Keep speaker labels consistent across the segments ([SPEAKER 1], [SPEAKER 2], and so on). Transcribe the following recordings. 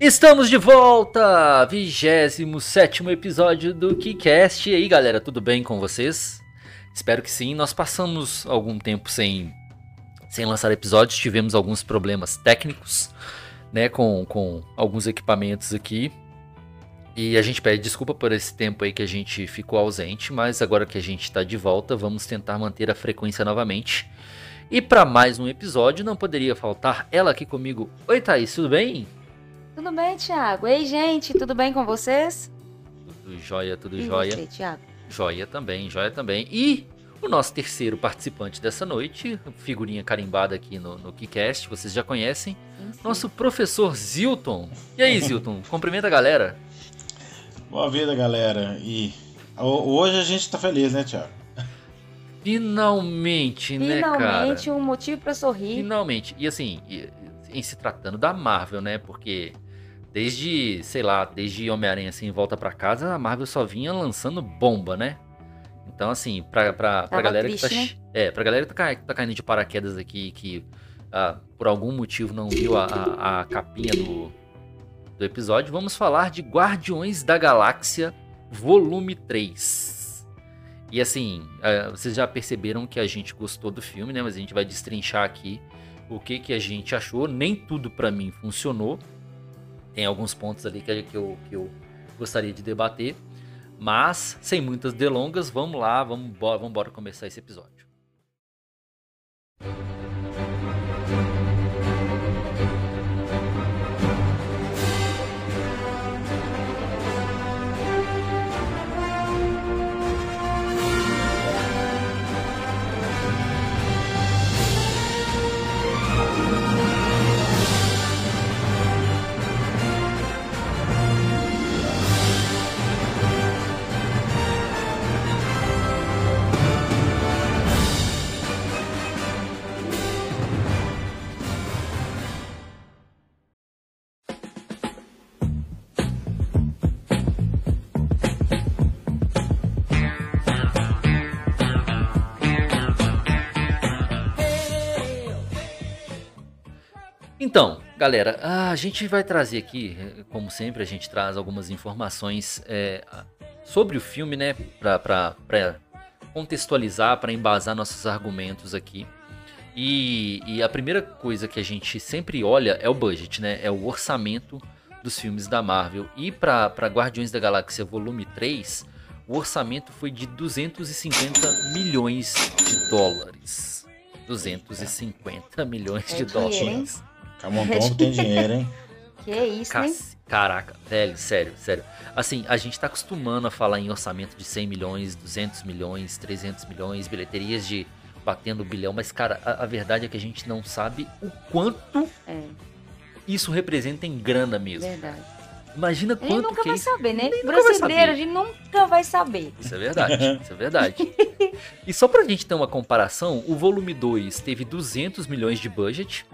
[SPEAKER 1] Estamos de volta! 27 episódio do KiCast. E aí, galera, tudo bem com vocês? Espero que sim. Nós passamos algum tempo sem, sem lançar episódios, tivemos alguns problemas técnicos, né, com, com alguns equipamentos aqui. E a gente pede desculpa por esse tempo aí que a gente ficou ausente, mas agora que a gente está de volta, vamos tentar manter a frequência novamente. E para mais um episódio, não poderia faltar ela aqui comigo. Oi, Thaís, tudo bem?
[SPEAKER 2] Tudo bem, Thiago? Ei, gente, tudo bem com vocês?
[SPEAKER 1] Tudo jóia, tudo
[SPEAKER 2] E
[SPEAKER 1] jóia.
[SPEAKER 2] você, Thiago?
[SPEAKER 1] Joia também, joia também. E o nosso terceiro participante dessa noite, figurinha carimbada aqui no, no KiCast, vocês já conhecem,
[SPEAKER 2] Sim, sim.
[SPEAKER 1] nosso professor Zilton. E aí, Zilton, cumprimenta a galera.
[SPEAKER 3] Boa vida, galera. E ho- hoje a gente tá feliz, né, Thiago?
[SPEAKER 1] Finalmente, né, cara?
[SPEAKER 2] Finalmente um motivo pra sorrir.
[SPEAKER 1] Finalmente. E assim, e- em se tratando da Marvel, né? Porque desde, sei lá, desde Homem-Aranha assim, volta pra casa, a Marvel só vinha lançando bomba, né? Então, assim, pra, pra, pra
[SPEAKER 2] Tava
[SPEAKER 1] galera que tá.
[SPEAKER 2] triste, né?
[SPEAKER 1] É, pra galera que tá, que tá caindo de paraquedas aqui, que ah, por algum motivo não viu a, a- a capinha do, do episódio, vamos falar de Guardiões da Galáxia, volume 3. E assim, ah, vocês já perceberam que a gente gostou do filme, né? Mas a gente vai destrinchar aqui o que, que a gente achou. Nem tudo pra mim funcionou. Tem alguns pontos ali que, que eu, que eu gostaria de debater. Mas, sem muitas delongas, vamos lá, vamos embora, vamos embora começar esse episódio. Então, galera, a gente vai trazer aqui, eh, como sempre, a gente traz algumas informações eh, a- sobre o filme, né? Pra, pra, pra contextualizar, pra embasar nossos argumentos aqui. E, e a primeira coisa que a gente sempre olha é o budget, né? É o orçamento dos filmes da Marvel. E pra pra Guardiões da Galáxia Volume 3, o orçamento foi de 250 milhões de dólares. 250 milhões de
[SPEAKER 2] É dinheiro, hein?
[SPEAKER 1] dólares.
[SPEAKER 3] Camundongo tem dinheiro, hein?
[SPEAKER 2] Que é isso, hein?
[SPEAKER 1] Cac- Caraca, velho, sério, sério. Assim, a gente tá acostumando a falar em orçamento de 100 milhões, 200 milhões, 300 milhões, bilheterias de batendo o bilhão, mas cara, a, a verdade é que a gente não sabe o quanto
[SPEAKER 2] É,
[SPEAKER 1] isso representa em grana mesmo.
[SPEAKER 2] verdade.
[SPEAKER 1] Imagina
[SPEAKER 2] A gente
[SPEAKER 1] quanto
[SPEAKER 2] É. nunca
[SPEAKER 1] que é
[SPEAKER 2] vai
[SPEAKER 1] isso.
[SPEAKER 2] saber, né?
[SPEAKER 1] nunca vai
[SPEAKER 2] Brasileiro,
[SPEAKER 1] saber.
[SPEAKER 2] a gente nunca vai saber.
[SPEAKER 1] Isso é verdade, isso é verdade. E só pra gente ter uma comparação, o volume 2 teve 200 milhões de budget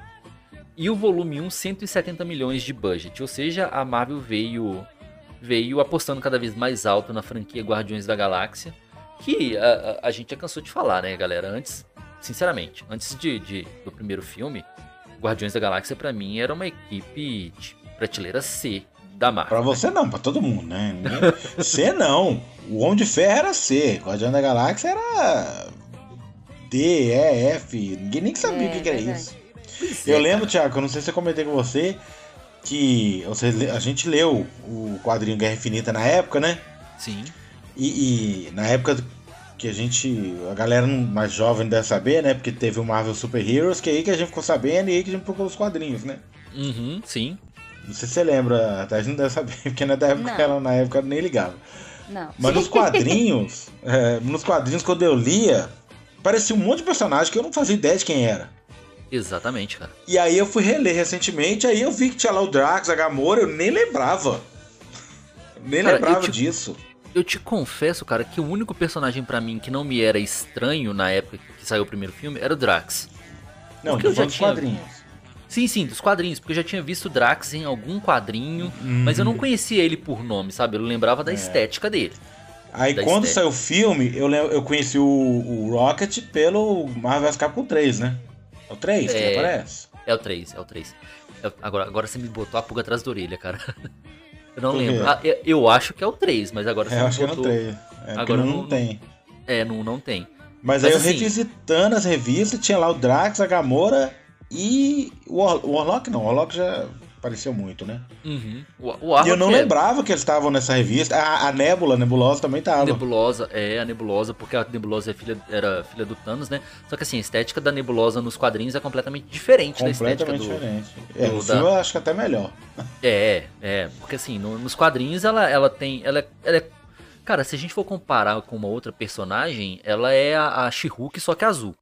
[SPEAKER 1] e o volume 1 170 milhões de budget, ou seja, a Marvel veio veio apostando cada vez mais alto na franquia Guardiões da Galáxia, que a, a- a gente já cansou de falar, né, galera? Antes, sinceramente, antes de, de- do primeiro filme, Guardiões da Galáxia pra mim era uma equipe de prateleira C da Marvel.
[SPEAKER 3] Pra você não, pra todo mundo, né? Ninguém- C não. O Homem de Ferro era C. Guardião da Galáxia era D, E, F. Ninguém nem sabia
[SPEAKER 2] É,
[SPEAKER 3] o que, que era
[SPEAKER 2] verdade.
[SPEAKER 3] isso.
[SPEAKER 1] Pois é,
[SPEAKER 3] Eu lembro,
[SPEAKER 1] cara.
[SPEAKER 3] Thiago, eu não sei se eu comentei com você, que você, le- a gente leu o quadrinho Guerra Infinita na época, né?
[SPEAKER 1] Sim.
[SPEAKER 3] E, e na época que a gente. A galera não- mais jovem deve saber, né? Porque teve o Marvel Super Heroes, que é aí que a gente ficou sabendo e aí que a gente procurou os quadrinhos, né?
[SPEAKER 1] Uhum, sim.
[SPEAKER 3] Não sei se você lembra, a Thais não deve saber, porque na época
[SPEAKER 2] Não.
[SPEAKER 3] ela na época nem ligava.
[SPEAKER 2] Não.
[SPEAKER 3] Mas nos quadrinhos, é, nos quadrinhos quando eu lia, parecia um monte de personagem que eu não fazia ideia de quem era.
[SPEAKER 1] Exatamente, cara.
[SPEAKER 3] E aí eu fui reler recentemente, aí eu vi que tinha lá o Drax, a Gamora, eu nem lembrava. Nem
[SPEAKER 1] Cara, eu
[SPEAKER 3] lembrava
[SPEAKER 1] te-
[SPEAKER 3] disso.
[SPEAKER 1] Eu te confesso, cara, que o único personagem pra mim que não me era estranho na época que saiu o primeiro filme era o Drax.
[SPEAKER 3] Não,
[SPEAKER 1] Porque eu já
[SPEAKER 3] tô falando dos
[SPEAKER 1] tinha-
[SPEAKER 3] quadrinhos.
[SPEAKER 1] Sim, sim, dos quadrinhos, porque eu já tinha visto o Drax em algum quadrinho, mas eu não conhecia ele por nome, sabe? Eu lembrava da
[SPEAKER 3] É.
[SPEAKER 1] estética dele.
[SPEAKER 3] Aí
[SPEAKER 1] da
[SPEAKER 3] quando
[SPEAKER 1] estética.
[SPEAKER 3] saiu o filme, eu, lem- eu conheci o, o Rocket pelo Marvel vs Capcom 3, né? É o 3 que
[SPEAKER 1] É.
[SPEAKER 3] aparece.
[SPEAKER 1] É o 3, é o 3. É o- agora, agora você me botou a pulga atrás da orelha, cara. Eu não
[SPEAKER 3] Por quê?
[SPEAKER 1] lembro. Ah, eu, eu acho que é o 3, mas agora você
[SPEAKER 3] É, eu
[SPEAKER 1] me
[SPEAKER 3] acho que não
[SPEAKER 1] botou.
[SPEAKER 3] tem. É, porque
[SPEAKER 1] Agora
[SPEAKER 3] não,
[SPEAKER 1] eu não-
[SPEAKER 3] tem.
[SPEAKER 1] É, não, não tem.
[SPEAKER 3] Mas,
[SPEAKER 1] Mas
[SPEAKER 3] aí eu
[SPEAKER 1] assim-
[SPEAKER 3] revisitando as revistas, tinha lá o Drax, a Gamora e o, War- o Warlock não. O Warlock já apareceu muito, né?
[SPEAKER 1] Uhum. O, o
[SPEAKER 3] e eu
[SPEAKER 1] Arrow
[SPEAKER 3] não
[SPEAKER 1] que é
[SPEAKER 3] lembrava que eles estavam nessa revista. A, a Nebula, a Nebulosa também tava.
[SPEAKER 1] Nebulosa, é, a Nebulosa, porque a Nebulosa é filha, era filha do Thanos, né? Só que assim, a estética da Nebulosa nos quadrinhos é completamente diferente da estética do.
[SPEAKER 3] Completamente diferente. É,
[SPEAKER 1] do-
[SPEAKER 3] no
[SPEAKER 1] da-
[SPEAKER 3] filme eu acho que até melhor.
[SPEAKER 1] É, é, porque assim, no- nos quadrinhos ela, ela tem. Ela, é- ela é. Cara, se a gente for comparar com uma outra personagem, ela é a, a She-Hulk, só que azul.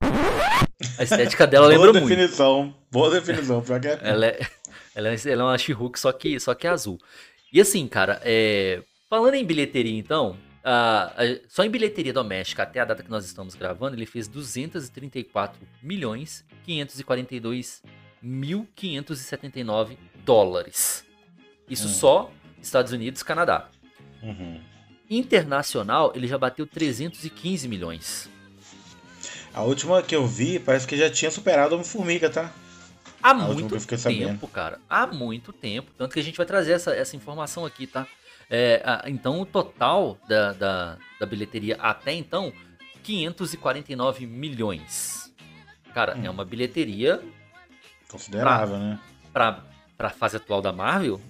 [SPEAKER 1] A estética dela
[SPEAKER 3] boa
[SPEAKER 1] lembra muito.
[SPEAKER 3] definição. Boa definição. Pior que é.
[SPEAKER 1] Ela é, ela é, ela é uma She-Hulk, só que, só que é azul. E assim, cara, é, falando em bilheteria, então, a- a- só em bilheteria doméstica, até a data que nós estamos gravando, ele fez 234 milhões 542 mil 579 dólares. Isso
[SPEAKER 3] Hum.
[SPEAKER 1] só Estados Unidos e Canadá. É.
[SPEAKER 3] Uhum.
[SPEAKER 1] Internacional, ele já bateu 315 milhões.
[SPEAKER 3] A última que eu vi parece que já tinha superado a Formiga, tá?
[SPEAKER 1] Há
[SPEAKER 3] última que
[SPEAKER 1] muito
[SPEAKER 3] eu fiquei sabendo.
[SPEAKER 1] tempo, cara. Há muito tempo. Tanto que a gente vai trazer essa, essa informação aqui, tá? É, a- então, o total da, da, da bilheteria até então, 549 milhões. Cara,
[SPEAKER 3] Hum.
[SPEAKER 1] é uma bilheteria
[SPEAKER 3] Considerável,
[SPEAKER 1] Tá.
[SPEAKER 3] né?
[SPEAKER 1] pra, pra fase atual da Marvel?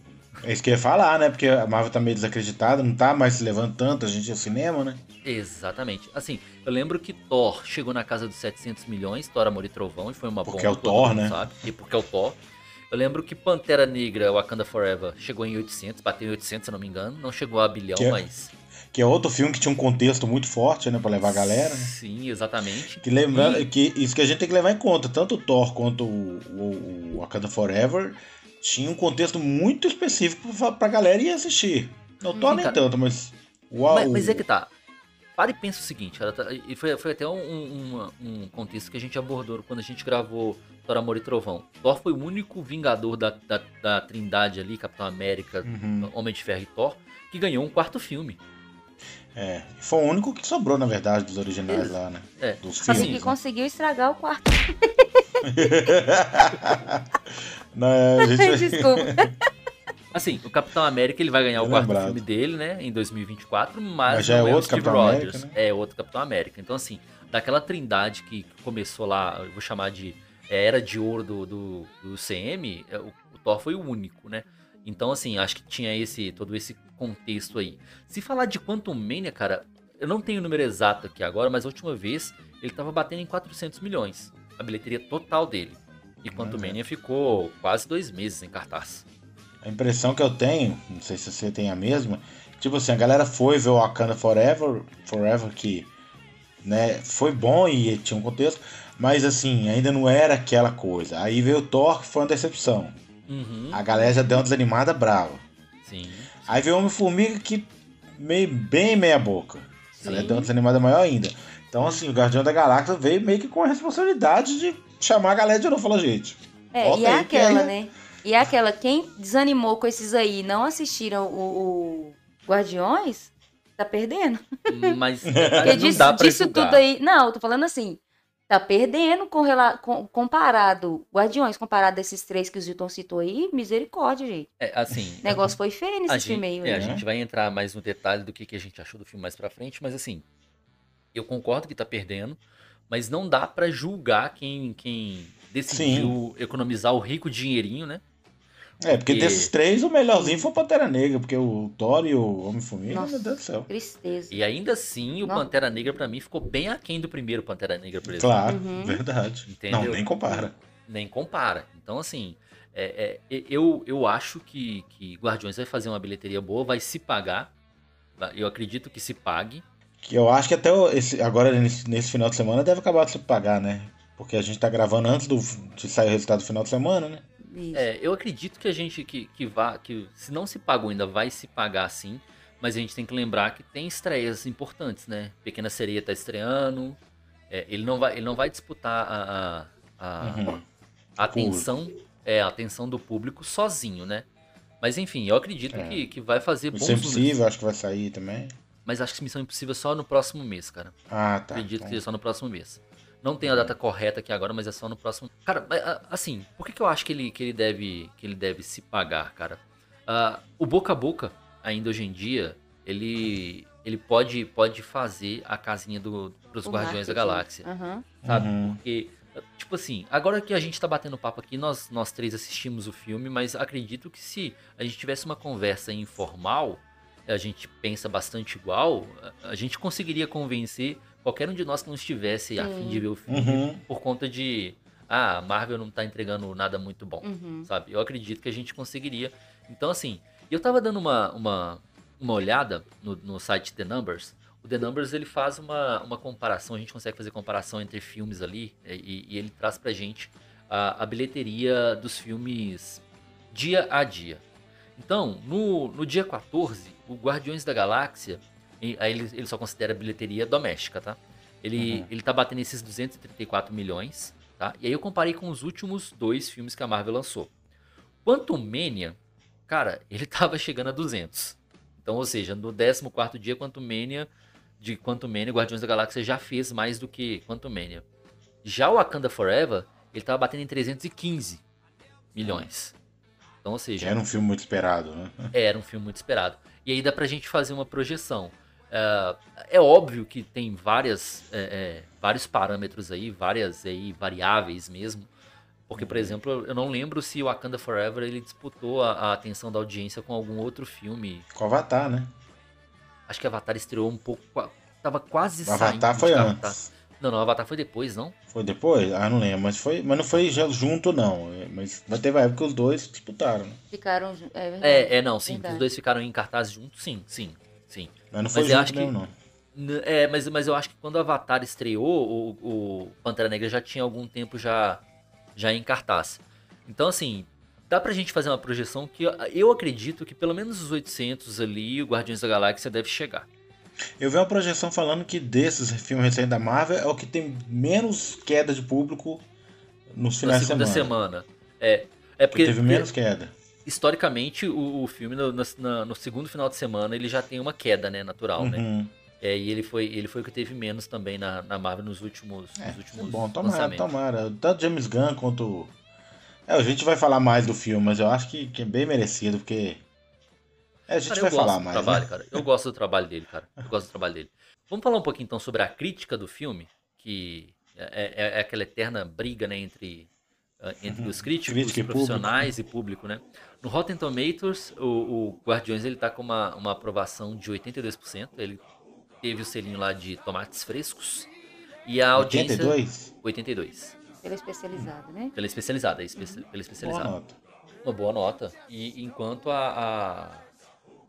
[SPEAKER 3] É isso que eu ia falar, né? Porque a Marvel tá meio desacreditada, não tá mais se levando tanto, a gente é cinema, né?
[SPEAKER 1] Exatamente. Assim, eu lembro que Thor chegou na casa dos 700 milhões, Thor Amor e Trovão, e foi uma
[SPEAKER 3] Porque
[SPEAKER 1] bomba.
[SPEAKER 3] é o
[SPEAKER 1] todo
[SPEAKER 3] Thor,
[SPEAKER 1] mundo
[SPEAKER 3] né?
[SPEAKER 1] Sabe? E porque é o Thor. Eu lembro que Pantera Negra, Wakanda Forever, chegou em 800, bateu em 800, se eu não me engano. Não chegou a bilhão,
[SPEAKER 3] Que é-
[SPEAKER 1] mas...
[SPEAKER 3] Que é outro filme que tinha um contexto muito forte, né? Pra levar a galera. né?
[SPEAKER 1] Sim, exatamente.
[SPEAKER 3] Que lembrando
[SPEAKER 1] E-
[SPEAKER 3] que isso que a gente tem que levar em conta, tanto o Thor quanto o, o, o Wakanda Forever tinha um contexto muito específico pra, pra galera ir assistir. Não o Thor
[SPEAKER 1] Hum,
[SPEAKER 3] nem
[SPEAKER 1] cara.
[SPEAKER 3] tanto, mas o,
[SPEAKER 1] Mas,
[SPEAKER 3] o-
[SPEAKER 1] mas é que tá. Para e pensa o seguinte, ela tá- e foi, foi até um, um- um- um contexto que a gente abordou quando a gente gravou Thor, Amor e Trovão. Thor foi o único vingador da, da, da trindade ali, Capitão América,
[SPEAKER 3] Uhum,
[SPEAKER 1] Homem de Ferro e Thor, que ganhou um quarto filme.
[SPEAKER 3] é. Foi o único que sobrou, na verdade, dos originais lá, né?
[SPEAKER 1] É.
[SPEAKER 3] Dos
[SPEAKER 1] Assim,
[SPEAKER 2] E
[SPEAKER 3] filmes.
[SPEAKER 2] que
[SPEAKER 3] né?
[SPEAKER 2] conseguiu estragar o quarto.
[SPEAKER 3] Não, é, a gente...
[SPEAKER 2] Desculpa.
[SPEAKER 1] Assim, o Capitão América ele vai ganhar o
[SPEAKER 3] Bem
[SPEAKER 1] quarto
[SPEAKER 3] lembrado.
[SPEAKER 1] filme dele, né, em 2024, mas,
[SPEAKER 3] Mas já
[SPEAKER 1] não
[SPEAKER 3] é
[SPEAKER 1] o
[SPEAKER 3] outro
[SPEAKER 1] Steve
[SPEAKER 3] Capitão
[SPEAKER 1] Rogers,
[SPEAKER 3] América, né?
[SPEAKER 1] é outro Capitão América. Então assim, daquela trindade que começou lá, eu vou chamar de é, era de ouro do, do, do CM, é, o, o Thor foi o único, né? Então assim, acho que tinha esse todo esse contexto aí. Se falar de Quantum Mania, cara, eu não tenho o número exato aqui agora, mas a última vez ele tava batendo em 400 milhões, a bilheteria total dele. E Quantum
[SPEAKER 3] Mas é.
[SPEAKER 1] Mania ficou quase dois meses em cartaz.
[SPEAKER 3] A impressão que eu tenho, não sei se você tem a mesma, tipo assim, a galera foi ver o Wakanda Forever, Forever que né, foi bom e tinha um contexto, mas assim, ainda não era aquela coisa. Aí veio o Thor, que foi uma decepção.
[SPEAKER 1] Uhum.
[SPEAKER 3] A galera já deu uma desanimada brava.
[SPEAKER 1] Sim.
[SPEAKER 3] Aí veio o Homem-Formiga que meio, bem meia boca. A galera
[SPEAKER 2] Sim.
[SPEAKER 3] deu uma desanimada maior ainda. Então assim, o Guardião da Galáxia veio meio que com a responsabilidade de chamar a galera de novo e falar, gente,
[SPEAKER 2] É, e
[SPEAKER 3] Volta
[SPEAKER 2] é
[SPEAKER 3] aí, que
[SPEAKER 2] aquela,
[SPEAKER 3] aí-
[SPEAKER 2] né? E é aquela, quem desanimou com esses aí e não assistiram o, o Guardiões, tá perdendo.
[SPEAKER 1] Mas
[SPEAKER 2] Porque
[SPEAKER 1] cara, não
[SPEAKER 2] disso,
[SPEAKER 1] dá pra
[SPEAKER 2] disso
[SPEAKER 1] julgar.
[SPEAKER 2] tudo aí. Não, eu tô falando assim. Tá perdendo com, rela- com- comparado. Guardiões, comparado a esses três que o Zilton citou aí, misericórdia, gente.
[SPEAKER 1] É, assim,
[SPEAKER 2] O negócio foi feio
[SPEAKER 1] a,
[SPEAKER 2] nesse
[SPEAKER 1] gente,
[SPEAKER 2] filme aí,
[SPEAKER 1] é, a
[SPEAKER 2] né?
[SPEAKER 1] gente vai entrar mais no detalhe do que, que a gente achou do filme mais pra frente, mas assim, eu concordo que tá perdendo, mas não dá pra julgar quem, quem decidiu economizar o rico dinheirinho, né?
[SPEAKER 3] É, porque
[SPEAKER 1] Porque-
[SPEAKER 3] desses três, o melhorzinho foi o Pantera Negra, porque o Thor e o Homem-Formiga,
[SPEAKER 2] Nossa.
[SPEAKER 3] meu Deus do céu.
[SPEAKER 2] Tristeza.
[SPEAKER 1] E ainda assim, o
[SPEAKER 2] Não.
[SPEAKER 1] Pantera Negra pra mim ficou bem aquém do primeiro Pantera Negra, por exemplo.
[SPEAKER 3] Claro,
[SPEAKER 2] Uhum.
[SPEAKER 3] verdade.
[SPEAKER 1] Entendeu?
[SPEAKER 3] Não, nem compara.
[SPEAKER 1] nem compara. Então, assim, é- é, e- eu, eu acho que, que Guardiões vai fazer uma bilheteria boa, vai se pagar. Vai- Eu acredito que se pague.
[SPEAKER 3] Que eu acho que até o- esse, agora, nesse, nesse final de semana, deve acabar de se pagar, né? Porque a gente tá gravando antes do, de sair o resultado do final de semana, né?
[SPEAKER 2] Isso.
[SPEAKER 1] É, eu acredito que a gente que, que vá, que se não se pagou ainda, vai se pagar sim. Mas a gente tem que lembrar que tem estreias importantes, né? Pequena Sereia tá estreando. é, ele, não vai, ele não vai disputar a, a- a-
[SPEAKER 3] Uhum.
[SPEAKER 1] a atenção, é, a atenção do público sozinho, né? Mas enfim, eu acredito
[SPEAKER 3] É.
[SPEAKER 1] que, que vai fazer bons
[SPEAKER 3] Isso é
[SPEAKER 1] números.
[SPEAKER 3] impossível, acho que vai sair também.
[SPEAKER 1] Mas acho que Missão Impossível é só no próximo mês, cara.
[SPEAKER 3] Ah, tá.
[SPEAKER 1] Acredito que
[SPEAKER 3] Então,
[SPEAKER 1] seja só no próximo mês. Não tem a data correta aqui agora, mas é só no próximo. Cara, mas, ah, assim, por que, que eu acho que ele, que ele, deve, que ele deve se pagar, cara? Ah, o boca a boca, ainda hoje em dia, ele, ele pode, pode fazer a casinha do, pros
[SPEAKER 2] O
[SPEAKER 1] Guardiões da
[SPEAKER 2] marketing.
[SPEAKER 1] Galáxia,
[SPEAKER 2] Aham.
[SPEAKER 1] sabe?
[SPEAKER 3] Uhum.
[SPEAKER 1] Porque, tipo assim, agora que a gente tá batendo papo aqui, nós, nós três assistimos o filme, mas acredito que se a gente tivesse uma conversa informal, a gente pensa bastante igual, a- a gente conseguiria convencer qualquer um de nós que não estivesse a fim de ver o filme
[SPEAKER 3] Uhum.
[SPEAKER 1] por conta de, ah, a Marvel não tá entregando nada muito bom
[SPEAKER 2] Uhum.
[SPEAKER 1] sabe? Eu acredito que a gente conseguiria. Então, assim, eu tava dando uma, uma, uma olhada no, no site The Numbers. O The Numbers, ele faz uma, uma comparação, a gente consegue fazer comparação entre filmes ali, e, e ele traz pra gente a, a bilheteria dos filmes dia a dia. Então, no, no dia 14, o Guardiões da Galáxia, e- aí ele, ele só considera a bilheteria doméstica, tá? Ele,
[SPEAKER 3] Uhum.
[SPEAKER 1] ele tá batendo esses 234 milhões, tá? E aí eu comparei com os últimos dois filmes que a Marvel lançou. Quanto Mania, cara, ele tava chegando a 200. Então, ou seja, no 14 dia, Quanto Mania, de Quanto Mania, Guardiões da Galáxia já fez mais do que Quanto Mania. Já o Wakanda Forever, ele tava batendo em 315 milhões. Então, ou seja,
[SPEAKER 3] Era um filme muito esperado, né?
[SPEAKER 1] era um filme muito esperado. E aí dá pra gente fazer uma projeção. Ah, é óbvio que tem várias, é, é, vários parâmetros aí, várias aí variáveis mesmo. Porque,
[SPEAKER 3] Uhum.
[SPEAKER 1] por exemplo, eu não lembro se o Wakanda Forever ele disputou a, a atenção da audiência com algum outro filme.
[SPEAKER 3] Com o Avatar, né?
[SPEAKER 1] Acho que Avatar estreou um pouco. qua- Tava quase
[SPEAKER 3] O
[SPEAKER 1] saindo
[SPEAKER 3] Avatar
[SPEAKER 1] de
[SPEAKER 3] foi
[SPEAKER 1] Avatar.
[SPEAKER 3] antes.
[SPEAKER 1] Não, não, Avatar foi depois, não?
[SPEAKER 3] Foi depois? Ah, não lembro. Mas, foi, mas não foi já junto, não. É, Mas mas teve a época que os dois disputaram.
[SPEAKER 2] Ficaram. ju- É verdade.
[SPEAKER 1] É, é não, sim.
[SPEAKER 2] Verdade.
[SPEAKER 1] Os dois ficaram em cartaz juntos, sim, sim, sim.
[SPEAKER 3] Mas não foi
[SPEAKER 1] Mas eu
[SPEAKER 3] junto
[SPEAKER 1] acho que-
[SPEAKER 3] mesmo, não.
[SPEAKER 1] N- É, mas, mas eu acho que quando o Avatar estreou, o, o Pantera Negra já tinha algum tempo já, já em cartaz. Então, assim, dá pra gente fazer uma projeção que eu- eu acredito que pelo menos os 800 ali, o Guardiões da Galáxia deve chegar.
[SPEAKER 3] Eu vi uma projeção falando que desses filmes recentes da Marvel é o que tem menos queda de público nos
[SPEAKER 1] Na
[SPEAKER 3] finais de
[SPEAKER 1] segunda
[SPEAKER 3] semana.
[SPEAKER 1] semana. É, é porque,
[SPEAKER 3] Teve menos queda.
[SPEAKER 1] historicamente, o, o filme no, na- na- no segundo final de semana ele já tem uma queda, né, natural, né?
[SPEAKER 3] Uhum.
[SPEAKER 1] É, e ele foi, ele foi o que teve menos também na, na Marvel nos últimos,
[SPEAKER 3] É,
[SPEAKER 1] nos últimos
[SPEAKER 3] bom, tomara,
[SPEAKER 1] lançamentos.
[SPEAKER 3] tomara. Tanto James Gunn quanto. É, a gente vai falar mais do filme, mas eu acho que, que é bem merecido, porque. É, a gente
[SPEAKER 1] Cara, eu
[SPEAKER 3] vai
[SPEAKER 1] gosto
[SPEAKER 3] falar
[SPEAKER 1] do
[SPEAKER 3] mais.
[SPEAKER 1] trabalho,
[SPEAKER 3] né?
[SPEAKER 1] cara. Eu gosto do trabalho dele, cara. Eu gosto do trabalho dele. Vamos falar um pouquinho então sobre a crítica do filme, que é, é- é aquela eterna briga, né, entre, eh, entre os críticos,
[SPEAKER 3] Uhum. Crítica e
[SPEAKER 1] profissionais e público, né? No Rotten Tomatoes, o, o Guardiões ele tá com uma, uma aprovação de 82%. Ele teve o selinho lá de tomates frescos. E a audiência.
[SPEAKER 3] 82?
[SPEAKER 1] 82.
[SPEAKER 2] Pela especializada, né?
[SPEAKER 1] Pela especializada, é espe- pela
[SPEAKER 3] Boa
[SPEAKER 1] especializada.
[SPEAKER 3] nota.
[SPEAKER 1] Uma boa nota. E enquanto a, a-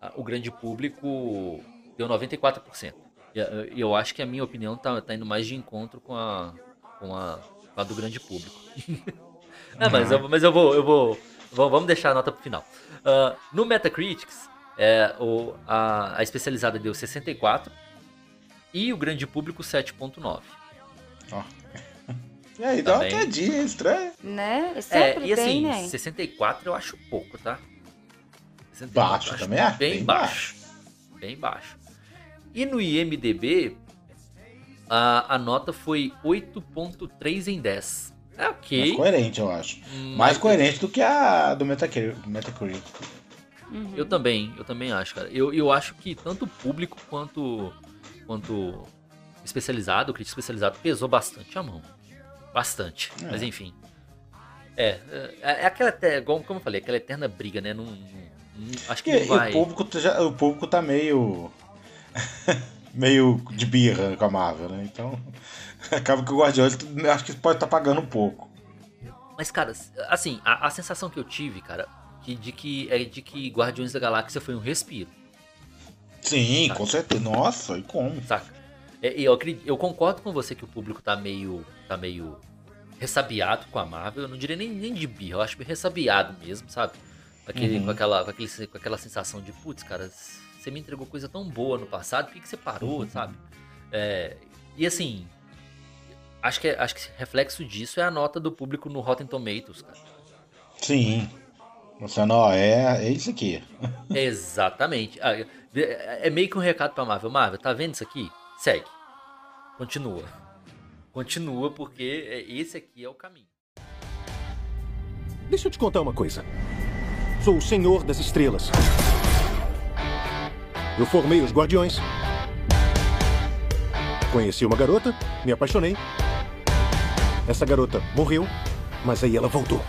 [SPEAKER 1] a- o grande público deu 94%. E a- E eu acho que a minha opinião tá, tá indo mais de encontro com a, com a, com a do grande público. Não, mas, eu, mas eu vou. Eu vou vamos vamos deixar a nota pro final. Ah, no Metacritics, é, o, a, a especializada deu 64 e o grande público 7.9.
[SPEAKER 3] Ó. E aí, dá uma
[SPEAKER 1] Também.
[SPEAKER 3] quedinha, é estranho.
[SPEAKER 2] Né?
[SPEAKER 1] É,
[SPEAKER 2] Sempre
[SPEAKER 1] e assim,
[SPEAKER 2] tem, né?
[SPEAKER 1] 64 eu acho pouco, tá? 64 eu
[SPEAKER 3] Baixo
[SPEAKER 1] acho
[SPEAKER 3] também acho.
[SPEAKER 1] é? Bem, baixo. Bem baixo. E no IMDB, a, a nota foi 8.3 em 10. É
[SPEAKER 3] Mais
[SPEAKER 1] ok. hum,
[SPEAKER 3] coerente, eu acho.
[SPEAKER 1] mas
[SPEAKER 3] Mais coerente do que a do Metacritic. Metacritic.
[SPEAKER 2] Uhum.
[SPEAKER 1] Eu também, eu também acho, cara. Eu, eu acho que tanto o público quanto quanto especializado, o crítico especializado, pesou bastante a mão. Bastante.
[SPEAKER 3] É.
[SPEAKER 1] Mas enfim. É, é, é aquela, até- igual- como eu falei, aquela eterna briga, né? Não, não- não- acho que
[SPEAKER 3] Porque
[SPEAKER 1] não vai.
[SPEAKER 3] o, público tá já, o público tá meio. meio de birra com a Marvel, né? Então. acaba que o Guardiões eu acho que pode estar pagando um pouco.
[SPEAKER 1] Mas, cara, assim, a, a sensação que eu tive, cara, que, de, que, é de que Guardiões da Galáxia foi um respiro.
[SPEAKER 3] Sim,
[SPEAKER 1] Tá.
[SPEAKER 3] com certeza. Nossa, e como?
[SPEAKER 1] saca? É, e eu, acredi- eu concordo com você que o público tá meio, tá meio ressabiado com a Marvel. Eu não diria nem, nem de birra, eu acho meio ressabiado mesmo, sabe? Aquele,
[SPEAKER 3] Uhum.
[SPEAKER 1] com, aquela, com, aquele- com aquela sensação de, putz, cara, você me entregou coisa tão boa no passado, por que, que você parou, sabe? É, e assim, acho que, é- acho que reflexo disso é a nota do público no Rotten Tomatoes, cara.
[SPEAKER 3] Sim. Mostrando, ó, é, é isso aqui.
[SPEAKER 1] Exatamente. Ah, é- É meio que um recado pra Marvel. Marvel, tá vendo isso aqui? Segue. Continua. Continua, porque é- esse aqui é o caminho.
[SPEAKER 4] Deixa eu te contar uma coisa. Sou o Senhor das Estrelas. Eu formei os Guardiões. Conheci uma garota, me apaixonei. Essa garota morreu, mas aí ela voltou.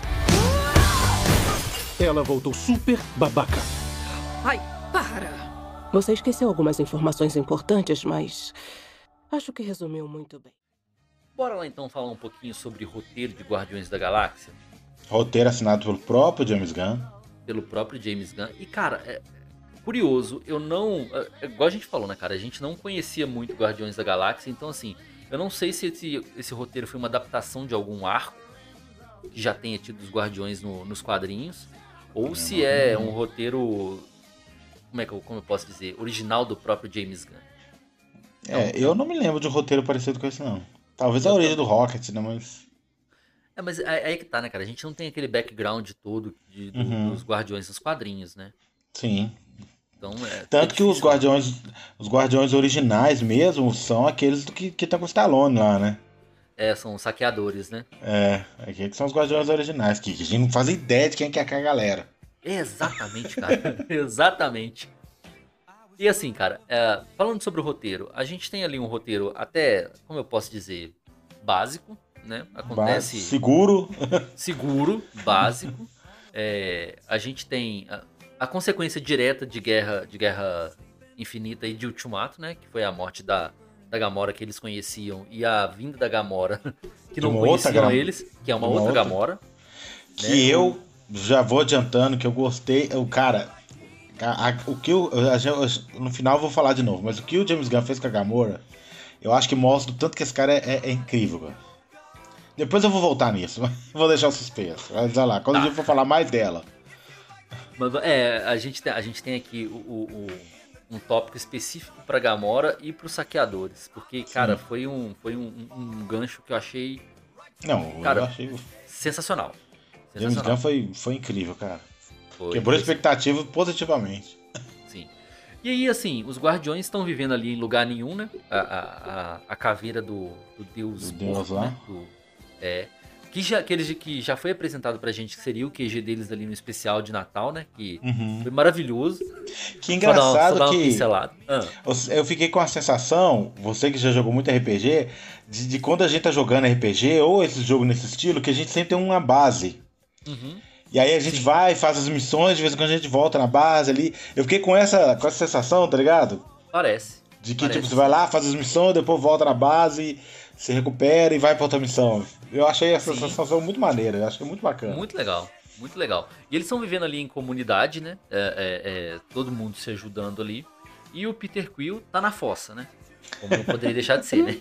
[SPEAKER 4] Ela voltou super babaca.
[SPEAKER 5] Ai, para!
[SPEAKER 6] Você esqueceu algumas informações importantes, mas. Acho que resumiu muito bem.
[SPEAKER 1] Bora lá então falar um pouquinho sobre roteiro de Guardiões da Galáxia,
[SPEAKER 3] Roteiro assinado pelo próprio James Gunn.
[SPEAKER 1] pelo próprio James Gunn. E cara, é é curioso, eu não. é- é igual a gente falou, né, cara? A gente não conhecia muito Guardiões da Galáxia, então assim, eu não sei se esse, esse roteiro foi uma adaptação de algum arco que já tenha tido os Guardiões no- nos quadrinhos, ou se é um roteiro. Como é que eu, como eu posso dizer? Original do próprio James Gunn.
[SPEAKER 3] É,
[SPEAKER 1] tá.
[SPEAKER 3] eu não me lembro de um roteiro parecido com esse, não. Talvez a origem do Rocket, né? Mas.
[SPEAKER 1] É, mas é- é aí que tá, né, cara? A gente não tem aquele background todo de- do-
[SPEAKER 3] Uhum.
[SPEAKER 1] dos Guardiões nos quadrinhos, né?
[SPEAKER 3] Sim.
[SPEAKER 1] Então, é,
[SPEAKER 3] Tanto
[SPEAKER 1] é
[SPEAKER 3] que os
[SPEAKER 1] difícil, né?
[SPEAKER 3] guardiões, os guardiões originais mesmo são aqueles do que estão com o Stallone lá, né?
[SPEAKER 1] É, são saqueadores, né?
[SPEAKER 3] É, aqueles que são os guardiões originais, que a gente não faz ideia de quem que é aquela galera.
[SPEAKER 1] Exatamente, cara. Exatamente. E assim, cara, é, falando sobre o roteiro, a gente tem ali um roteiro até, como eu posso dizer, básico, né? Acontece
[SPEAKER 3] Mas seguro.
[SPEAKER 1] seguro, básico. É, a gente tem a, a consequência direta de guerra, de guerra infinita e de ultimato, né? Que foi a morte da, da Gamora que eles conheciam e a vinda da Gamora que
[SPEAKER 3] De
[SPEAKER 1] não
[SPEAKER 3] uma outra
[SPEAKER 1] conheciam
[SPEAKER 3] Gamora.
[SPEAKER 1] eles, que é uma,
[SPEAKER 3] Uma
[SPEAKER 1] outra,
[SPEAKER 3] outra.
[SPEAKER 1] Gamora. né?
[SPEAKER 3] Que eu já vou adiantando que eu gostei. O cara. a- a- o que o, a gen- eu- no final eu vou falar de novo, mas o que o James Gunn fez com a Gamora, eu acho que mostra o tanto que esse cara é, é- é incrível, cara. Depois eu vou voltar nisso, mas vou deixar o suspense. Mas olha lá,
[SPEAKER 1] Tá.
[SPEAKER 3] quando a gente for falar mais dela.
[SPEAKER 1] Mas, é, a gente, tem- a gente tem aqui o, o- o- um tópico específico pra Gamora e pros saqueadores. Porque, cara, foi, um, foi um, um- um gancho que eu achei
[SPEAKER 3] Não,
[SPEAKER 1] Cara,
[SPEAKER 3] eu achei.
[SPEAKER 1] sensacional.
[SPEAKER 3] James
[SPEAKER 1] Sensacional.
[SPEAKER 3] Gunn foi, foi incrível, cara.
[SPEAKER 1] Foi-
[SPEAKER 3] Quebrou a
[SPEAKER 1] foi
[SPEAKER 3] expectativa positivamente.
[SPEAKER 1] Sim. E aí, assim, os guardiões estão vivendo ali em lugar nenhum, né? A, a, a, a caveira do, do deus.
[SPEAKER 3] Do deus
[SPEAKER 1] morto,
[SPEAKER 3] lá.
[SPEAKER 1] né? Do- é. Que já, aqueles que já foi apresentado pra gente, que seria o QG deles ali no especial de Natal, né? Que foi maravilhoso.
[SPEAKER 3] Que
[SPEAKER 1] Só dar uma- só
[SPEAKER 3] Uhum. engraçado
[SPEAKER 1] dar uma
[SPEAKER 3] que
[SPEAKER 1] pincelada. Ah,
[SPEAKER 3] eu- eu fiquei com a sensação, você que já jogou muito RPG, de, de quando a gente tá jogando RPG ou esse jogo nesse estilo, que a gente sempre tem uma base.
[SPEAKER 1] uhum.
[SPEAKER 3] E aí a gente vai, faz as missões, de vez em quando a gente volta na base ali. Eu fiquei com essa, com essa sensação, tá ligado?
[SPEAKER 1] Parece.
[SPEAKER 3] De que
[SPEAKER 1] Parece.
[SPEAKER 3] tipo, você vai lá, faz as missões, depois volta na base, se recupera e vai pra outra missão. Eu achei essa
[SPEAKER 1] Sim.
[SPEAKER 3] sensação muito maneira, eu achei muito bacana.
[SPEAKER 1] Muito legal, muito legal. E eles estão vivendo ali em comunidade, né? É, é, é, todo mundo se ajudando ali. E o Peter Quill tá na fossa, né? Como não poderia deixar de ser, né?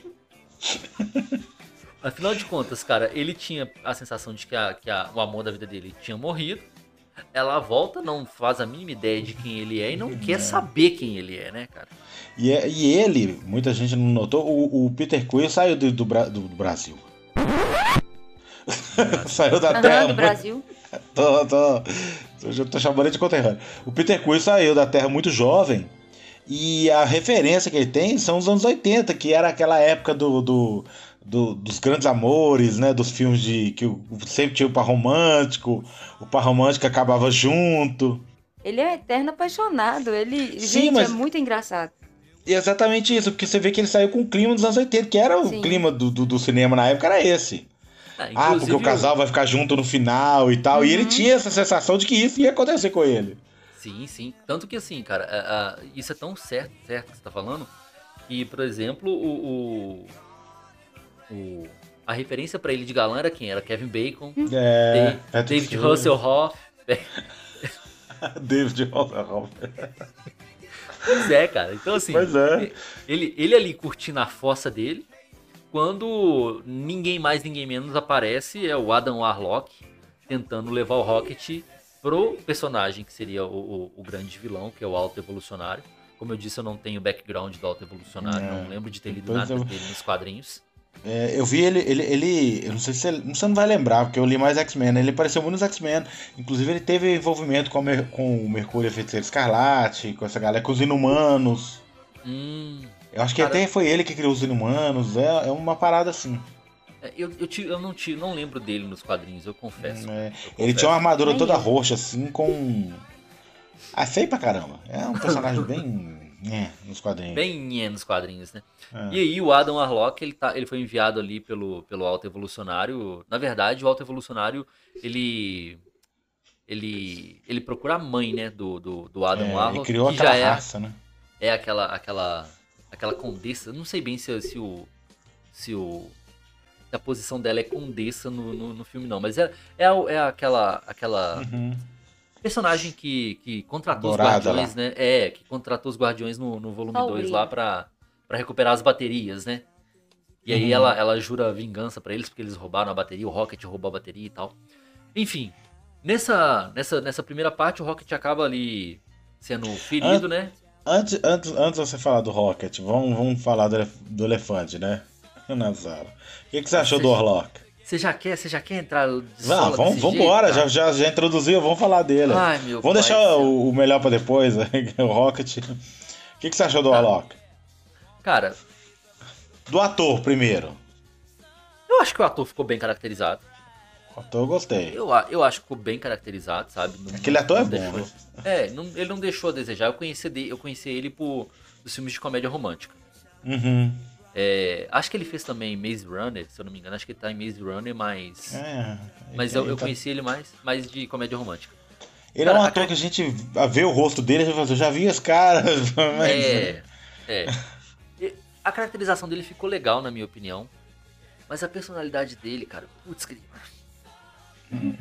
[SPEAKER 1] Afinal de contas, cara, ele tinha a sensação de que, a- que a- o amor da vida dele tinha morrido. Ela volta, não faz a mínima ideia de quem ele é e não quer saber quem ele é, né, cara?
[SPEAKER 3] E, é- e ele, muita gente não notou, o, o Peter Quill saiu do, do, Bra- do- do Brasil. saiu da terra.
[SPEAKER 2] Aham, do Brasil.
[SPEAKER 3] Tô, tô, eu já tô chamando ele de conterrâneo. O Peter Quill saiu da terra muito jovem. E a referência que ele tem são os anos 80, que era aquela época do, do- do- dos grandes amores, né? Dos filmes de que o- sempre tinha o par romântico, o par romântico acabava junto.
[SPEAKER 2] Ele é um eterno apaixonado. Ele,
[SPEAKER 3] Sim,
[SPEAKER 2] gente,
[SPEAKER 3] mas-
[SPEAKER 2] é muito engraçado.
[SPEAKER 3] E é exatamente isso, porque você vê que ele saiu com o clima dos anos 80, que era o
[SPEAKER 2] Sim.
[SPEAKER 3] clima do, do, do cinema na época, era esse. ah, porque o
[SPEAKER 1] inclusive,
[SPEAKER 3] casal vai ficar junto no final e tal. E ele
[SPEAKER 2] Uhum.
[SPEAKER 3] tinha essa sensação de que isso ia acontecer com ele.
[SPEAKER 1] Sim, sim. Tanto que assim, cara, a- a- isso é tão certo, certo que você tá falando, que, por exemplo, o. o, o- a referência pra ele de galã era quem? Era Kevin Bacon,
[SPEAKER 3] É,
[SPEAKER 1] Da-
[SPEAKER 3] é
[SPEAKER 1] David Russell Hoff.
[SPEAKER 3] David Russell.
[SPEAKER 1] Pois é, cara. Então, assim,
[SPEAKER 3] Pois é.
[SPEAKER 1] ele, ele ali curtindo a fossa dele, quando ninguém mais, ninguém menos aparece, é o Adam Warlock tentando levar o Rocket pro personagem que seria o, o- o grande vilão, que é o Alto Evolucionário. Como eu disse, eu não tenho background do Alto Evolucionário,
[SPEAKER 3] É.
[SPEAKER 1] não lembro de ter lido
[SPEAKER 3] Depois
[SPEAKER 1] nada
[SPEAKER 3] eu-
[SPEAKER 1] dele nos quadrinhos.
[SPEAKER 3] É, eu vi ele, ele, ele. Eu não sei se ele, você não vai lembrar, porque eu li mais X-Men. né? Ele apareceu muito nos X-Men. Inclusive, ele teve envolvimento com, a Mer- com o Mercúrio Feiticeiro Escarlate, com essa galera, com os Inumanos.
[SPEAKER 1] Hum,
[SPEAKER 3] Eu acho que
[SPEAKER 1] Cara-
[SPEAKER 3] até foi ele que criou os Inumanos. É, é uma parada assim.
[SPEAKER 1] É, Eu, eu, ti- eu não, ti- não lembro dele nos quadrinhos, eu confesso.
[SPEAKER 3] É,
[SPEAKER 1] Eu
[SPEAKER 3] Ele
[SPEAKER 1] confesso.
[SPEAKER 3] tinha uma armadura
[SPEAKER 2] Nem
[SPEAKER 3] toda
[SPEAKER 2] eu.
[SPEAKER 3] roxa, assim, com. Ah, feio pra caramba. É um personagem bem. É, nos quadrinhos.
[SPEAKER 1] Bem nhé nos quadrinhos, né?
[SPEAKER 3] É.
[SPEAKER 1] E aí o Adam Arlock, ele, tá, ele foi enviado ali pelo, pelo Alto Evolucionário. Na verdade, o Alto Evolucionário, ele... Ele, ele procura a mãe, né, do, do, do Adam
[SPEAKER 3] É,
[SPEAKER 1] Arlock,
[SPEAKER 3] ele criou
[SPEAKER 1] que já
[SPEAKER 3] aquela
[SPEAKER 1] é
[SPEAKER 3] raça, né?
[SPEAKER 1] é aquela aquela aquela condessa. eu Não sei bem se, se o se o se a posição dela é condessa no, no, no filme não, mas é, é, a- é aquela aquela
[SPEAKER 3] Uhum.
[SPEAKER 1] personagem que, que contratou os
[SPEAKER 3] Dourada
[SPEAKER 1] guardiões, né? É, que contratou os guardiões no, no volume
[SPEAKER 2] Qual
[SPEAKER 1] 2
[SPEAKER 2] briga?
[SPEAKER 1] lá pra para recuperar as baterias, né? E aí
[SPEAKER 3] Uhum.
[SPEAKER 1] ela ela jura vingança pra eles porque eles roubaram a bateria, o Rocket roubou a bateria e tal. Enfim, nessa nessa nessa primeira parte o Rocket acaba ali sendo ferido, né?
[SPEAKER 3] Antes, antes, antes de você falar do Rocket, vamos, vamos falar do, elef- do elefante, né? Nazaro. O que, que você achou do Orlock?
[SPEAKER 1] Você já quer, você já quer entrar de
[SPEAKER 3] Ah,
[SPEAKER 1] sola
[SPEAKER 3] vamos
[SPEAKER 1] desse
[SPEAKER 3] vamos
[SPEAKER 1] jeito,
[SPEAKER 3] embora,
[SPEAKER 1] cara?
[SPEAKER 3] já, já, já introduziu, vamos falar dele.
[SPEAKER 1] Ai, meu
[SPEAKER 3] vamos
[SPEAKER 1] pai do
[SPEAKER 3] deixar
[SPEAKER 1] céu.
[SPEAKER 3] o, o melhor pra depois, né? o Rocket. O que, que você achou
[SPEAKER 1] Tá.
[SPEAKER 3] do Orlock?
[SPEAKER 1] Cara,
[SPEAKER 3] Do ator, primeiro.
[SPEAKER 1] eu acho que o ator ficou bem caracterizado.
[SPEAKER 3] O ator eu gostei.
[SPEAKER 1] Eu, a- eu acho que ficou bem caracterizado, sabe? Não-
[SPEAKER 3] Aquele ator é
[SPEAKER 1] não
[SPEAKER 3] bom, né?
[SPEAKER 1] deixou- É, não- ele não deixou a desejar. Eu conheci, de- eu conheci ele por dos filmes de comédia romântica.
[SPEAKER 3] Uhum.
[SPEAKER 1] É, acho que ele fez também Maze Runner, se eu não me engano. Acho que ele tá em Maze Runner, mas.
[SPEAKER 3] É,
[SPEAKER 1] mas
[SPEAKER 3] ele,
[SPEAKER 1] eu, eu
[SPEAKER 3] tá-
[SPEAKER 1] conheci ele mais, mais de comédia romântica.
[SPEAKER 3] Ele é um
[SPEAKER 1] Cara,
[SPEAKER 3] ator que a gente a vê o rosto dele, a gente fala assim, eu já vi as caras, mas.
[SPEAKER 1] É, é. E A caracterização dele ficou legal, na minha opinião. Mas a personalidade dele, cara, putz, que...
[SPEAKER 3] Hum.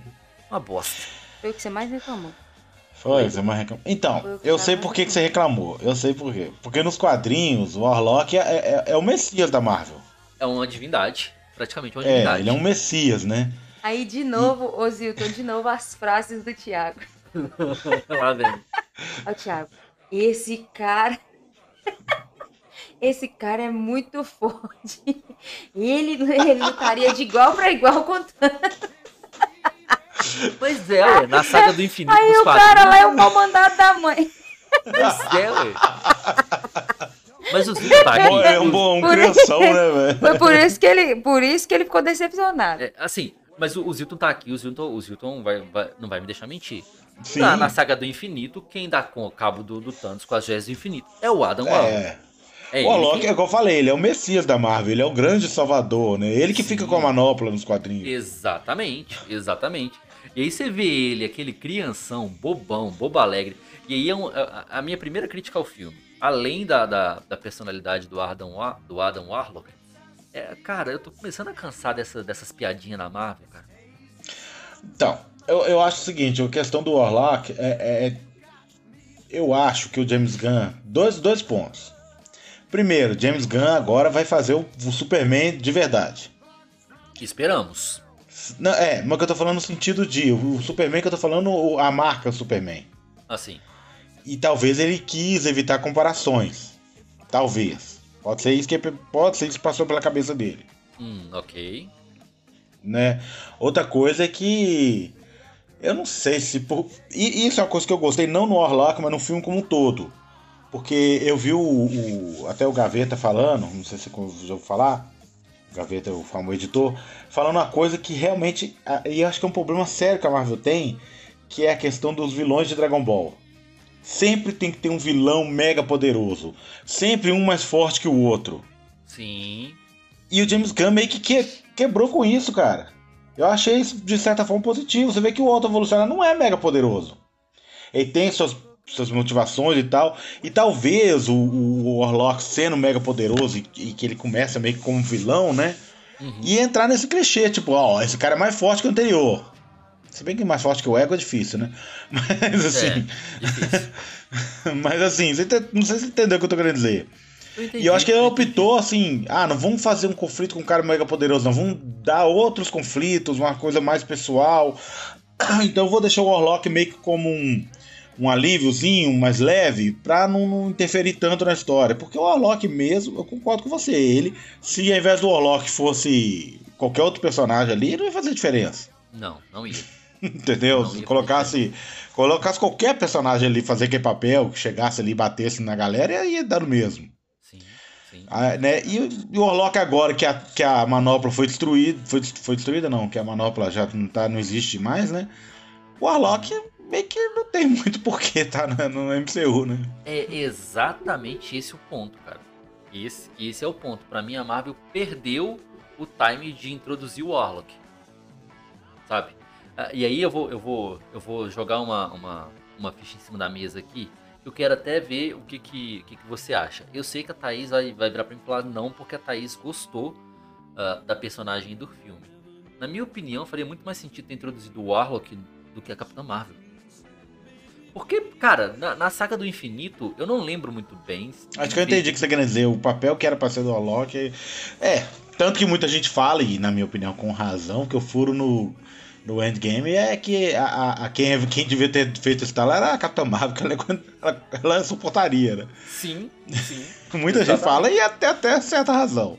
[SPEAKER 1] Uma bosta.
[SPEAKER 2] Foi o que você mais reclamou.
[SPEAKER 3] Foi, você mais reclamou. é, Então, eu sei por que, que você reclamou. Eu sei por quê. Porque nos quadrinhos, o Warlock é, é, é o Messias da Marvel.
[SPEAKER 1] É uma divindade. Praticamente uma
[SPEAKER 3] É,
[SPEAKER 1] divindade.
[SPEAKER 3] ele é um Messias, né?
[SPEAKER 2] Aí, de novo, ô Zilton, de novo as frases do Thiago.
[SPEAKER 1] Lá vem.
[SPEAKER 2] Ó, Thiago, esse cara. Esse cara é muito forte. Ele, ele lutaria de igual para igual contra.
[SPEAKER 1] Pois é, ué, na saga do infinito
[SPEAKER 2] Aí
[SPEAKER 1] dos
[SPEAKER 2] o
[SPEAKER 1] quadrinhos.
[SPEAKER 2] cara lá é o mal mandado da mãe.
[SPEAKER 1] Pois é, ué. Mas o Zito tá
[SPEAKER 3] Bom, é um
[SPEAKER 1] aqui.
[SPEAKER 3] bom um crianção, né, velho?
[SPEAKER 2] Foi por isso que ele, por isso que ele ficou decepcionado.
[SPEAKER 1] É, assim, mas o, o Zilton tá aqui, o Zilton, o Zilton vai, vai- não vai me deixar mentir.
[SPEAKER 3] Sim.
[SPEAKER 1] Na, na saga do infinito, quem dá com- cabo do, do Thanos com as joias do infinito é o Adam Warlock.
[SPEAKER 3] É.
[SPEAKER 1] É
[SPEAKER 3] O
[SPEAKER 1] ele
[SPEAKER 3] Warlock,
[SPEAKER 1] que-
[SPEAKER 3] é igual eu falei, ele é o Messias da Marvel, ele é o grande salvador, né? Ele que fica
[SPEAKER 1] Sim.
[SPEAKER 3] com a manopla nos quadrinhos.
[SPEAKER 1] Exatamente, exatamente. E aí você vê ele, aquele crianção, bobão, bobo alegre. E aí é um- a, a minha primeira crítica ao filme, além da, da, da personalidade do Adam, Wa- do Adam Warlock, é, cara, eu tô começando a cansar dessa, dessas piadinhas na Marvel, cara.
[SPEAKER 3] Então, eu, eu acho o seguinte, a questão do Warlock é, é- Eu acho que o James Gunn. Dois, dois pontos. Primeiro, James Gunn agora vai fazer o, o Superman de verdade.
[SPEAKER 1] Esperamos.
[SPEAKER 3] Não, é, mas o que eu tô falando no sentido de. O Superman que eu tô falando, o- a marca Superman.
[SPEAKER 1] Assim,
[SPEAKER 3] E talvez ele quis evitar comparações. Talvez. Pode ser isso que pode ser isso que passou pela cabeça dele,
[SPEAKER 1] hum, ok.
[SPEAKER 3] né? Outra coisa é que eu não sei se por e isso é uma coisa que eu gostei não no Orlock, mas no filme como um todo. Porque eu vi o, o- até o Gaveta falando, não sei se você já ouviu falar, o Gaveta é o famoso editor, falando uma coisa que realmente a- e eu acho que é um problema sério que a Marvel tem, que é a questão dos vilões de Dragon Ball. Sempre tem que ter um vilão mega poderoso, sempre um mais forte que o outro.
[SPEAKER 1] Sim.
[SPEAKER 3] E o James Gunn meio que, que- quebrou com isso, cara. Eu achei isso de certa forma positivo. Você vê que o Alto Evolucionário não é mega poderoso. Ele tem suas, suas motivações e tal. E talvez o, o Warlock sendo mega poderoso e, e que ele começa meio que como vilão, né?
[SPEAKER 1] Uhum.
[SPEAKER 3] E entrar nesse clichê, tipo, ó, esse cara é mais forte que o anterior. Se bem que mais forte que o Ego é difícil, né?
[SPEAKER 1] É.
[SPEAKER 3] Mas assim. mas assim, você ente- não sei se você entendeu o que eu tô querendo dizer. E eu acho que é ele optou assim, ah, não vamos fazer um conflito com um cara mega poderoso, não, vamos dar outros conflitos, uma coisa mais pessoal. Então eu vou deixar o Warlock meio que como um, um alíviozinho, mais leve, pra não, não interferir tanto na história. Porque o Warlock mesmo, eu concordo com você, ele, se ao invés do Warlock fosse qualquer outro personagem ali, não ia fazer diferença.
[SPEAKER 1] Não, não ia.
[SPEAKER 3] Entendeu?
[SPEAKER 1] Não,
[SPEAKER 3] Se
[SPEAKER 1] ia
[SPEAKER 3] colocasse, colocasse qualquer é personagem ali, fazer aquele papel, que chegasse ali e batesse na galera, ia dar o mesmo.
[SPEAKER 1] Sim. Sim.
[SPEAKER 3] Ah, né? E, o- e o Orlok agora que a, que a manopla foi destruída, foi, dest- foi destruída não, que a manopla já não, tá, não existe mais, né? O Orlok meio que não tem muito porquê tá na- no MCU, né?
[SPEAKER 1] É exatamente esse o ponto, cara. Esse, esse é o ponto. Pra mim, a Marvel perdeu o time de introduzir o Warlock. Sabe? Ah, E aí eu vou, eu vou, eu vou jogar uma, uma, uma ficha em cima da mesa aqui. Eu quero até ver o que, que, o que, que você acha. Eu sei que a Thaís vai, vai virar pra mim e falar não, porque a Thaís gostou ah, da personagem do filme. Na minha opinião, faria muito mais sentido ter introduzido o Warlock do que a Capitã Marvel. Porque, cara, na, na saga do infinito, eu não lembro muito bem.
[SPEAKER 3] Acho que eu entendi o que você quer dizer. O papel que era pra ser do Orlok. É, tanto que muita gente fala, e na minha opinião com razão, que o furo no, no Endgame é que a, a- a quem, quem devia ter feito esse tal era a Capitã Marvel, que ela, é ela, ela suportaria, né?
[SPEAKER 1] Sim, sim.
[SPEAKER 3] Muita gente
[SPEAKER 1] Exatamente.
[SPEAKER 3] fala e até, até certa razão.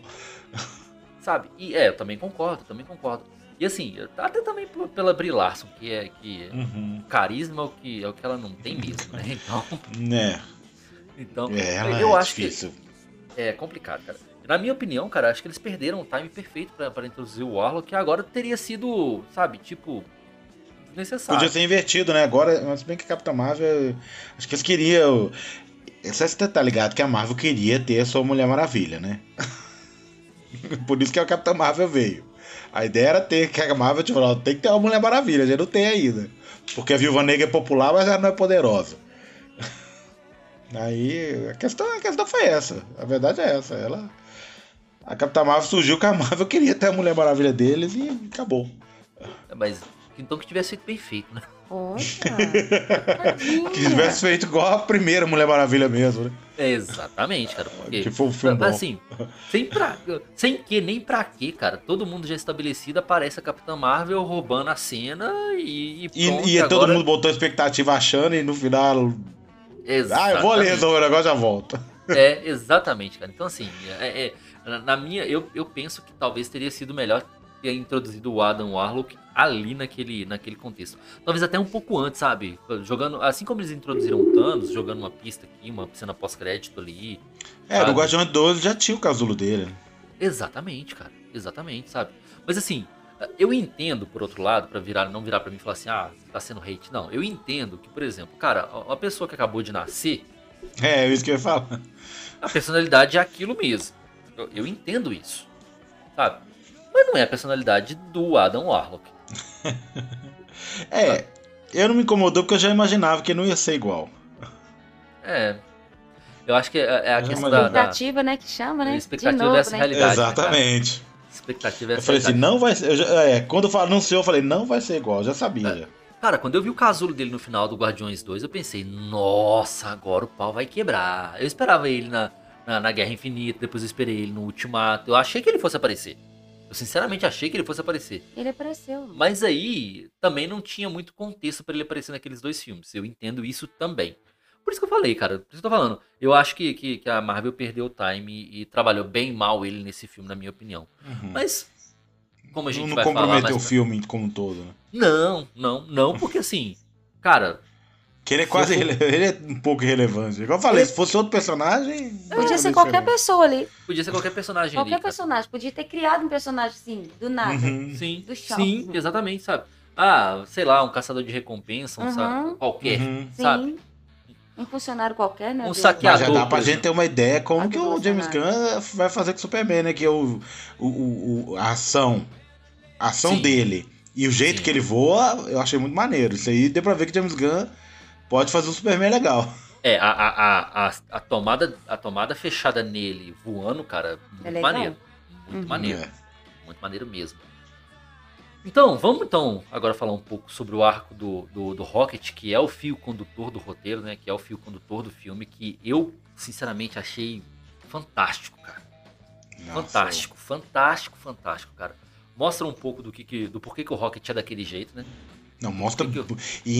[SPEAKER 1] Sabe? E é, eu também concordo, também concordo. E assim, até também p- pela Brie Larson, que é que o carisma é o que, é o que ela não tem mesmo, né? Então,
[SPEAKER 3] Né?
[SPEAKER 1] então
[SPEAKER 3] É, ela
[SPEAKER 1] eu
[SPEAKER 3] é
[SPEAKER 1] acho que
[SPEAKER 3] difícil.
[SPEAKER 1] É complicado, cara. Na minha opinião, cara, acho que eles perderam o time perfeito pra, pra introduzir o Warlock, que agora teria sido, sabe, tipo, desnecessário.
[SPEAKER 3] Podia ser invertido, né? Agora, mas bem que a Capitã Marvel. Acho que eles queriam. Você tá ligado que a Marvel queria ter a sua Mulher Maravilha, né? Por isso que a Capitã Marvel veio. A ideia era ter que a Marvel, tipo, ó, tem que ter uma Mulher Maravilha, a gente não tem ainda. Porque a Viúva Negra é popular, mas ela não é poderosa. Aí, a questão, a questão foi essa. A verdade é essa. Ela, a Capitã Marvel surgiu que a Marvel queria ter a Mulher Maravilha deles e acabou.
[SPEAKER 1] Mas então que tivesse sido perfeito, né?
[SPEAKER 2] Poxa.
[SPEAKER 3] Que tivesse feito igual a primeira Mulher Maravilha mesmo, né?
[SPEAKER 1] Exatamente, cara. Porque,
[SPEAKER 3] Que foi um filme bom.
[SPEAKER 1] assim, sem, pra, sem que nem pra quê, cara. Todo mundo já estabelecido, aparece a Capitã Marvel roubando a cena e, e
[SPEAKER 3] E,
[SPEAKER 1] pronto,
[SPEAKER 3] e é todo
[SPEAKER 1] agora-
[SPEAKER 3] mundo botou expectativa achando e no final. Ah, eu vou ali
[SPEAKER 1] Exatamente.
[SPEAKER 3] resolver o negócio e já volto.
[SPEAKER 1] É, exatamente, cara. Então, assim, é- é- na- na minha, eu, eu penso que talvez teria sido melhor ter introduzido o Adam Warlock ali naquele, naquele contexto. Talvez até um pouco antes, sabe? Jogando, assim como eles introduziram o Thanos, jogando uma pista aqui, uma cena pós-crédito ali.
[SPEAKER 3] É,
[SPEAKER 1] Sabe?
[SPEAKER 3] no Guardião 12 já tinha o casulo dele. né?
[SPEAKER 1] Exatamente, cara. Exatamente, sabe? Mas assim, eu entendo, por outro lado, pra virar, não virar pra mim e falar assim, ah, tá sendo hate. Não, eu entendo que, por exemplo, cara, uma pessoa que acabou de nascer,
[SPEAKER 3] É, isso que eu ia falar.
[SPEAKER 1] A personalidade é aquilo mesmo. Eu, eu entendo isso. Sabe? Mas não é a personalidade do Adam Warlock.
[SPEAKER 3] É, eu não me incomodou porque eu já imaginava que não ia ser igual.
[SPEAKER 1] É. Eu acho que é, é a
[SPEAKER 3] Mas é
[SPEAKER 1] questão
[SPEAKER 3] uma
[SPEAKER 1] da, da
[SPEAKER 2] Expectativa, né? Que chama, né?
[SPEAKER 1] Expectativa
[SPEAKER 2] de novo,
[SPEAKER 1] dessa
[SPEAKER 2] né?
[SPEAKER 1] realidade. Verdade,
[SPEAKER 3] Exatamente.
[SPEAKER 1] expectativa. é
[SPEAKER 3] Eu falei assim,
[SPEAKER 1] essa.
[SPEAKER 3] não vai ser. eu já- é, quando eu falo não sei, eu falei, não vai ser igual, eu já sabia.
[SPEAKER 1] Cara, quando eu vi o casulo dele no final do Guardiões 2, eu pensei, nossa, agora o pau vai quebrar. Eu esperava ele na, na, na Guerra Infinita, depois eu esperei ele no Ultimato. Eu achei que ele fosse aparecer. Eu sinceramente achei que ele fosse aparecer.
[SPEAKER 2] Ele apareceu.
[SPEAKER 1] Mas aí também não tinha muito contexto pra ele aparecer naqueles dois filmes. Eu entendo isso também. Por isso que eu falei, cara. Por isso que eu tô falando. Eu acho que, que, que a Marvel perdeu o time e trabalhou bem mal ele nesse filme, na minha opinião.
[SPEAKER 3] Uhum.
[SPEAKER 1] Mas. Como a gente
[SPEAKER 3] não
[SPEAKER 1] vai
[SPEAKER 3] comprometeu
[SPEAKER 1] falar
[SPEAKER 3] o
[SPEAKER 1] mais...
[SPEAKER 3] filme como um todo, né?
[SPEAKER 1] Não, não, não, porque assim. Cara,
[SPEAKER 3] Que ele é
[SPEAKER 1] Se
[SPEAKER 3] quase.
[SPEAKER 1] eu for-
[SPEAKER 3] irrele- Ele é um pouco irrelevante. Igual eu falei, se fosse outro personagem.
[SPEAKER 2] Podia ser qualquer pessoa ali.
[SPEAKER 1] podia ser qualquer personagem ali.
[SPEAKER 2] Qualquer
[SPEAKER 1] cara.
[SPEAKER 2] personagem. Podia ter criado um personagem, assim, do nada.
[SPEAKER 3] Uhum.
[SPEAKER 1] Sim,
[SPEAKER 2] Do chão.
[SPEAKER 1] sim, exatamente, sabe? Ah, sei lá, um caçador de recompensa, um
[SPEAKER 2] Uhum.
[SPEAKER 1] sa- qualquer,
[SPEAKER 3] Uhum.
[SPEAKER 2] Sim.
[SPEAKER 1] sabe?
[SPEAKER 2] Um funcionário qualquer, né?
[SPEAKER 1] Um
[SPEAKER 2] Deus?
[SPEAKER 1] saqueador.
[SPEAKER 3] Mas já dá
[SPEAKER 1] por
[SPEAKER 3] pra
[SPEAKER 1] exemplo.
[SPEAKER 3] gente ter uma ideia como
[SPEAKER 2] Ah,
[SPEAKER 3] que
[SPEAKER 2] do
[SPEAKER 3] o James
[SPEAKER 2] Bolsonaro.
[SPEAKER 3] Gunn eh, vai fazer com o Superman, né? Que o, o, o- o- a ação, a ação
[SPEAKER 1] Sim.
[SPEAKER 3] dele e o jeito
[SPEAKER 1] Sim.
[SPEAKER 3] que ele voa, eu achei muito maneiro. Isso aí deu pra ver que o James Gunn pode fazer um Superman legal.
[SPEAKER 1] É, a, a, a, a, a tomada, a tomada fechada nele voando, cara, muito
[SPEAKER 2] É legal.
[SPEAKER 1] maneiro. Muito
[SPEAKER 2] Uhum.
[SPEAKER 1] maneiro.
[SPEAKER 3] É.
[SPEAKER 1] Muito maneiro mesmo. Então, vamos então agora falar um pouco sobre o arco do, do, do Rocket, que é o fio condutor do roteiro, né? Que é o fio condutor do filme, que eu, sinceramente, achei fantástico, cara.
[SPEAKER 3] Nossa,
[SPEAKER 1] Fantástico, fantástico, fantástico, cara. Mostra um pouco do que, que do porquê que o Rocket é daquele jeito, né?
[SPEAKER 3] Não, mostra.
[SPEAKER 1] Que que
[SPEAKER 3] E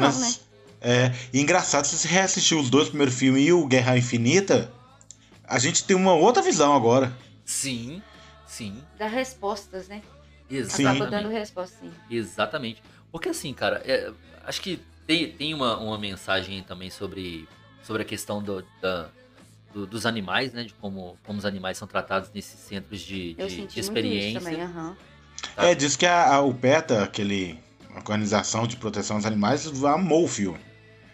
[SPEAKER 2] Pouco
[SPEAKER 3] né?
[SPEAKER 2] não, né?
[SPEAKER 3] É, e engraçado, se você reassistir os dois primeiros filmes e o Guerra Infinita, a gente tem uma outra visão agora.
[SPEAKER 1] Sim, sim,
[SPEAKER 2] Dá respostas, né? Acaba
[SPEAKER 1] exatamente.
[SPEAKER 2] dando respostas, sim.
[SPEAKER 1] Exatamente. Porque assim, cara, é, acho que tem, tem uma, uma mensagem aí também sobre, sobre a questão do, da, do- dos animais, né? De como, como os animais são tratados nesses centros de,
[SPEAKER 2] Eu
[SPEAKER 1] de- de
[SPEAKER 2] senti
[SPEAKER 1] experiência.
[SPEAKER 2] muito isso também, aham.
[SPEAKER 3] É, diz que a, a- o PETA, aquele a organização de proteção dos animais, amou o filme.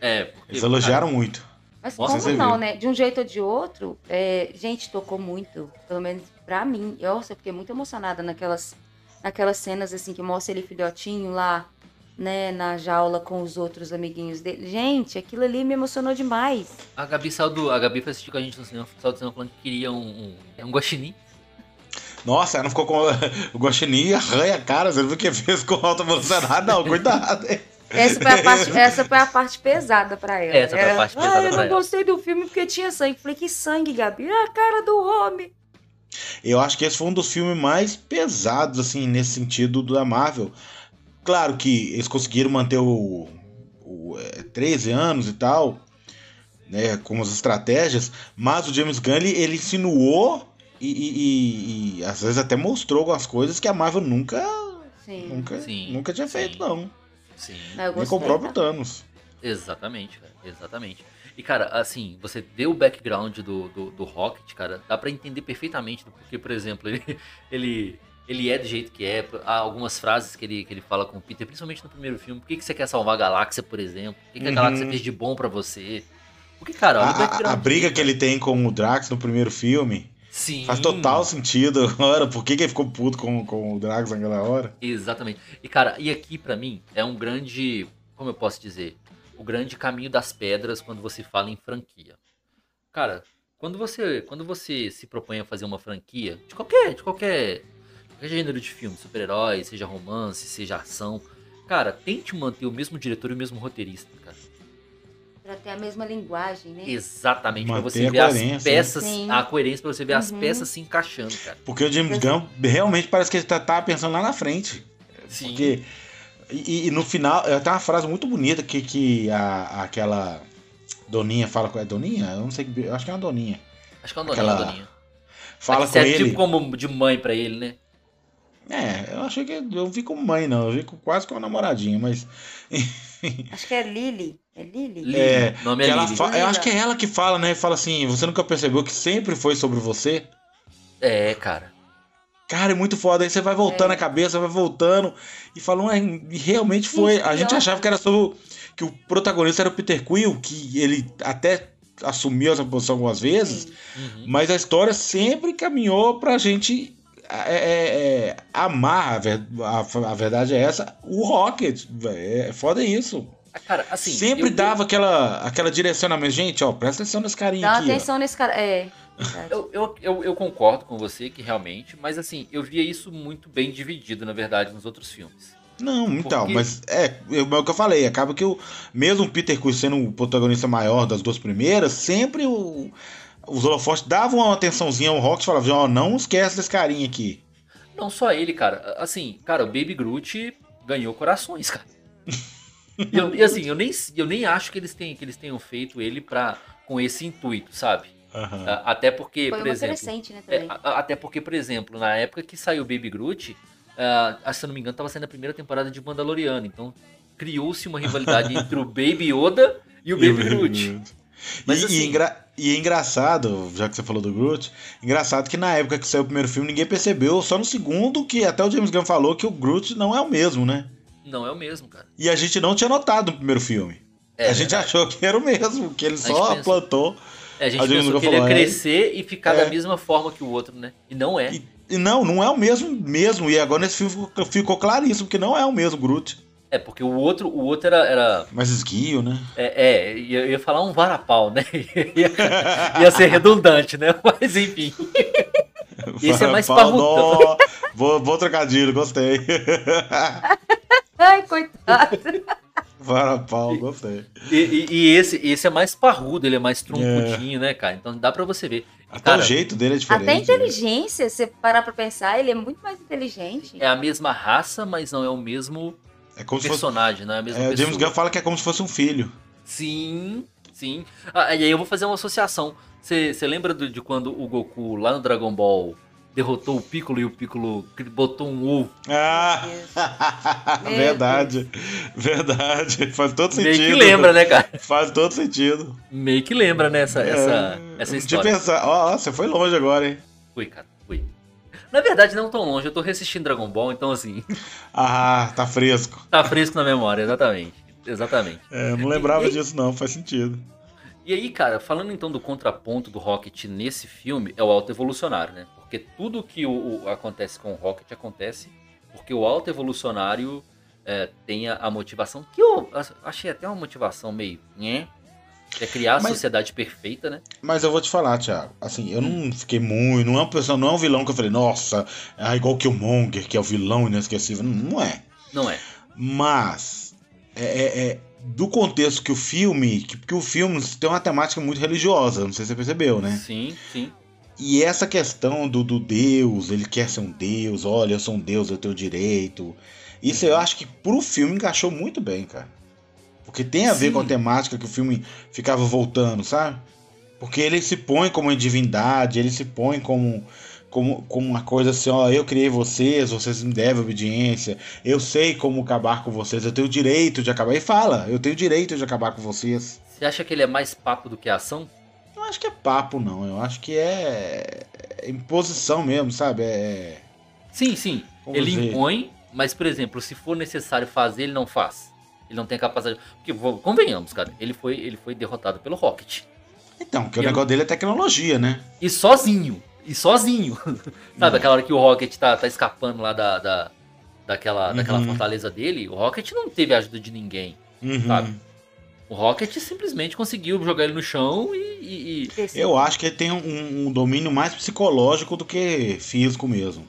[SPEAKER 1] É, porque,
[SPEAKER 3] Eles elogiaram muito.
[SPEAKER 2] Mas
[SPEAKER 1] Nossa,
[SPEAKER 3] você
[SPEAKER 2] como não,
[SPEAKER 3] viu.
[SPEAKER 2] né? De um jeito ou de outro, é, gente, tocou muito. Pelo menos pra mim. Eu, nossa, eu fiquei muito emocionada naquelas, naquelas cenas, assim, que mostra ele filhotinho lá, né? Na jaula com os outros amiguinhos dele. Gente, aquilo ali me emocionou demais.
[SPEAKER 1] cara, a Gabi saiu do. A Gabi foi assistir com a gente no cinema, saiu do cinema falando que queria um, um, um guaxinim.
[SPEAKER 3] Nossa, ela não ficou com o Guaxinim arranha a cara, você não viu o que fez com o Alto Bolsonaro? Não, cuidado. hein?
[SPEAKER 2] Essa foi a parte, essa foi a parte pesada pra ela.
[SPEAKER 1] Essa foi a
[SPEAKER 2] Ela,
[SPEAKER 1] parte pesada
[SPEAKER 2] ah, eu
[SPEAKER 1] pra
[SPEAKER 2] não
[SPEAKER 1] ela."
[SPEAKER 2] gostei do filme porque tinha sangue. Falei, que sangue, Gabi? Ah, a cara do homem.
[SPEAKER 3] Eu acho que esse foi um dos filmes mais pesados, assim, nesse sentido da Marvel. Claro que eles conseguiram manter o, o é, 13 anos e tal, né, com as estratégias, mas o James Gunn, ele, ele insinuou e, e- e- e às vezes até mostrou algumas coisas que a Marvel nunca,
[SPEAKER 2] Sim.
[SPEAKER 3] nunca,
[SPEAKER 1] Sim,
[SPEAKER 3] nunca tinha
[SPEAKER 1] sim.
[SPEAKER 3] feito, não.
[SPEAKER 1] Sim.
[SPEAKER 2] Mas eu
[SPEAKER 3] Nem
[SPEAKER 2] gostei,
[SPEAKER 3] com o próprio
[SPEAKER 2] tá?
[SPEAKER 3] Thanos.
[SPEAKER 1] Exatamente, cara. Exatamente. E, cara, assim, você vê o background do, do, do Rocket, cara, dá pra entender perfeitamente do porquê, por exemplo, ele, ele, ele é do jeito que é. Há algumas frases que ele, que ele fala com o Peter, principalmente no primeiro filme. Por que, que você quer salvar a galáxia, por exemplo? O que, que a
[SPEAKER 3] Uhum. Ah,
[SPEAKER 1] galáxia fez de bom pra você? Porque, cara, olha o
[SPEAKER 3] A- A,
[SPEAKER 1] background.
[SPEAKER 3] a briga
[SPEAKER 1] dele,
[SPEAKER 3] que ele tem com o Drax no primeiro filme
[SPEAKER 1] cara. Sim.
[SPEAKER 3] faz total sentido agora. Por que, que ele ficou puto com, com o Drax naquela hora?
[SPEAKER 1] Exatamente. E, cara, e aqui pra mim é um grande. Como eu posso dizer? O grande caminho das pedras quando você fala em franquia. Cara, quando você, quando você se propõe a fazer uma franquia, de qualquer, de qualquer, qualquer gênero de filme, super-herói, seja romance, seja ação, cara, tente manter o mesmo diretor e o mesmo roteirista, cara.
[SPEAKER 2] Pra ter a mesma linguagem, né?
[SPEAKER 1] Exatamente, pra
[SPEAKER 3] Manter
[SPEAKER 1] você
[SPEAKER 3] a
[SPEAKER 1] ver as
[SPEAKER 3] coerência, né?
[SPEAKER 1] peças,
[SPEAKER 2] Sim.
[SPEAKER 1] a coerência, pra você ver as
[SPEAKER 2] Uhum.
[SPEAKER 1] peças se encaixando, cara.
[SPEAKER 3] Porque o James Gunn realmente parece que ele tá, tá pensando lá na frente.
[SPEAKER 1] Sim.
[SPEAKER 3] Porque. E, e no final, é, tem uma frase muito bonita que, que a, aquela doninha fala com. É doninha? Eu não sei. que- Eu acho que é uma doninha.
[SPEAKER 1] Acho que é uma doninha,
[SPEAKER 3] Aquela-
[SPEAKER 1] doninha.
[SPEAKER 3] Fala
[SPEAKER 1] Mas
[SPEAKER 3] com
[SPEAKER 1] serve
[SPEAKER 3] ele.
[SPEAKER 1] tipo como de mãe pra ele, né?
[SPEAKER 3] É, eu achei que. Eu vi com mãe, não. Eu vi com, quase com a namoradinha, mas.
[SPEAKER 2] Acho que é Lily. É Lily?
[SPEAKER 1] Lili,
[SPEAKER 3] É,
[SPEAKER 1] o nome é
[SPEAKER 3] que ela
[SPEAKER 1] Lili.
[SPEAKER 3] fa- Eu acho que é ela que fala, né? Fala assim: você nunca percebeu que sempre foi sobre você?
[SPEAKER 1] É, cara.
[SPEAKER 3] Cara, é muito foda. Aí você vai
[SPEAKER 2] É.
[SPEAKER 3] voltando a cabeça, vai voltando. E falou, é, e realmente foi. A gente
[SPEAKER 2] pior.
[SPEAKER 3] achava que era sobre. o- Que o protagonista era o Peter Quill, que ele até assumiu essa posição algumas vezes.
[SPEAKER 2] Sim.
[SPEAKER 1] Uhum.
[SPEAKER 3] Mas a história sempre caminhou pra gente é, é, é, amar, a, ver- a- a verdade é essa, o Rocket. véi. É, foda isso.
[SPEAKER 1] Ah, Cara, assim.
[SPEAKER 3] sempre
[SPEAKER 1] eu-
[SPEAKER 3] dava aquela, aquela direcionamento. Gente, ó, presta atenção nesse carinha
[SPEAKER 2] Dá
[SPEAKER 3] aqui. ó.
[SPEAKER 2] atenção nesse cara. É. verdade.
[SPEAKER 1] Eu, eu, eu, eu concordo com você que realmente, mas assim, eu via isso muito bem dividido, na verdade, nos outros filmes.
[SPEAKER 3] Não, então,
[SPEAKER 1] Porque-
[SPEAKER 3] mas é, eu- é o que eu falei, acaba que o mesmo o Peter Quill sendo o protagonista maior das duas primeiras, sempre o- os holofotes davam uma atençãozinha ao Rock e falavam, ó, não esquece desse carinha aqui.
[SPEAKER 1] Não só ele, cara. Assim, cara, o Baby Groot ganhou corações, cara. E, eu- e, assim, eu nem, eu nem acho que eles, tenham, que eles tenham feito ele pra, com esse intuito, sabe?
[SPEAKER 3] Aham.
[SPEAKER 1] A- Até porque,
[SPEAKER 2] Foi
[SPEAKER 1] por
[SPEAKER 2] uma
[SPEAKER 1] exemplo.
[SPEAKER 2] crescente, né,
[SPEAKER 1] É,
[SPEAKER 2] também.
[SPEAKER 1] a- a- até porque, por exemplo, na época que saiu o Baby Groot, ah, se eu não me engano, estava saindo a primeira temporada de Mandaloriano. Então, criou-se uma rivalidade entre o Baby Yoda e o Baby Groot. Mas,
[SPEAKER 3] Uhum. e, e
[SPEAKER 1] assim-
[SPEAKER 3] engra- e é engraçado, já que você falou do Groot, engraçado que na época que saiu o primeiro filme, ninguém percebeu, só no segundo que até o James Gunn falou que o Groot não é o mesmo, né?
[SPEAKER 1] Não é o mesmo, cara.
[SPEAKER 3] E a gente não tinha notado no primeiro filme.
[SPEAKER 1] É,
[SPEAKER 3] a gente
[SPEAKER 1] né?
[SPEAKER 3] achou que era o mesmo, que ele
[SPEAKER 1] gente
[SPEAKER 3] só
[SPEAKER 1] pensa.
[SPEAKER 3] plantou.
[SPEAKER 1] É, a gente
[SPEAKER 3] Alguém
[SPEAKER 1] pensou
[SPEAKER 3] nunca
[SPEAKER 1] que ele ia
[SPEAKER 3] falou, é.
[SPEAKER 1] crescer e ficar
[SPEAKER 3] É.
[SPEAKER 1] da mesma forma que o outro, né? E não é.
[SPEAKER 3] E- E não, não é o mesmo mesmo. E agora nesse filme ficou, ficou claríssimo que não é o mesmo Groot.
[SPEAKER 1] É, porque o outro, o outro era. era-
[SPEAKER 3] Mas esguio, né?
[SPEAKER 1] é, é, ia, ia falar um varapau, né? Ia, ia ser redundante, né? Mas enfim. Esse é mais
[SPEAKER 3] Fala,
[SPEAKER 1] parrudão.
[SPEAKER 3] "Nó, Vou, vou trocadilho, gostei.
[SPEAKER 2] Ai, coitado.
[SPEAKER 3] Para pau, gostei.
[SPEAKER 1] E, e- e esse, esse é mais parrudo, ele é mais troncudinho, né, cara? Então dá pra você ver. E,
[SPEAKER 3] Até
[SPEAKER 1] cara,
[SPEAKER 3] o jeito dele é diferente.
[SPEAKER 2] ah, Até a inteligência, se você parar pra pensar, ele é muito mais inteligente.
[SPEAKER 1] é a mesma raça, mas não é o mesmo
[SPEAKER 3] É como se fosse.
[SPEAKER 1] personagem, não é a mesma
[SPEAKER 3] é, o
[SPEAKER 1] pessoa.
[SPEAKER 3] James Gunn fala que é como se fosse um filho.
[SPEAKER 1] Sim, sim. Ah, e aí eu vou fazer uma associação. Você lembra do- de quando o Goku, lá no Dragon Ball, derrotou o Piccolo e o Piccolo botou um ovo.
[SPEAKER 3] Ah!
[SPEAKER 2] Meu
[SPEAKER 3] verdade. Verdade. Faz todo
[SPEAKER 1] Meio
[SPEAKER 3] sentido.
[SPEAKER 1] que lembra, né, cara?
[SPEAKER 3] Faz todo sentido.
[SPEAKER 1] Meio que lembra, né, essa, essa,
[SPEAKER 3] É,
[SPEAKER 1] essa
[SPEAKER 3] De
[SPEAKER 1] história.
[SPEAKER 3] pensar. Ó, ó, você foi longe agora, hein?
[SPEAKER 1] Fui, cara, fui. Na verdade, não tão longe, eu tô reassistindo Dragon Ball, então assim,
[SPEAKER 3] Ah, tá fresco.
[SPEAKER 1] tá fresco na memória, exatamente. Exatamente.
[SPEAKER 3] É, eu não lembrava disso, não. Faz sentido.
[SPEAKER 1] E aí, cara, falando então do contraponto do Rocket nesse filme, é o auto-evolucionário, né? Porque tudo que o, o- acontece com o Rocket acontece porque o auto-evolucionário é, tem a, a motivação, que eu a- achei até uma motivação meio. Né? Que é criar a
[SPEAKER 3] Mas-
[SPEAKER 1] sociedade perfeita, né?
[SPEAKER 3] Mas eu vou te falar, Thiago. Assim, eu não fiquei muito. Não é um pessoal, não é um vilão que eu falei, nossa, é igual que o Monger, que é o vilão inesquecível. Não, não é.
[SPEAKER 1] Não é.
[SPEAKER 3] Mas é, é- é do contexto que o filme. Que, porque o filme tem uma temática muito religiosa, não sei se você percebeu, né?
[SPEAKER 1] Sim, sim.
[SPEAKER 3] E essa questão do, do Deus, ele quer ser um Deus, olha, eu sou um Deus, eu tenho direito. Isso eu acho que pro filme encaixou muito bem, cara. Porque tem a ver
[SPEAKER 1] Sim.
[SPEAKER 3] com a temática que o filme ficava voltando, sabe? Porque ele se põe como uma divindade, ele se põe como, como, como uma coisa assim, ó, eu criei vocês, vocês me devem obediência, eu sei como acabar com vocês, eu tenho o direito de acabar. E fala, eu tenho o direito de acabar com vocês.
[SPEAKER 1] Você acha que ele é mais papo do que ação?
[SPEAKER 3] Eu acho que é papo, não. Eu acho que é é imposição mesmo, sabe? É.
[SPEAKER 1] Sim, sim.
[SPEAKER 3] Vamos
[SPEAKER 1] ele
[SPEAKER 3] ver.
[SPEAKER 1] impõe, mas, por exemplo, se for necessário fazer, ele não faz. Ele não tem a capacidade. Porque, vô- convenhamos, cara, ele foi, ele foi derrotado pelo Rocket.
[SPEAKER 3] Então, que o
[SPEAKER 1] Eu-
[SPEAKER 3] negócio dele é tecnologia, né?
[SPEAKER 1] E sozinho. E sozinho.
[SPEAKER 3] Uhum.
[SPEAKER 1] Sabe aquela hora que o Rocket tá, tá escapando lá da, da, daquela, daquela
[SPEAKER 3] Uhum.
[SPEAKER 1] fortaleza dele? O Rocket não teve a ajuda de ninguém. Sabe? O Rocket simplesmente conseguiu jogar ele no chão e. e- e-
[SPEAKER 3] Eu acho que ele tem um, um domínio mais psicológico do que físico mesmo.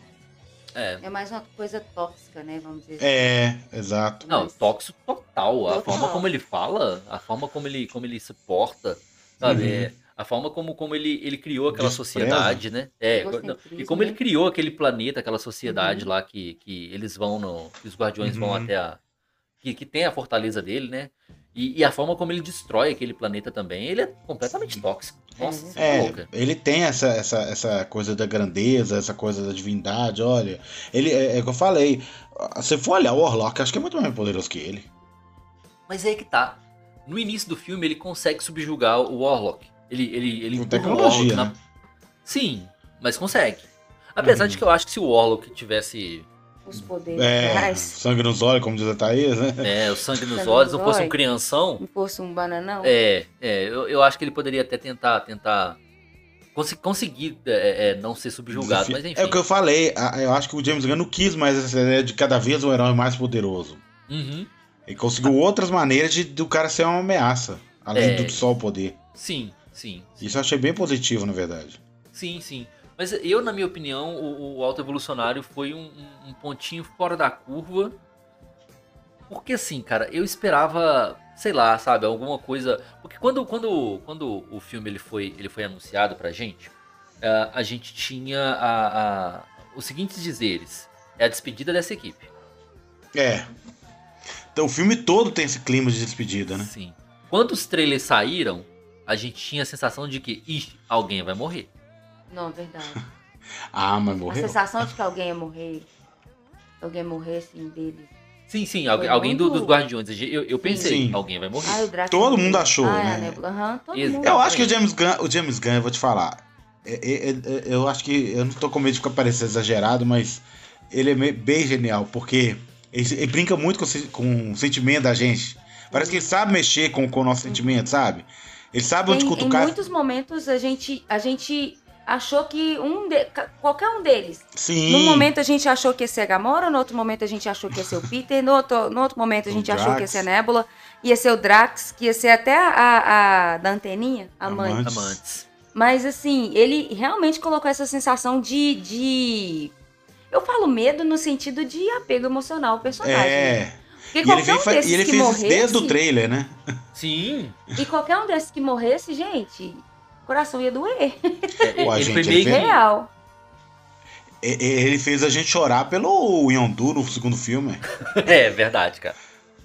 [SPEAKER 1] é.
[SPEAKER 2] É mais uma coisa tóxica, né? Vamos dizer assim.
[SPEAKER 3] É, exato.
[SPEAKER 1] Não,
[SPEAKER 2] Mas-
[SPEAKER 1] tóxico total. A
[SPEAKER 2] Total.
[SPEAKER 1] forma como ele fala, a forma como ele, como ele se porta, sabe?
[SPEAKER 3] Uhum.
[SPEAKER 1] É, A forma como, como ele, ele criou aquela
[SPEAKER 3] Despreza.
[SPEAKER 1] sociedade, né? É,
[SPEAKER 2] Egocentrismo,
[SPEAKER 1] não, e como ele
[SPEAKER 2] né?
[SPEAKER 1] criou aquele planeta, aquela sociedade lá que, que eles vão no. que os guardiões vão
[SPEAKER 3] Uhum.
[SPEAKER 1] até a. Que, que tem a fortaleza dele, né? E, e a forma como ele destrói aquele planeta também, ele é completamente tóxico. Nossa, você é
[SPEAKER 3] É,
[SPEAKER 1] louca.
[SPEAKER 3] ele tem essa, essa, essa coisa da grandeza, essa coisa da divindade, olha. Ele, é, é que eu falei, se for olhar o Orlok, acho que é muito mais poderoso que ele.
[SPEAKER 1] Mas aí que tá. No início do filme, ele consegue subjugar o Warlock. Ele, ele, ele empurra
[SPEAKER 3] Com
[SPEAKER 1] o
[SPEAKER 3] tecnologia,
[SPEAKER 1] Warlock
[SPEAKER 3] né?
[SPEAKER 1] Sim, mas consegue. Apesar de que eu acho que se o Warlock tivesse
[SPEAKER 2] os poderes
[SPEAKER 3] É,
[SPEAKER 2] reais.
[SPEAKER 3] sangue nos olhos, como diz a Thaís, né?
[SPEAKER 1] né, o sangue nos
[SPEAKER 2] Sangue
[SPEAKER 1] olhos,
[SPEAKER 2] nos
[SPEAKER 1] não fosse um
[SPEAKER 2] olhos.
[SPEAKER 1] crianção,
[SPEAKER 2] Não fosse um bananão.
[SPEAKER 1] É, é eu, eu acho que ele poderia até tentar, tentar consi- conseguir é, é, não ser subjugado, mas enfim.
[SPEAKER 3] É o que eu falei, a- eu acho que o James Gunn não quis mais essa ideia de cada vez um herói mais poderoso.
[SPEAKER 1] Uhum,
[SPEAKER 3] Ele conseguiu outras maneiras de do cara ser uma ameaça, além
[SPEAKER 1] É.
[SPEAKER 3] do só o poder.
[SPEAKER 1] Sim, sim,
[SPEAKER 3] Isso eu achei bem positivo, na verdade.
[SPEAKER 1] sim, sim. Mas eu, na minha opinião, o, o autoevolucionário foi um, um- um pontinho fora da curva. Porque assim, cara, eu esperava, sei lá, sabe, alguma coisa. Porque quando, quando, quando o filme ele foi, ele foi anunciado pra gente, ah, a gente tinha a- a- os seguintes dizeres. É a despedida dessa equipe.
[SPEAKER 3] É. Então o filme todo tem esse clima de despedida, né?
[SPEAKER 1] Sim. Quando os trailers saíram, a gente tinha a sensação de que, ixi, alguém vai morrer.
[SPEAKER 2] Não, é verdade.
[SPEAKER 3] Ah, mas
[SPEAKER 2] A
[SPEAKER 3] morreu.
[SPEAKER 2] sensação de que alguém ia morrer. Alguém morrer, assim, dele.
[SPEAKER 1] Sim, sim, algu-
[SPEAKER 2] Foi
[SPEAKER 1] alguém do-
[SPEAKER 2] muito-
[SPEAKER 1] dos Guardiões. Eu, eu pensei,
[SPEAKER 3] Sim.
[SPEAKER 1] alguém vai morrer.
[SPEAKER 2] Ah, o Drácula.
[SPEAKER 3] Todo
[SPEAKER 2] morreu.
[SPEAKER 3] mundo achou,
[SPEAKER 2] ah,
[SPEAKER 3] né?
[SPEAKER 2] a Nebula. Aham, todo
[SPEAKER 1] Ex-
[SPEAKER 2] mundo.
[SPEAKER 3] Eu acho que o James Gunn, o James Gunn, eu vou te falar. é- é- é- é- Eu acho que. Eu não tô com medo de ficar parecendo exagerado, mas ele é meio- bem genial, porque ele, ele brinca muito com, o se- com o sentimento da gente. Parece que ele sabe mexer com, com o nosso sentimento, sabe? Ele sabe onde
[SPEAKER 2] Em-
[SPEAKER 3] cutucar.
[SPEAKER 2] Em muitos momentos a gente, a gente achou que um de, ca- qualquer um deles.
[SPEAKER 3] Sim.
[SPEAKER 2] Num momento a gente achou que ia ser a Gamora, no outro momento a gente achou que ia ser o Peter, no outro, no outro momento a
[SPEAKER 3] O
[SPEAKER 2] gente
[SPEAKER 3] Drax.
[SPEAKER 2] achou que ia ser a Nebula, ia ser o Drax, que ia ser até a, a da anteninha, a mãe.
[SPEAKER 3] Amante.
[SPEAKER 1] Amantes.
[SPEAKER 2] Mas assim, ele realmente colocou essa sensação de. de... Eu falo medo no sentido de apego emocional ao personagem. né?
[SPEAKER 3] É.
[SPEAKER 2] Porque
[SPEAKER 3] E ele,
[SPEAKER 2] qualquer
[SPEAKER 3] vem
[SPEAKER 2] um
[SPEAKER 3] fa-
[SPEAKER 2] desses
[SPEAKER 3] e ele
[SPEAKER 2] que
[SPEAKER 3] fez isso
[SPEAKER 2] morresse,
[SPEAKER 3] desde o trailer, né?
[SPEAKER 1] Sim.
[SPEAKER 2] E qualquer um desses que morresse, gente, o coração ia doer.
[SPEAKER 1] É,
[SPEAKER 3] Ué,
[SPEAKER 1] ele
[SPEAKER 3] gente,
[SPEAKER 1] foi
[SPEAKER 3] ele
[SPEAKER 1] meio que-
[SPEAKER 3] fez-
[SPEAKER 2] Real.
[SPEAKER 3] E- e- Ele fez a gente chorar pelo Yondu no segundo filme.
[SPEAKER 1] É verdade, cara.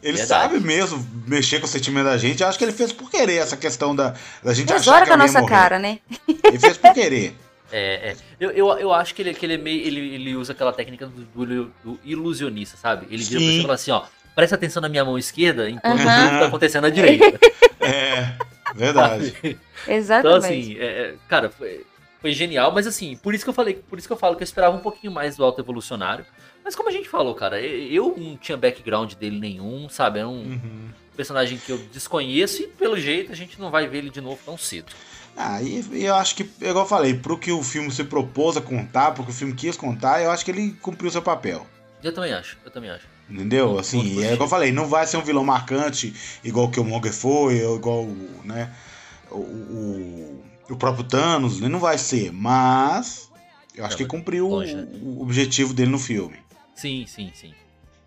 [SPEAKER 3] Ele
[SPEAKER 1] Verdade.
[SPEAKER 3] sabe mesmo mexer com o sentimento da gente. Eu acho que ele fez por querer essa questão da, da gente achar
[SPEAKER 2] Tesoura
[SPEAKER 3] que
[SPEAKER 2] com a
[SPEAKER 3] alguém ia
[SPEAKER 1] Então,
[SPEAKER 2] nossa
[SPEAKER 3] morrer.
[SPEAKER 2] cara, né?
[SPEAKER 3] Ele fez por querer.
[SPEAKER 1] É, é. Eu, eu, eu acho que ele, que ele é meio. Ele, ele usa aquela técnica do, do- do ilusionista, sabe? Ele vira pra
[SPEAKER 3] Sim.
[SPEAKER 1] você e fala assim, ó. Presta atenção na minha mão esquerda enquanto tudo
[SPEAKER 2] Aham.
[SPEAKER 1] tá acontecendo na direita.
[SPEAKER 3] É, verdade.
[SPEAKER 1] Então,
[SPEAKER 2] Exatamente.
[SPEAKER 1] assim, é, é, cara, foi, foi genial, mas assim, por isso que eu falei, por isso que eu falo que eu esperava um pouquinho mais do alto evolucionário. Mas como a gente falou, cara, e- eu não tinha background dele nenhum, sabe? Era um
[SPEAKER 3] Uhum.
[SPEAKER 1] personagem que eu desconheço e pelo jeito a gente não vai ver ele de novo tão cedo.
[SPEAKER 3] Ah, e, e eu acho que, igual eu falei, pro que o filme se propôs a contar, pro que o filme quis contar, eu acho que ele cumpriu seu papel.
[SPEAKER 1] Eu também acho, eu também acho.
[SPEAKER 3] Entendeu?
[SPEAKER 1] Muito,
[SPEAKER 3] Assim,
[SPEAKER 1] muito
[SPEAKER 3] é igual
[SPEAKER 1] positivo.
[SPEAKER 3] eu falei, não vai ser um vilão marcante igual o Killmonger foi, ou igual, né, o, o, o próprio Thanos, né? Não vai ser, mas eu acho
[SPEAKER 1] Não,
[SPEAKER 3] que
[SPEAKER 1] É, mas
[SPEAKER 3] cumpriu
[SPEAKER 1] longe, né?
[SPEAKER 3] o, o objetivo dele no filme,
[SPEAKER 1] Sim, sim, sim.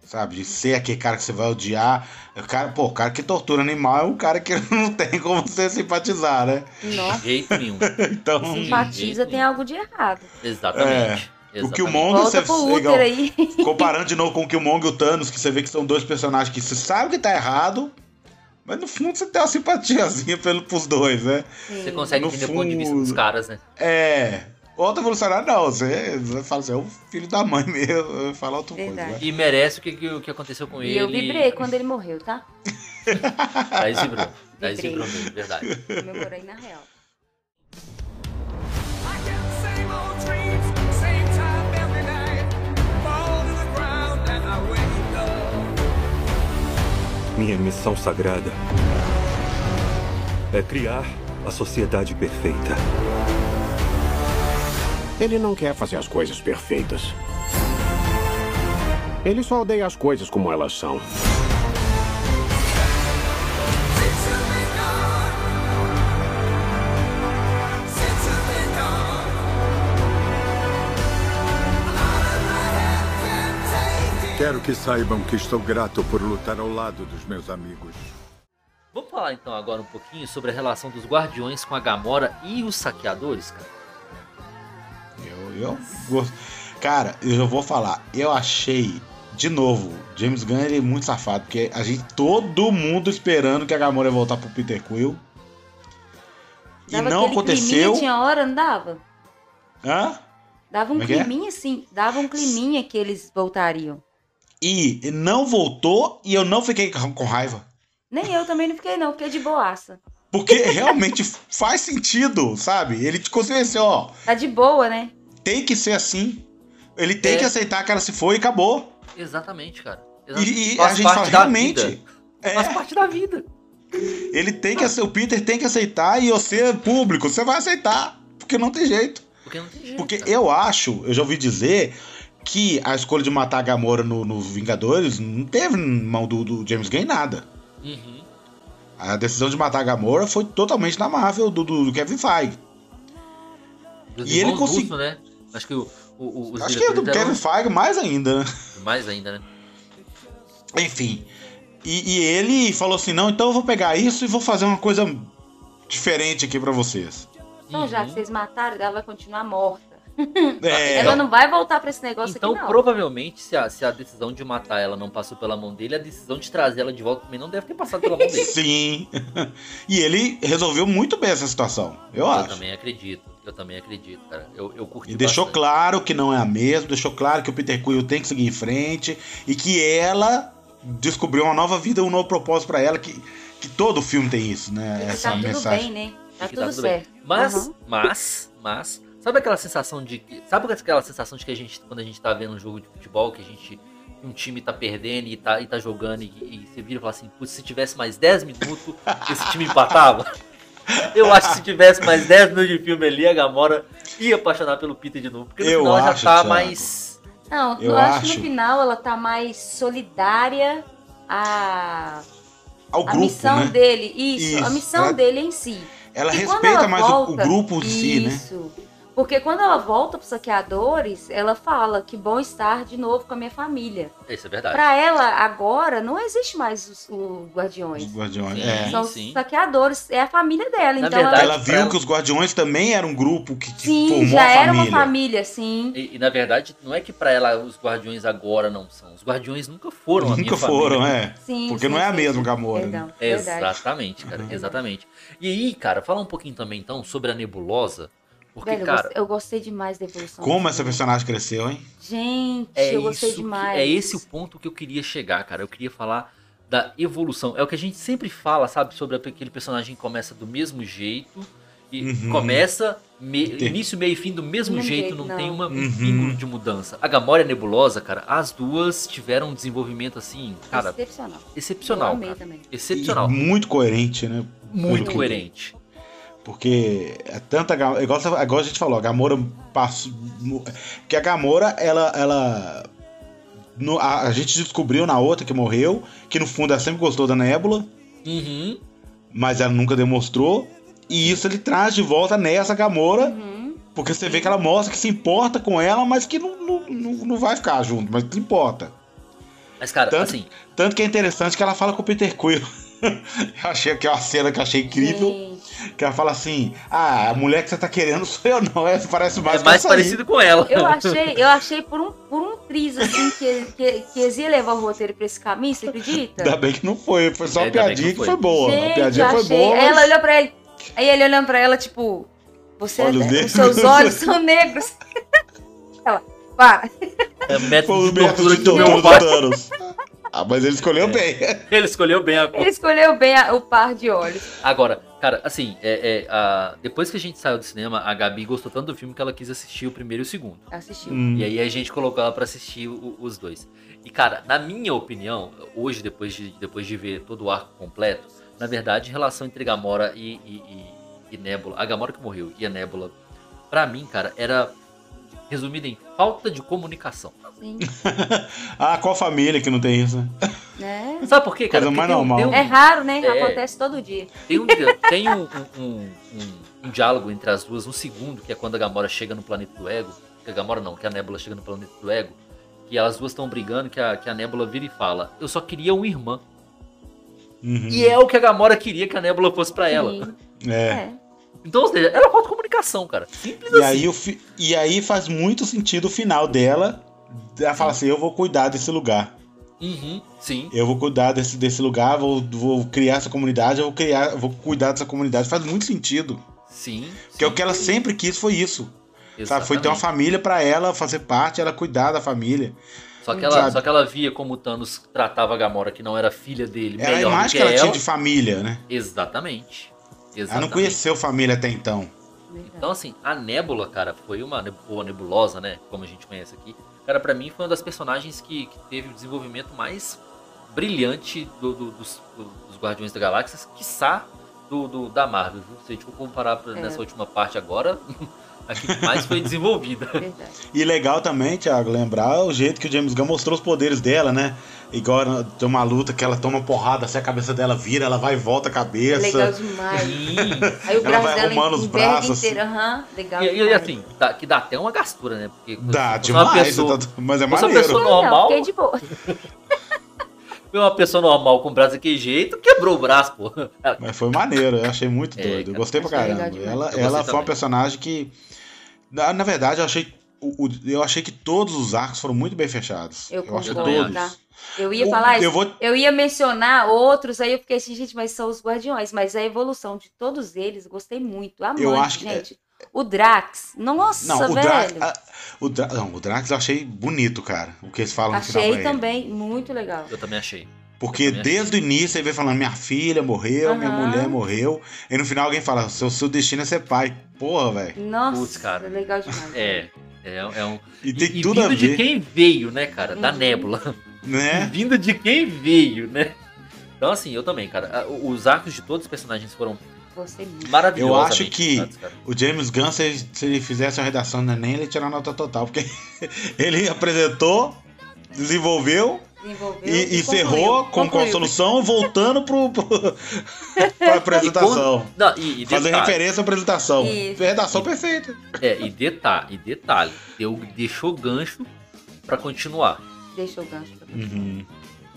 [SPEAKER 3] sabe? De ser aquele cara que você vai odiar. O cara, pô, o cara que tortura animal é um cara que não tem como você simpatizar, né?
[SPEAKER 2] Nossa,
[SPEAKER 1] De jeito nenhum.
[SPEAKER 3] Então,
[SPEAKER 1] Sim.
[SPEAKER 2] simpatiza, tem algo de errado.
[SPEAKER 1] Exatamente.
[SPEAKER 3] É. o
[SPEAKER 1] exatamente.
[SPEAKER 3] Killmonger,
[SPEAKER 2] Volta
[SPEAKER 3] você,
[SPEAKER 2] pro
[SPEAKER 3] é
[SPEAKER 2] útero
[SPEAKER 3] igual,
[SPEAKER 2] aí.
[SPEAKER 3] comparando de novo com o Killmonger e o Thanos, que você vê que são dois personagens que você sabe que tá errado, mas no fundo você tem uma simpatiazinha pelo, pros dois, né?
[SPEAKER 1] Você consegue
[SPEAKER 3] No
[SPEAKER 1] entender o ponto de vista
[SPEAKER 3] fundo.
[SPEAKER 1] dos caras, né?
[SPEAKER 3] É. Outro evolucionário não, você, você fala assim, é o filho da mãe mesmo, fala outra
[SPEAKER 2] Verdade.
[SPEAKER 3] coisa. né?
[SPEAKER 1] E merece o que, que, o que aconteceu com
[SPEAKER 2] E
[SPEAKER 1] ele.
[SPEAKER 2] eu vibrei quando ele morreu, tá?
[SPEAKER 1] Aí vibrou. Aí
[SPEAKER 2] Vibrei.
[SPEAKER 1] vibrou mesmo, verdade.
[SPEAKER 2] Comemorei na real.
[SPEAKER 5] I get the same old dreams, same time every night. Fall to the ground and I wake up.
[SPEAKER 7] Minha missão sagrada é criar a sociedade perfeita.
[SPEAKER 4] Ele não quer fazer as coisas perfeitas. Ele só odeia as coisas como elas são.
[SPEAKER 5] Since you've been gone. Since you've been gone. A lot of my head can't take it.
[SPEAKER 8] Quero que saibam que estou grato por lutar ao lado dos meus amigos.
[SPEAKER 1] Vamos falar então agora um pouquinho sobre a relação dos Guardiões com a Gamora e os saqueadores, cara.
[SPEAKER 3] Eu, eu gosto. Cara, eu já vou falar, eu achei, de novo, James Gunn ele é muito safado, porque a gente, todo mundo esperando que a Gamora ia voltar pro Peter Quill. E
[SPEAKER 2] Dava
[SPEAKER 3] não
[SPEAKER 2] aquele climinha,
[SPEAKER 3] aconteceu.
[SPEAKER 2] Tinha hora, não dava?
[SPEAKER 3] Hã?
[SPEAKER 2] Dava um
[SPEAKER 3] Como é que é?
[SPEAKER 2] climinha, sim. Dava um climinha que eles voltariam.
[SPEAKER 3] E não voltou e eu não fiquei com com raiva.
[SPEAKER 2] Nem eu também não fiquei, não. Fiquei de boaça.
[SPEAKER 3] Porque realmente faz sentido, sabe? Ele te convenceu, ó,
[SPEAKER 2] Tá de boa, né?
[SPEAKER 3] tem que ser assim. Ele tem
[SPEAKER 1] É.
[SPEAKER 3] que aceitar que ela se foi e acabou.
[SPEAKER 1] Exatamente, cara.
[SPEAKER 3] E, e
[SPEAKER 1] Faz
[SPEAKER 3] a gente
[SPEAKER 1] parte
[SPEAKER 3] fala,
[SPEAKER 1] da
[SPEAKER 3] realmente, é-
[SPEAKER 1] vida. Faz parte da vida.
[SPEAKER 3] ele tem que ace- o Peter tem que aceitar e você, público, você vai aceitar. Porque não tem jeito.
[SPEAKER 1] Porque não tem jeito.
[SPEAKER 3] Porque
[SPEAKER 1] cara.
[SPEAKER 3] eu acho, eu já ouvi dizer, que a escolha de matar a Gamora no, no Vingadores não teve mão do, do James Gunn em nada.
[SPEAKER 1] Uhum.
[SPEAKER 3] A decisão de matar a Gamora foi totalmente na Marvel, do, do- do Kevin Feige.
[SPEAKER 1] Dos
[SPEAKER 3] E ele
[SPEAKER 1] irmãos
[SPEAKER 3] consegui-
[SPEAKER 1] Russo, né? Acho que o, o, o, os
[SPEAKER 3] Acho que é do
[SPEAKER 2] tá
[SPEAKER 1] diretores
[SPEAKER 3] Kevin
[SPEAKER 1] eram
[SPEAKER 3] Feige mais ainda, né?
[SPEAKER 1] mais ainda, né?
[SPEAKER 3] Enfim. E, e ele falou assim: não, então eu vou pegar isso e vou fazer uma coisa diferente aqui pra vocês.
[SPEAKER 2] Então, já
[SPEAKER 1] Uhum.
[SPEAKER 2] que vocês mataram, ela vai continuar morta.
[SPEAKER 3] É,
[SPEAKER 2] Ela não vai voltar pra esse negócio
[SPEAKER 1] Então,
[SPEAKER 2] aqui, não.
[SPEAKER 1] provavelmente, se a, se a decisão de matar ela não passou pela mão dele, a decisão de trazer ela de volta também não deve ter passado pela mão dele.
[SPEAKER 3] Sim. e ele resolveu muito bem essa situação, eu,
[SPEAKER 1] eu
[SPEAKER 3] acho.
[SPEAKER 1] também acredito. Eu também acredito, cara. Eu, eu curti
[SPEAKER 3] E deixou
[SPEAKER 1] bastante.
[SPEAKER 3] claro que não é a mesma, deixou claro que o Peter Quill tem que seguir em frente e que ela descobriu uma nova vida, um novo propósito pra ela, que, que todo filme tem isso, né?
[SPEAKER 2] E que
[SPEAKER 3] Essa
[SPEAKER 2] tá tudo
[SPEAKER 3] mensagem.
[SPEAKER 2] bem, né? Tá
[SPEAKER 1] E que
[SPEAKER 2] tudo
[SPEAKER 1] bem.
[SPEAKER 2] certo.
[SPEAKER 1] Mas,
[SPEAKER 2] Uhum.
[SPEAKER 1] mas, mas, sabe aquela sensação de que- sabe aquela sensação de que a gente quando a gente tá vendo um jogo de futebol que a gente que um time tá perdendo e tá, e tá jogando e, e você vira e fala assim, "Putz, se tivesse mais 10 minutos, esse time empatava. Eu acho que se tivesse mais 10 minutos de filme ali, a Gamora ia apaixonar pelo Peter de novo, porque no
[SPEAKER 3] Eu
[SPEAKER 1] final ela já
[SPEAKER 3] acho,
[SPEAKER 1] tá
[SPEAKER 3] Thiago.
[SPEAKER 1] mais
[SPEAKER 2] Não,
[SPEAKER 3] Eu
[SPEAKER 2] eu acho que
[SPEAKER 3] acho-
[SPEAKER 2] no final ela tá mais solidária à,
[SPEAKER 3] Ao
[SPEAKER 2] à
[SPEAKER 3] grupo,
[SPEAKER 2] missão
[SPEAKER 3] né?
[SPEAKER 2] dele. Isso, a
[SPEAKER 3] Isso,
[SPEAKER 2] missão
[SPEAKER 3] ela-
[SPEAKER 2] dele em si.
[SPEAKER 3] Ela
[SPEAKER 2] E quando
[SPEAKER 3] respeita
[SPEAKER 2] ela
[SPEAKER 3] mais o- o,
[SPEAKER 2] volta-
[SPEAKER 3] grupo em si, né?
[SPEAKER 2] Isso. Porque quando ela volta pros saqueadores, ela fala que bom estar de novo com a minha família.
[SPEAKER 1] Isso é verdade.
[SPEAKER 2] Pra ela, agora, não existe mais os, os guardiões.
[SPEAKER 3] Os Guardiões.
[SPEAKER 1] Sim.
[SPEAKER 3] É.
[SPEAKER 2] São
[SPEAKER 1] sim.
[SPEAKER 2] os saqueadores, é a família dela.
[SPEAKER 1] Na
[SPEAKER 2] então
[SPEAKER 1] verdade,
[SPEAKER 2] ela...
[SPEAKER 3] Ela viu
[SPEAKER 1] pra-
[SPEAKER 3] que os Guardiões também era um grupo que, que
[SPEAKER 2] Sim,
[SPEAKER 3] formou
[SPEAKER 2] já
[SPEAKER 3] a família.
[SPEAKER 2] era uma família, sim.
[SPEAKER 1] E, e, na verdade, não é que pra ela os guardiões agora não são. Os guardiões nunca foram a minha
[SPEAKER 3] Nunca
[SPEAKER 1] família.
[SPEAKER 3] foram, é.
[SPEAKER 2] sim
[SPEAKER 3] Porque
[SPEAKER 2] sim,
[SPEAKER 3] não é a
[SPEAKER 2] sim,
[SPEAKER 3] mesma
[SPEAKER 2] sim.
[SPEAKER 3] Gamora,
[SPEAKER 2] Perdão, verdade.
[SPEAKER 3] Uhum.
[SPEAKER 1] Exatamente, cara, exatamente. E aí, cara, fala um pouquinho também então sobre a nebulosa, Porque,
[SPEAKER 2] Velho, eu
[SPEAKER 1] cara,
[SPEAKER 2] gostei- eu gostei demais da evolução.
[SPEAKER 3] Como
[SPEAKER 2] desse
[SPEAKER 3] essa
[SPEAKER 2] filme.
[SPEAKER 3] personagem cresceu, hein?
[SPEAKER 2] Gente,
[SPEAKER 1] é,
[SPEAKER 2] eu gostei
[SPEAKER 1] isso que-
[SPEAKER 2] demais.
[SPEAKER 1] é esse o ponto que eu queria chegar, cara. Eu queria falar da evolução. É o que a gente sempre fala, sabe? Sobre aquele personagem que começa do mesmo jeito. E
[SPEAKER 3] Uhum.
[SPEAKER 1] começa, me-
[SPEAKER 3] Tem-
[SPEAKER 1] início, meio e fim do mesmo
[SPEAKER 2] Não
[SPEAKER 1] jeito,
[SPEAKER 2] jeito,
[SPEAKER 1] não,
[SPEAKER 2] não.
[SPEAKER 1] tem uma, um
[SPEAKER 3] Uhum.
[SPEAKER 1] vínculo de mudança. A Gamora e a Nebulosa, cara, as duas tiveram um desenvolvimento assim, cara,
[SPEAKER 2] Excepcional. eu
[SPEAKER 1] excepcional,
[SPEAKER 2] amei
[SPEAKER 1] cara.
[SPEAKER 2] também.
[SPEAKER 1] Excepcional.
[SPEAKER 3] E muito coerente, né?
[SPEAKER 1] Muito
[SPEAKER 3] Porque-
[SPEAKER 1] coerente.
[SPEAKER 3] Porque é tanta Gamora. Igual, você- igual a gente falou, a Gamora passou. mu- Que a Gamora, ela. ela no- a, a gente descobriu na outra que morreu, que no fundo ela sempre gostou da Nebula,
[SPEAKER 1] Uhum.
[SPEAKER 3] mas ela nunca demonstrou. E isso ele traz de volta nessa Gamora,
[SPEAKER 2] Uhum.
[SPEAKER 3] porque você vê que ela mostra que se importa com ela, mas que não, não, não, não vai ficar junto, mas que importa.
[SPEAKER 1] Mas, cara,
[SPEAKER 3] Tanto-
[SPEAKER 1] assim,
[SPEAKER 3] Tanto que é interessante que ela fala com o Peter Quill. eu achei que é uma cena que eu achei incrível.
[SPEAKER 2] Gente,
[SPEAKER 3] Que ela fala assim: Ah, a mulher que você tá querendo sou eu, não. Essa parece mais,
[SPEAKER 1] é
[SPEAKER 3] que
[SPEAKER 1] mais
[SPEAKER 3] essa aí."
[SPEAKER 1] parecido com ela.
[SPEAKER 2] eu achei, eu achei por um, por um triz, assim, que, que, que eles iam levar o roteiro pra esse caminho, você acredita?
[SPEAKER 3] Ainda bem que não foi. Foi só
[SPEAKER 1] É,
[SPEAKER 3] uma
[SPEAKER 1] ainda bem
[SPEAKER 3] piadinha
[SPEAKER 1] que
[SPEAKER 3] que
[SPEAKER 1] não
[SPEAKER 3] foi,
[SPEAKER 1] foi.
[SPEAKER 3] boa.
[SPEAKER 2] Gente,
[SPEAKER 3] a piadinha
[SPEAKER 2] eu
[SPEAKER 3] foi
[SPEAKER 2] achei.
[SPEAKER 3] boa.
[SPEAKER 2] Aí Ela
[SPEAKER 3] mas-
[SPEAKER 2] olhou pra ele. Aí ele olhando pra ela, tipo, você
[SPEAKER 3] Olhos
[SPEAKER 2] os
[SPEAKER 3] negros.
[SPEAKER 2] seus olhos são negros. ela, para.
[SPEAKER 1] É
[SPEAKER 3] Foi
[SPEAKER 1] método
[SPEAKER 3] o
[SPEAKER 1] de
[SPEAKER 3] método
[SPEAKER 1] tortura
[SPEAKER 3] de
[SPEAKER 1] que deu
[SPEAKER 3] tortura
[SPEAKER 1] meu
[SPEAKER 3] do
[SPEAKER 1] pai. É.
[SPEAKER 3] Thanos. Ah, mas ele escolheu bem.
[SPEAKER 1] Ele escolheu bem a
[SPEAKER 2] Ele escolheu bem a- o par de olhos.
[SPEAKER 1] Agora, cara, assim, é, é, a- depois que a gente saiu do cinema, a Gabi gostou tanto do filme que ela quis assistir o primeiro e o segundo.
[SPEAKER 2] Assistiu.
[SPEAKER 3] Hum,
[SPEAKER 1] E aí a gente colocou ela pra assistir o- os dois. E, cara, na minha opinião, hoje, depois de, depois de ver todo o arco completo, na verdade, a relação entre Gamora e, e, e, e Nebula, a Gamora que morreu e a Nebula, pra mim, cara, era resumida em falta de comunicação.
[SPEAKER 2] Sim,
[SPEAKER 3] Ah, qual família que não tem isso, né?
[SPEAKER 2] né?
[SPEAKER 1] Sabe por quê, cara?
[SPEAKER 3] Coisa
[SPEAKER 1] Porque
[SPEAKER 3] mais
[SPEAKER 1] tem um-
[SPEAKER 3] normal.
[SPEAKER 1] tem um-
[SPEAKER 2] É raro, né?
[SPEAKER 1] É.
[SPEAKER 2] Acontece todo dia.
[SPEAKER 1] Tem, um, tem um, um- um- um diálogo entre as duas, um segundo, que é quando a Gamora chega no planeta do Ego. Que a Gamora não, que a Nebula chega no planeta do Ego. Que elas duas estão brigando, que a, que a Nebula vira e fala: Eu só queria uma irmã.
[SPEAKER 3] Uhum.
[SPEAKER 1] E é o que a Gamora queria que a Nebula fosse pra ela.
[SPEAKER 2] Sim,
[SPEAKER 3] É.
[SPEAKER 2] é.
[SPEAKER 1] Então, ou seja, ela falta comunicação, cara. Simples
[SPEAKER 3] E
[SPEAKER 1] assim.
[SPEAKER 3] aí, o fi- e aí faz muito sentido o final dela. Ela fala assim: Eu vou cuidar desse lugar.
[SPEAKER 1] Uhum, sim.
[SPEAKER 3] Eu vou cuidar desse, desse lugar, vou, vou criar essa comunidade, eu vou criar, vou cuidar dessa comunidade. Faz muito sentido.
[SPEAKER 1] Sim.
[SPEAKER 3] Porque o que ela sempre quis foi isso.
[SPEAKER 1] ela
[SPEAKER 3] Sabe? Foi ter uma família pra ela fazer parte, ela cuidar da família.
[SPEAKER 1] só, que ela,
[SPEAKER 3] sabe?
[SPEAKER 1] só que ela via como o Thanos tratava a Gamora, que não era filha dele,
[SPEAKER 3] Era a
[SPEAKER 1] melhor do
[SPEAKER 3] imagem
[SPEAKER 1] que,
[SPEAKER 3] que ela
[SPEAKER 1] ela.
[SPEAKER 3] tinha de família, né?
[SPEAKER 1] Exatamente. Exatamente.
[SPEAKER 3] Ela não conheceu família até então.
[SPEAKER 1] Então, assim, a Nébula, cara, foi uma neb- ou a nebulosa, né? Como a gente conhece aqui. Cara, pra mim foi uma das personagens que, que teve o desenvolvimento mais brilhante do- do- dos, do- dos Guardiões da Galáxia, quiçá do, do- da Marvel, viu? Se a gente for comparar pra-
[SPEAKER 2] É.
[SPEAKER 1] nessa última parte agora, a que mais foi desenvolvida.
[SPEAKER 2] Verdade.
[SPEAKER 3] E legal também, Thiago, lembrar o jeito que o James Gunn mostrou os poderes dela, né? Igual na- tem uma luta que ela toma porrada, se a cabeça dela vira, ela vai e volta a cabeça.
[SPEAKER 2] É Legal demais.
[SPEAKER 1] Sim.
[SPEAKER 2] Aí o
[SPEAKER 3] Ela
[SPEAKER 2] braço
[SPEAKER 3] vai
[SPEAKER 2] dela
[SPEAKER 3] arrumando os
[SPEAKER 2] enverga
[SPEAKER 3] braços, assim.
[SPEAKER 2] inteiro. Aham, legal.
[SPEAKER 1] E, e
[SPEAKER 2] demais. Ah,
[SPEAKER 1] assim, dá- que dá até uma gastura, né? Porque
[SPEAKER 3] Dá
[SPEAKER 1] se fosse uma
[SPEAKER 3] demais,
[SPEAKER 1] pessoa-
[SPEAKER 3] tá- mas é
[SPEAKER 1] fosse uma
[SPEAKER 3] maneiro.
[SPEAKER 1] pessoa
[SPEAKER 2] Não, não,
[SPEAKER 1] normal,
[SPEAKER 2] fiquei de boa.
[SPEAKER 1] uma pessoa normal com o braço daquele jeito, quebrou o braço, pô. Ela-
[SPEAKER 3] Mas foi maneiro, eu achei muito
[SPEAKER 1] É,
[SPEAKER 3] doido. Eu
[SPEAKER 1] cara,
[SPEAKER 3] gostei pra
[SPEAKER 2] achei legal
[SPEAKER 3] caramba.
[SPEAKER 2] demais.
[SPEAKER 3] Ela,
[SPEAKER 1] Eu gostei
[SPEAKER 3] ela foi uma
[SPEAKER 1] também.
[SPEAKER 3] personagem que. Na, na verdade, eu achei. o- o- eu achei que todos os arcos foram muito bem fechados.
[SPEAKER 2] Eu
[SPEAKER 3] acho
[SPEAKER 1] concordo,
[SPEAKER 3] todos.
[SPEAKER 2] tá? Eu ia
[SPEAKER 3] O-
[SPEAKER 2] falar isso.
[SPEAKER 3] eu vou,
[SPEAKER 2] Eu ia mencionar outros, aí eu fiquei assim, gente, mas são os guardiões. Mas a evolução de todos eles, gostei muito. Amante,
[SPEAKER 3] Eu acho que- é-
[SPEAKER 2] gente. O Drax. Nossa,
[SPEAKER 3] não, o
[SPEAKER 2] velho.
[SPEAKER 3] Drax. Ah, a- O Dra- não, o Drax eu achei bonito, cara. O que eles falam no final.
[SPEAKER 2] Achei
[SPEAKER 3] pra ele.
[SPEAKER 2] também muito legal.
[SPEAKER 1] Eu também achei.
[SPEAKER 3] Porque
[SPEAKER 1] Eu também
[SPEAKER 3] desde o início ele veio falando: minha filha morreu, minha
[SPEAKER 2] Aham.
[SPEAKER 3] mulher morreu. E no final alguém fala: seu, seu destino é ser pai. Porra, velho.
[SPEAKER 2] Nossa,
[SPEAKER 1] Putz, cara.
[SPEAKER 2] legal demais.
[SPEAKER 1] É, é, é um...
[SPEAKER 3] E tem
[SPEAKER 1] e
[SPEAKER 3] tudo a
[SPEAKER 1] vindo de
[SPEAKER 3] ver,
[SPEAKER 1] quem veio, né, cara? Da
[SPEAKER 2] Uhum.
[SPEAKER 1] Nébula.
[SPEAKER 3] né?
[SPEAKER 1] Vindo de quem veio, né? Então, assim, eu também, cara. A- o- Os arcos de todos os personagens foram
[SPEAKER 2] Gostei muito.
[SPEAKER 1] maravilhosos.
[SPEAKER 3] Eu acho que- O James Gunn, se ele, se ele fizesse a redação do Enem, ele ia tirar nota total, porque ele apresentou, desenvolveu
[SPEAKER 2] Desenvolveu
[SPEAKER 3] e, e
[SPEAKER 2] concluiu.
[SPEAKER 3] encerrou com, com a
[SPEAKER 2] Concluiu.
[SPEAKER 3] solução, voltando pro, pro, pra apresentação.
[SPEAKER 1] Não, e, e
[SPEAKER 3] Fazer
[SPEAKER 1] detalhe,
[SPEAKER 3] referência à apresentação.
[SPEAKER 2] Isso.
[SPEAKER 3] Redação perfeita.
[SPEAKER 1] é, e detalhe, e detalhe. Deu, deixou gancho pra continuar.
[SPEAKER 2] Deixa o gancho. Pra mim.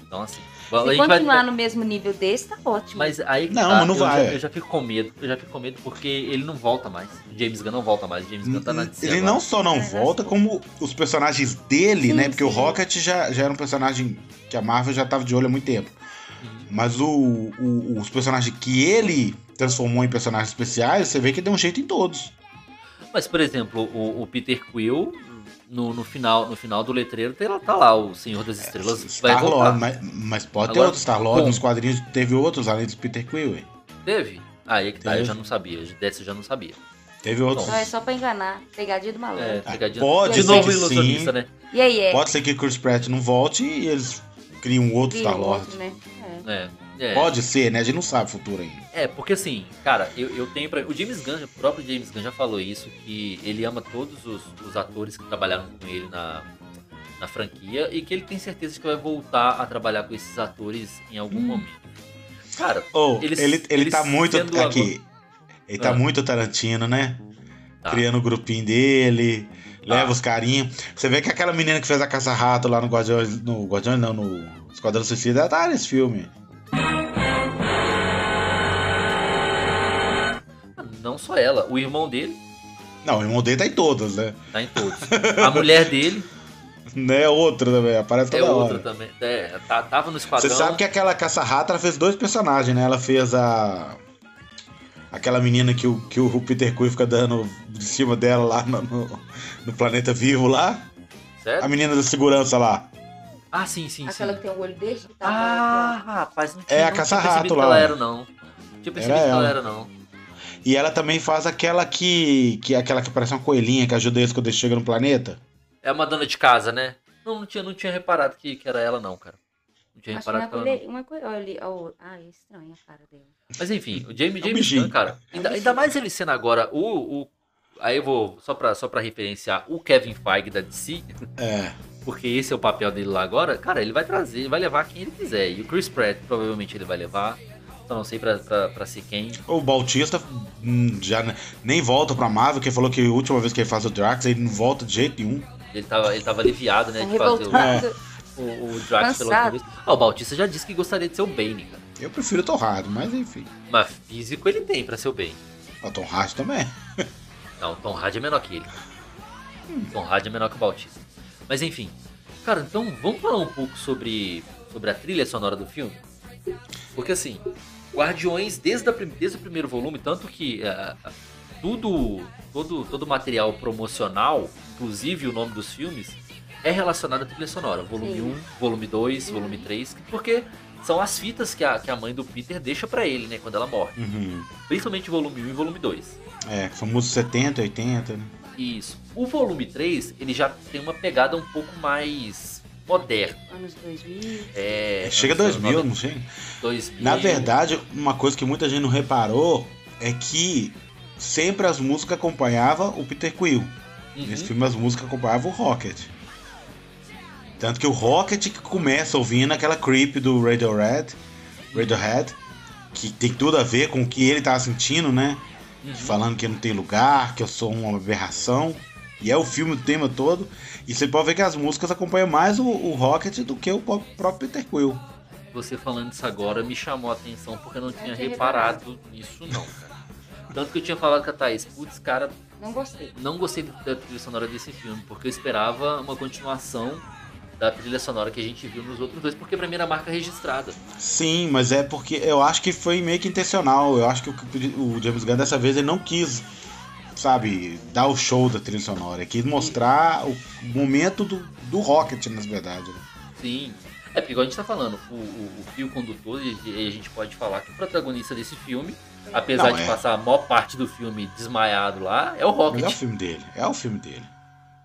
[SPEAKER 1] Então, assim.
[SPEAKER 2] Se continuar no mesmo nível desse, tá ótimo.
[SPEAKER 1] Mas aí que
[SPEAKER 3] Não,
[SPEAKER 1] tá,
[SPEAKER 3] não
[SPEAKER 1] eu,
[SPEAKER 3] vai. é.
[SPEAKER 1] Já, eu já fico com medo. Eu já fico com medo porque ele não volta mais. James Gunn não volta mais. James Gunn tá na DC
[SPEAKER 3] Ele
[SPEAKER 1] agora.
[SPEAKER 3] não só não
[SPEAKER 2] Mas
[SPEAKER 3] volta,
[SPEAKER 2] acho-
[SPEAKER 3] como os personagens dele,
[SPEAKER 2] Sim,
[SPEAKER 3] né? Porque o
[SPEAKER 2] sim.
[SPEAKER 3] Rocket já, já era um personagem que a Marvel já tava de olho há muito tempo.
[SPEAKER 1] Uhum.
[SPEAKER 3] Mas o- o- os personagens que ele transformou em personagens especiais, você vê que deu um jeito em todos.
[SPEAKER 1] Mas, por exemplo, o, o Peter Quill, no, no final, no final do letreiro, tá, tá lá, o Senhor
[SPEAKER 3] É,
[SPEAKER 1] das Estrelas vai voltar.
[SPEAKER 3] Star-Lord, mas, mas pode ter
[SPEAKER 1] Agora,
[SPEAKER 3] outro Star-Lord.
[SPEAKER 1] bom.
[SPEAKER 3] Nos quadrinhos teve outros além do Peter Quill, ué.
[SPEAKER 1] Teve? Aí é que tá, eu
[SPEAKER 3] Teve.
[SPEAKER 1] já não sabia. Dessa eu já não sabia.
[SPEAKER 3] Teve outros.
[SPEAKER 2] Não, é só pra enganar. Pegadinha do malandro.
[SPEAKER 1] É,
[SPEAKER 3] Ah,
[SPEAKER 1] pegadinha.
[SPEAKER 3] pode
[SPEAKER 1] De
[SPEAKER 2] ser
[SPEAKER 1] novo
[SPEAKER 3] que
[SPEAKER 1] ilusionista,
[SPEAKER 3] sim.
[SPEAKER 1] né?
[SPEAKER 2] E aí, é.
[SPEAKER 3] Pode ser que Chris Pratt não volte e eles criam um outro
[SPEAKER 2] Vira
[SPEAKER 3] Star-Lord.
[SPEAKER 2] outro, né? É.
[SPEAKER 1] É. É,
[SPEAKER 3] Pode ser, né? A gente não sabe o futuro ainda.
[SPEAKER 1] é, porque assim, cara, eu, eu tenho pra. O James Gunn, o próprio James Gunn já falou isso, que ele ama todos os, os atores que trabalharam com ele na, na franquia e que ele tem certeza de que vai voltar a trabalhar com esses atores em algum
[SPEAKER 3] Hum.
[SPEAKER 1] momento. Cara,
[SPEAKER 3] Ou
[SPEAKER 1] Eles-
[SPEAKER 3] ele, ele
[SPEAKER 1] eles
[SPEAKER 3] tá muito
[SPEAKER 1] sendo
[SPEAKER 3] aqui. Ele tá
[SPEAKER 1] Ah.
[SPEAKER 3] muito Tarantino, né?
[SPEAKER 1] Tá.
[SPEAKER 3] Criando o grupinho dele,
[SPEAKER 1] Tá.
[SPEAKER 3] leva os carinhos. Você vê que aquela menina que fez a caça-rato lá no Guardiões, no Guardiões não, no Esquadrão Suicida, ela tá nesse filme.
[SPEAKER 1] não só ela, o irmão dele
[SPEAKER 3] Não, o irmão dele tá em todas, né?
[SPEAKER 1] tá em todos. A mulher dele
[SPEAKER 3] Não é outra também, aparece
[SPEAKER 1] é
[SPEAKER 3] toda
[SPEAKER 1] outra
[SPEAKER 3] hora.
[SPEAKER 1] também. É, tá- tava no esquadrão.
[SPEAKER 3] Você sabe que aquela caça-rata ela fez dois personagens, né? Ela fez a. Aquela menina que o, que o Peter Quill fica dando de cima dela lá no, no, no Planeta Vivo lá.
[SPEAKER 1] Certo?
[SPEAKER 3] é A menina da segurança lá.
[SPEAKER 1] Ah, sim, sim, sim.
[SPEAKER 2] Aquela que tem o olho desse que tá
[SPEAKER 1] Ah, rapaz, não
[SPEAKER 3] É a
[SPEAKER 1] não
[SPEAKER 3] caça-rato
[SPEAKER 1] percebido que
[SPEAKER 3] lá,
[SPEAKER 1] ela
[SPEAKER 3] ó.
[SPEAKER 1] era, não. Não Tinha percebido
[SPEAKER 3] Era
[SPEAKER 1] que ela
[SPEAKER 3] ela.
[SPEAKER 1] era, não.
[SPEAKER 3] E ela também faz aquela que. que é aquela que parece uma coelhinha que ajuda eles quando eles chegam no planeta.
[SPEAKER 1] É uma dona de casa, né? Não, não tinha, não tinha reparado que, que era ela, não, cara. Não tinha
[SPEAKER 2] Acho que é
[SPEAKER 1] reparado
[SPEAKER 2] uma
[SPEAKER 1] que ela não.
[SPEAKER 2] colher, uma colher, olha, ó, ah, é estranha a cara dela.
[SPEAKER 1] Mas enfim, o Jamie,
[SPEAKER 3] um
[SPEAKER 1] James
[SPEAKER 3] bichinho.
[SPEAKER 1] Gunn, cara. Ainda, ainda mais ele sendo agora o. o aí eu vou, só pra, só pra referenciar, o Kevin Feige da DC,
[SPEAKER 3] É.
[SPEAKER 1] porque esse é o papel dele lá agora, cara, ele vai trazer, vai levar quem ele quiser. E o Chris Pratt provavelmente ele vai levar. Só não sei pra, pra, pra ser quem.
[SPEAKER 3] O Bautista hum, já ne- nem volta pra Marvel, que falou que a última vez que ele faz o Drax, ele não volta de jeito nenhum.
[SPEAKER 1] Ele tava, ele tava aliviado, né?
[SPEAKER 2] Tá
[SPEAKER 1] De fazer o,
[SPEAKER 2] revoltado.
[SPEAKER 1] o, o Drax pela última
[SPEAKER 2] Cansado.
[SPEAKER 1] vez. Ah, o Bautista já disse que gostaria de ser o Bane, cara.
[SPEAKER 3] Eu prefiro o Torrado, mas enfim.
[SPEAKER 1] Mas físico ele tem pra ser o Bane.
[SPEAKER 3] O Tom Hardy também.
[SPEAKER 1] Não, o Tom Hardy é menor que ele. O Tom Hardy é menor que o Bautista. Mas enfim. Cara, então vamos falar um pouco sobre, sobre a trilha sonora do filme? Porque assim, Guardiões, desde, a prim- desde o primeiro volume, tanto que ah, ah, tudo, todo, todo o material promocional, inclusive o nome dos filmes, é relacionado à trilha sonora. Volume
[SPEAKER 2] Sim.
[SPEAKER 1] 1, volume 2, volume 3, porque são as fitas que a, que a mãe do Peter deixa pra ele, né, quando ela morre.
[SPEAKER 3] Uhum.
[SPEAKER 1] Principalmente volume 1 e volume 2.
[SPEAKER 3] É, famoso 70, 80, né?
[SPEAKER 1] Isso. O volume 3, ele já tem uma pegada um pouco mais moderna.
[SPEAKER 2] Anos 2000.
[SPEAKER 1] É,
[SPEAKER 3] chega 2000, não chega?
[SPEAKER 1] 2000.
[SPEAKER 3] Na verdade, uma coisa que muita gente não reparou é que sempre as músicas acompanhavam o Peter Quill.
[SPEAKER 1] Uhum.
[SPEAKER 3] Nesse filme as músicas acompanhavam o Rocket. Tanto que o Rocket que começa ouvindo aquela creep do Radiohead, Radiohead, que tem tudo a ver com o que ele tava sentindo, né?
[SPEAKER 1] Uhum.
[SPEAKER 3] falando que eu não tenho lugar, que eu sou uma aberração. E é o filme, o tema todo. E você pode ver que as músicas acompanham mais o, o Rocket do que o pró- próprio Peter Quill.
[SPEAKER 1] Você falando isso agora me chamou a atenção porque eu não tinha
[SPEAKER 2] tinha
[SPEAKER 1] reparado nisso não, cara. Tanto que eu tinha falado com a Thaís, putz, cara,
[SPEAKER 2] Não gostei.
[SPEAKER 1] não gostei da trilha sonora desse filme, porque eu esperava uma continuação da trilha sonora que a gente viu nos outros dois, porque pra mim era marca registrada.
[SPEAKER 3] Sim, mas é porque eu acho que foi meio que intencional. Eu acho que o, o James Gunn dessa vez ele não quis, sabe, dar o show da trilha sonora. Ele quis mostrar o momento do, do Rocket, na verdade. né?
[SPEAKER 1] Sim. É porque igual a gente tá falando, o, o, o fio condutor, e, e a gente pode falar que o protagonista desse filme, apesar
[SPEAKER 3] Não,
[SPEAKER 1] de
[SPEAKER 3] é.
[SPEAKER 1] passar a maior parte do filme desmaiado lá, é o
[SPEAKER 3] Mas é o
[SPEAKER 1] Rocket.
[SPEAKER 3] filme dele. É o filme dele.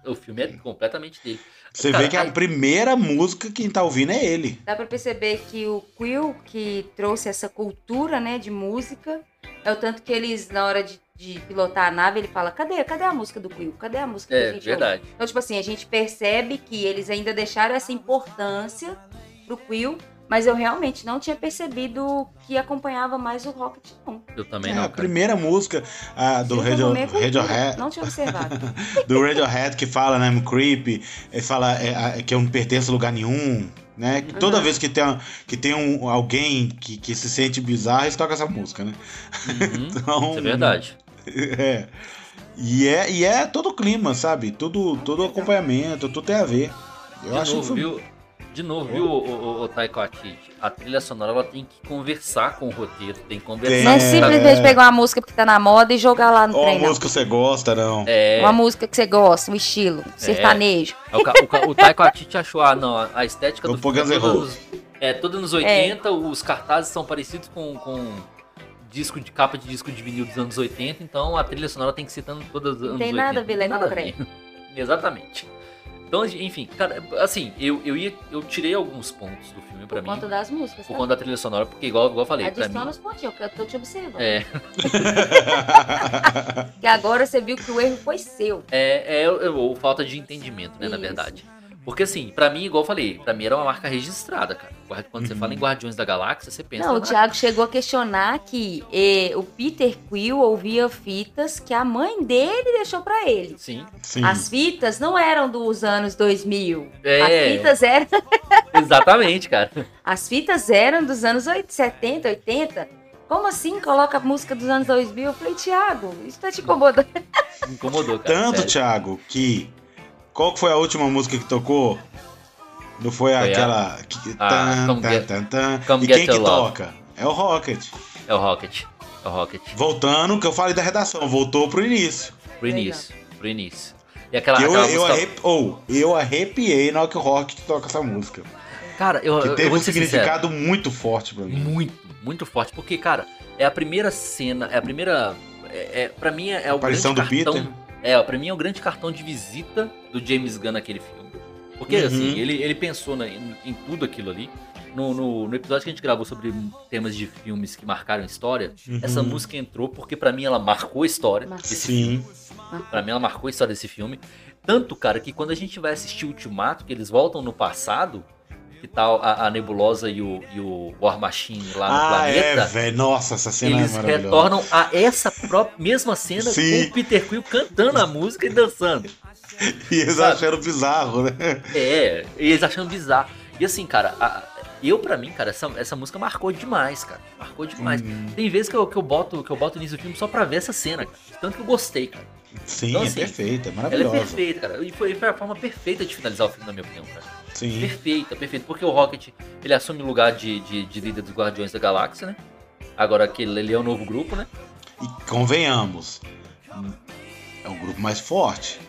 [SPEAKER 1] O filme é completamente dele.
[SPEAKER 3] Você
[SPEAKER 1] Cara,
[SPEAKER 3] vê que a
[SPEAKER 1] aí-
[SPEAKER 3] primeira música que quem tá ouvindo é ele.
[SPEAKER 2] Dá pra perceber que o Quill, que trouxe essa cultura, né, de música, é o tanto que eles, na hora de, de pilotar a nave, ele fala, cadê, cadê a música do Quill? Cadê a música que
[SPEAKER 1] É
[SPEAKER 2] a gente ouve?"
[SPEAKER 1] verdade.
[SPEAKER 2] Então, tipo assim, a gente percebe que eles ainda deixaram essa importância pro Quill, mas eu realmente não tinha percebido que acompanhava mais o Rocket, não.
[SPEAKER 1] Eu também
[SPEAKER 3] É,
[SPEAKER 1] não,
[SPEAKER 3] a
[SPEAKER 1] cara.
[SPEAKER 3] primeira música ah, do,
[SPEAKER 2] Então,
[SPEAKER 3] Radio,
[SPEAKER 2] não é cultura,
[SPEAKER 1] né?
[SPEAKER 3] Radiohead,
[SPEAKER 2] Não tinha observado.
[SPEAKER 3] do Radiohead que fala, né, I'm creepy, ele fala é, é, que eu não pertenço a lugar nenhum, né? Que Toda vez que tem, uma- que tem um, alguém que, que se sente bizarro, eles tocam essa música, né?
[SPEAKER 1] Uhum.
[SPEAKER 3] Então,
[SPEAKER 1] Isso é verdade.
[SPEAKER 3] é. E, é, e é todo o clima, sabe? Tudo, todo o acompanhamento, tudo tem a ver. Eu
[SPEAKER 1] De
[SPEAKER 3] acho
[SPEAKER 1] novo,
[SPEAKER 3] que foi- um
[SPEAKER 1] viu? De novo, viu, o, o, o Taiko Atiti? A trilha sonora ela tem que conversar com o roteiro, tem que
[SPEAKER 3] Tem.
[SPEAKER 1] conversar.
[SPEAKER 2] Não
[SPEAKER 1] com
[SPEAKER 2] é
[SPEAKER 1] o
[SPEAKER 2] simplesmente pegar uma música que tá na moda e jogar lá no
[SPEAKER 3] Ou a
[SPEAKER 2] trem, não.
[SPEAKER 3] música que você gosta, não.
[SPEAKER 1] É,
[SPEAKER 2] Uma música que você gosta, um estilo, sertanejo.
[SPEAKER 1] o, ca- o, ca- o Taiko Atiti achou, ah, não, a- a estética
[SPEAKER 3] Vou
[SPEAKER 1] do
[SPEAKER 3] pôr
[SPEAKER 1] filme
[SPEAKER 3] Guns
[SPEAKER 1] é
[SPEAKER 3] N'
[SPEAKER 1] toda
[SPEAKER 3] Roses.
[SPEAKER 1] nos- é toda nos 80, os cartazes são parecidos com, com disco de capa de disco de vinil dos anos 80, então a trilha sonora tem que ser tanto todas os anos 80.
[SPEAKER 2] Não tem nada a ver, né, Lena,
[SPEAKER 1] nada
[SPEAKER 2] com trem.
[SPEAKER 1] ver. Exatamente. Então, enfim, cara, assim, eu, eu, ia, eu tirei alguns pontos do filme pra
[SPEAKER 2] Por
[SPEAKER 1] mim,
[SPEAKER 2] conta das músicas,
[SPEAKER 1] por
[SPEAKER 2] tá?
[SPEAKER 1] conta da trilha sonora, porque igual, igual eu falei, pra mim...
[SPEAKER 2] Adiciona os pontinhos, que eu tô te observando.
[SPEAKER 1] É,
[SPEAKER 2] Que agora você viu que o erro foi seu.
[SPEAKER 1] É, é, ou falta de entendimento, né, na
[SPEAKER 2] Isso.
[SPEAKER 1] verdade. Porque assim, pra mim, igual eu falei, pra mim era uma marca registrada, cara. Guarda- Quando
[SPEAKER 3] Uhum.
[SPEAKER 1] você fala em Guardiões da Galáxia, você pensa
[SPEAKER 2] Não,
[SPEAKER 1] na
[SPEAKER 2] o Thiago chegou a questionar que eh, o Peter Quill ouvia fitas que a mãe dele deixou pra ele.
[SPEAKER 1] Sim.
[SPEAKER 3] Sim.
[SPEAKER 2] As fitas não eram dos anos 2000. As,
[SPEAKER 1] É,
[SPEAKER 2] fitas eram,
[SPEAKER 1] exatamente, cara.
[SPEAKER 2] as fitas eram dos anos oit- 70, 80. Como assim coloca a música dos anos 2000? Eu falei, Thiago, isso tá te incomodando.
[SPEAKER 1] Me incomodou, cara.
[SPEAKER 3] Tanto,
[SPEAKER 1] sério.
[SPEAKER 3] Thiago, que. Qual que foi a última música que tocou? Não foi,
[SPEAKER 1] a-
[SPEAKER 3] aquela. que-
[SPEAKER 1] Ah,
[SPEAKER 3] tan,
[SPEAKER 1] Come
[SPEAKER 3] tan,
[SPEAKER 1] Get-
[SPEAKER 3] tan, tan.
[SPEAKER 1] Come
[SPEAKER 3] E
[SPEAKER 1] Get
[SPEAKER 3] quem
[SPEAKER 1] Your
[SPEAKER 3] que
[SPEAKER 1] Love.
[SPEAKER 3] toca? É o Rocket.
[SPEAKER 1] É o Rocket. É o Rocket.
[SPEAKER 3] Voltando, que eu falei da redação, voltou pro início.
[SPEAKER 1] Pro início. Pro início. E aquela,
[SPEAKER 3] eu,
[SPEAKER 1] Ah, aquela
[SPEAKER 3] eu,
[SPEAKER 1] música.
[SPEAKER 3] arrep... ou, eu arrepiei na hora que o Rocket toca essa música.
[SPEAKER 1] Cara, eu,
[SPEAKER 3] Que
[SPEAKER 1] eu, eu
[SPEAKER 3] teve
[SPEAKER 1] vou
[SPEAKER 3] um
[SPEAKER 1] te ser sincero.
[SPEAKER 3] significado muito forte pra mim.
[SPEAKER 1] Muito, muito forte. Porque, cara, é a primeira cena, é a primeira. É, é, pra mim é o grande
[SPEAKER 3] Aparição do
[SPEAKER 1] cartão.
[SPEAKER 3] Peter.
[SPEAKER 1] É, pra mim é o grande cartão de visita do James Gunn naquele filme. Porque,
[SPEAKER 3] Uhum.
[SPEAKER 1] assim, ele, ele pensou na- em, em tudo aquilo ali. No, no, no episódio que a gente gravou sobre temas de filmes que marcaram história, essa
[SPEAKER 3] Uhum.
[SPEAKER 1] música entrou porque, pra mim, ela marcou a história.
[SPEAKER 2] Marcou.
[SPEAKER 1] desse
[SPEAKER 3] Sim.
[SPEAKER 1] Pra mim, ela marcou a história desse filme. Tanto, cara, que quando a gente vai assistir Ultimato, que eles voltam no passado, que tal a, a Nebulosa e o, e o War Machine lá no
[SPEAKER 3] Ah,
[SPEAKER 1] planeta,
[SPEAKER 3] é, velho. Nossa, essa cena
[SPEAKER 1] eles
[SPEAKER 3] é maravilhosa.
[SPEAKER 1] retornam a essa própria, mesma cena
[SPEAKER 3] Sim.
[SPEAKER 1] com o Peter Quill cantando a música e dançando.
[SPEAKER 3] E eles
[SPEAKER 1] sabe?
[SPEAKER 3] acharam bizarro, né?
[SPEAKER 1] É, e eles achando bizarro. E assim, cara, a- eu pra mim, cara, essa, essa música marcou demais, cara. Marcou demais.
[SPEAKER 3] Uhum.
[SPEAKER 1] Tem vezes que eu, que eu boto que eu boto nisso do filme só pra ver essa cena, cara. De Tanto que eu gostei, cara.
[SPEAKER 3] Sim,
[SPEAKER 1] Então,
[SPEAKER 3] é
[SPEAKER 1] assim,
[SPEAKER 3] perfeita, é
[SPEAKER 1] Ela é
[SPEAKER 3] maravilhosa.
[SPEAKER 1] perfeita, cara. E foi, foi a forma perfeita de finalizar o filme, na minha opinião, cara.
[SPEAKER 3] Sim.
[SPEAKER 1] Perfeita, perfeita. Porque o Rocket, ele assume o lugar de, de, de líder dos Guardiões da Galáxia, né? Agora aquele ele é o novo grupo, né?
[SPEAKER 3] E convenhamos, é um grupo mais forte.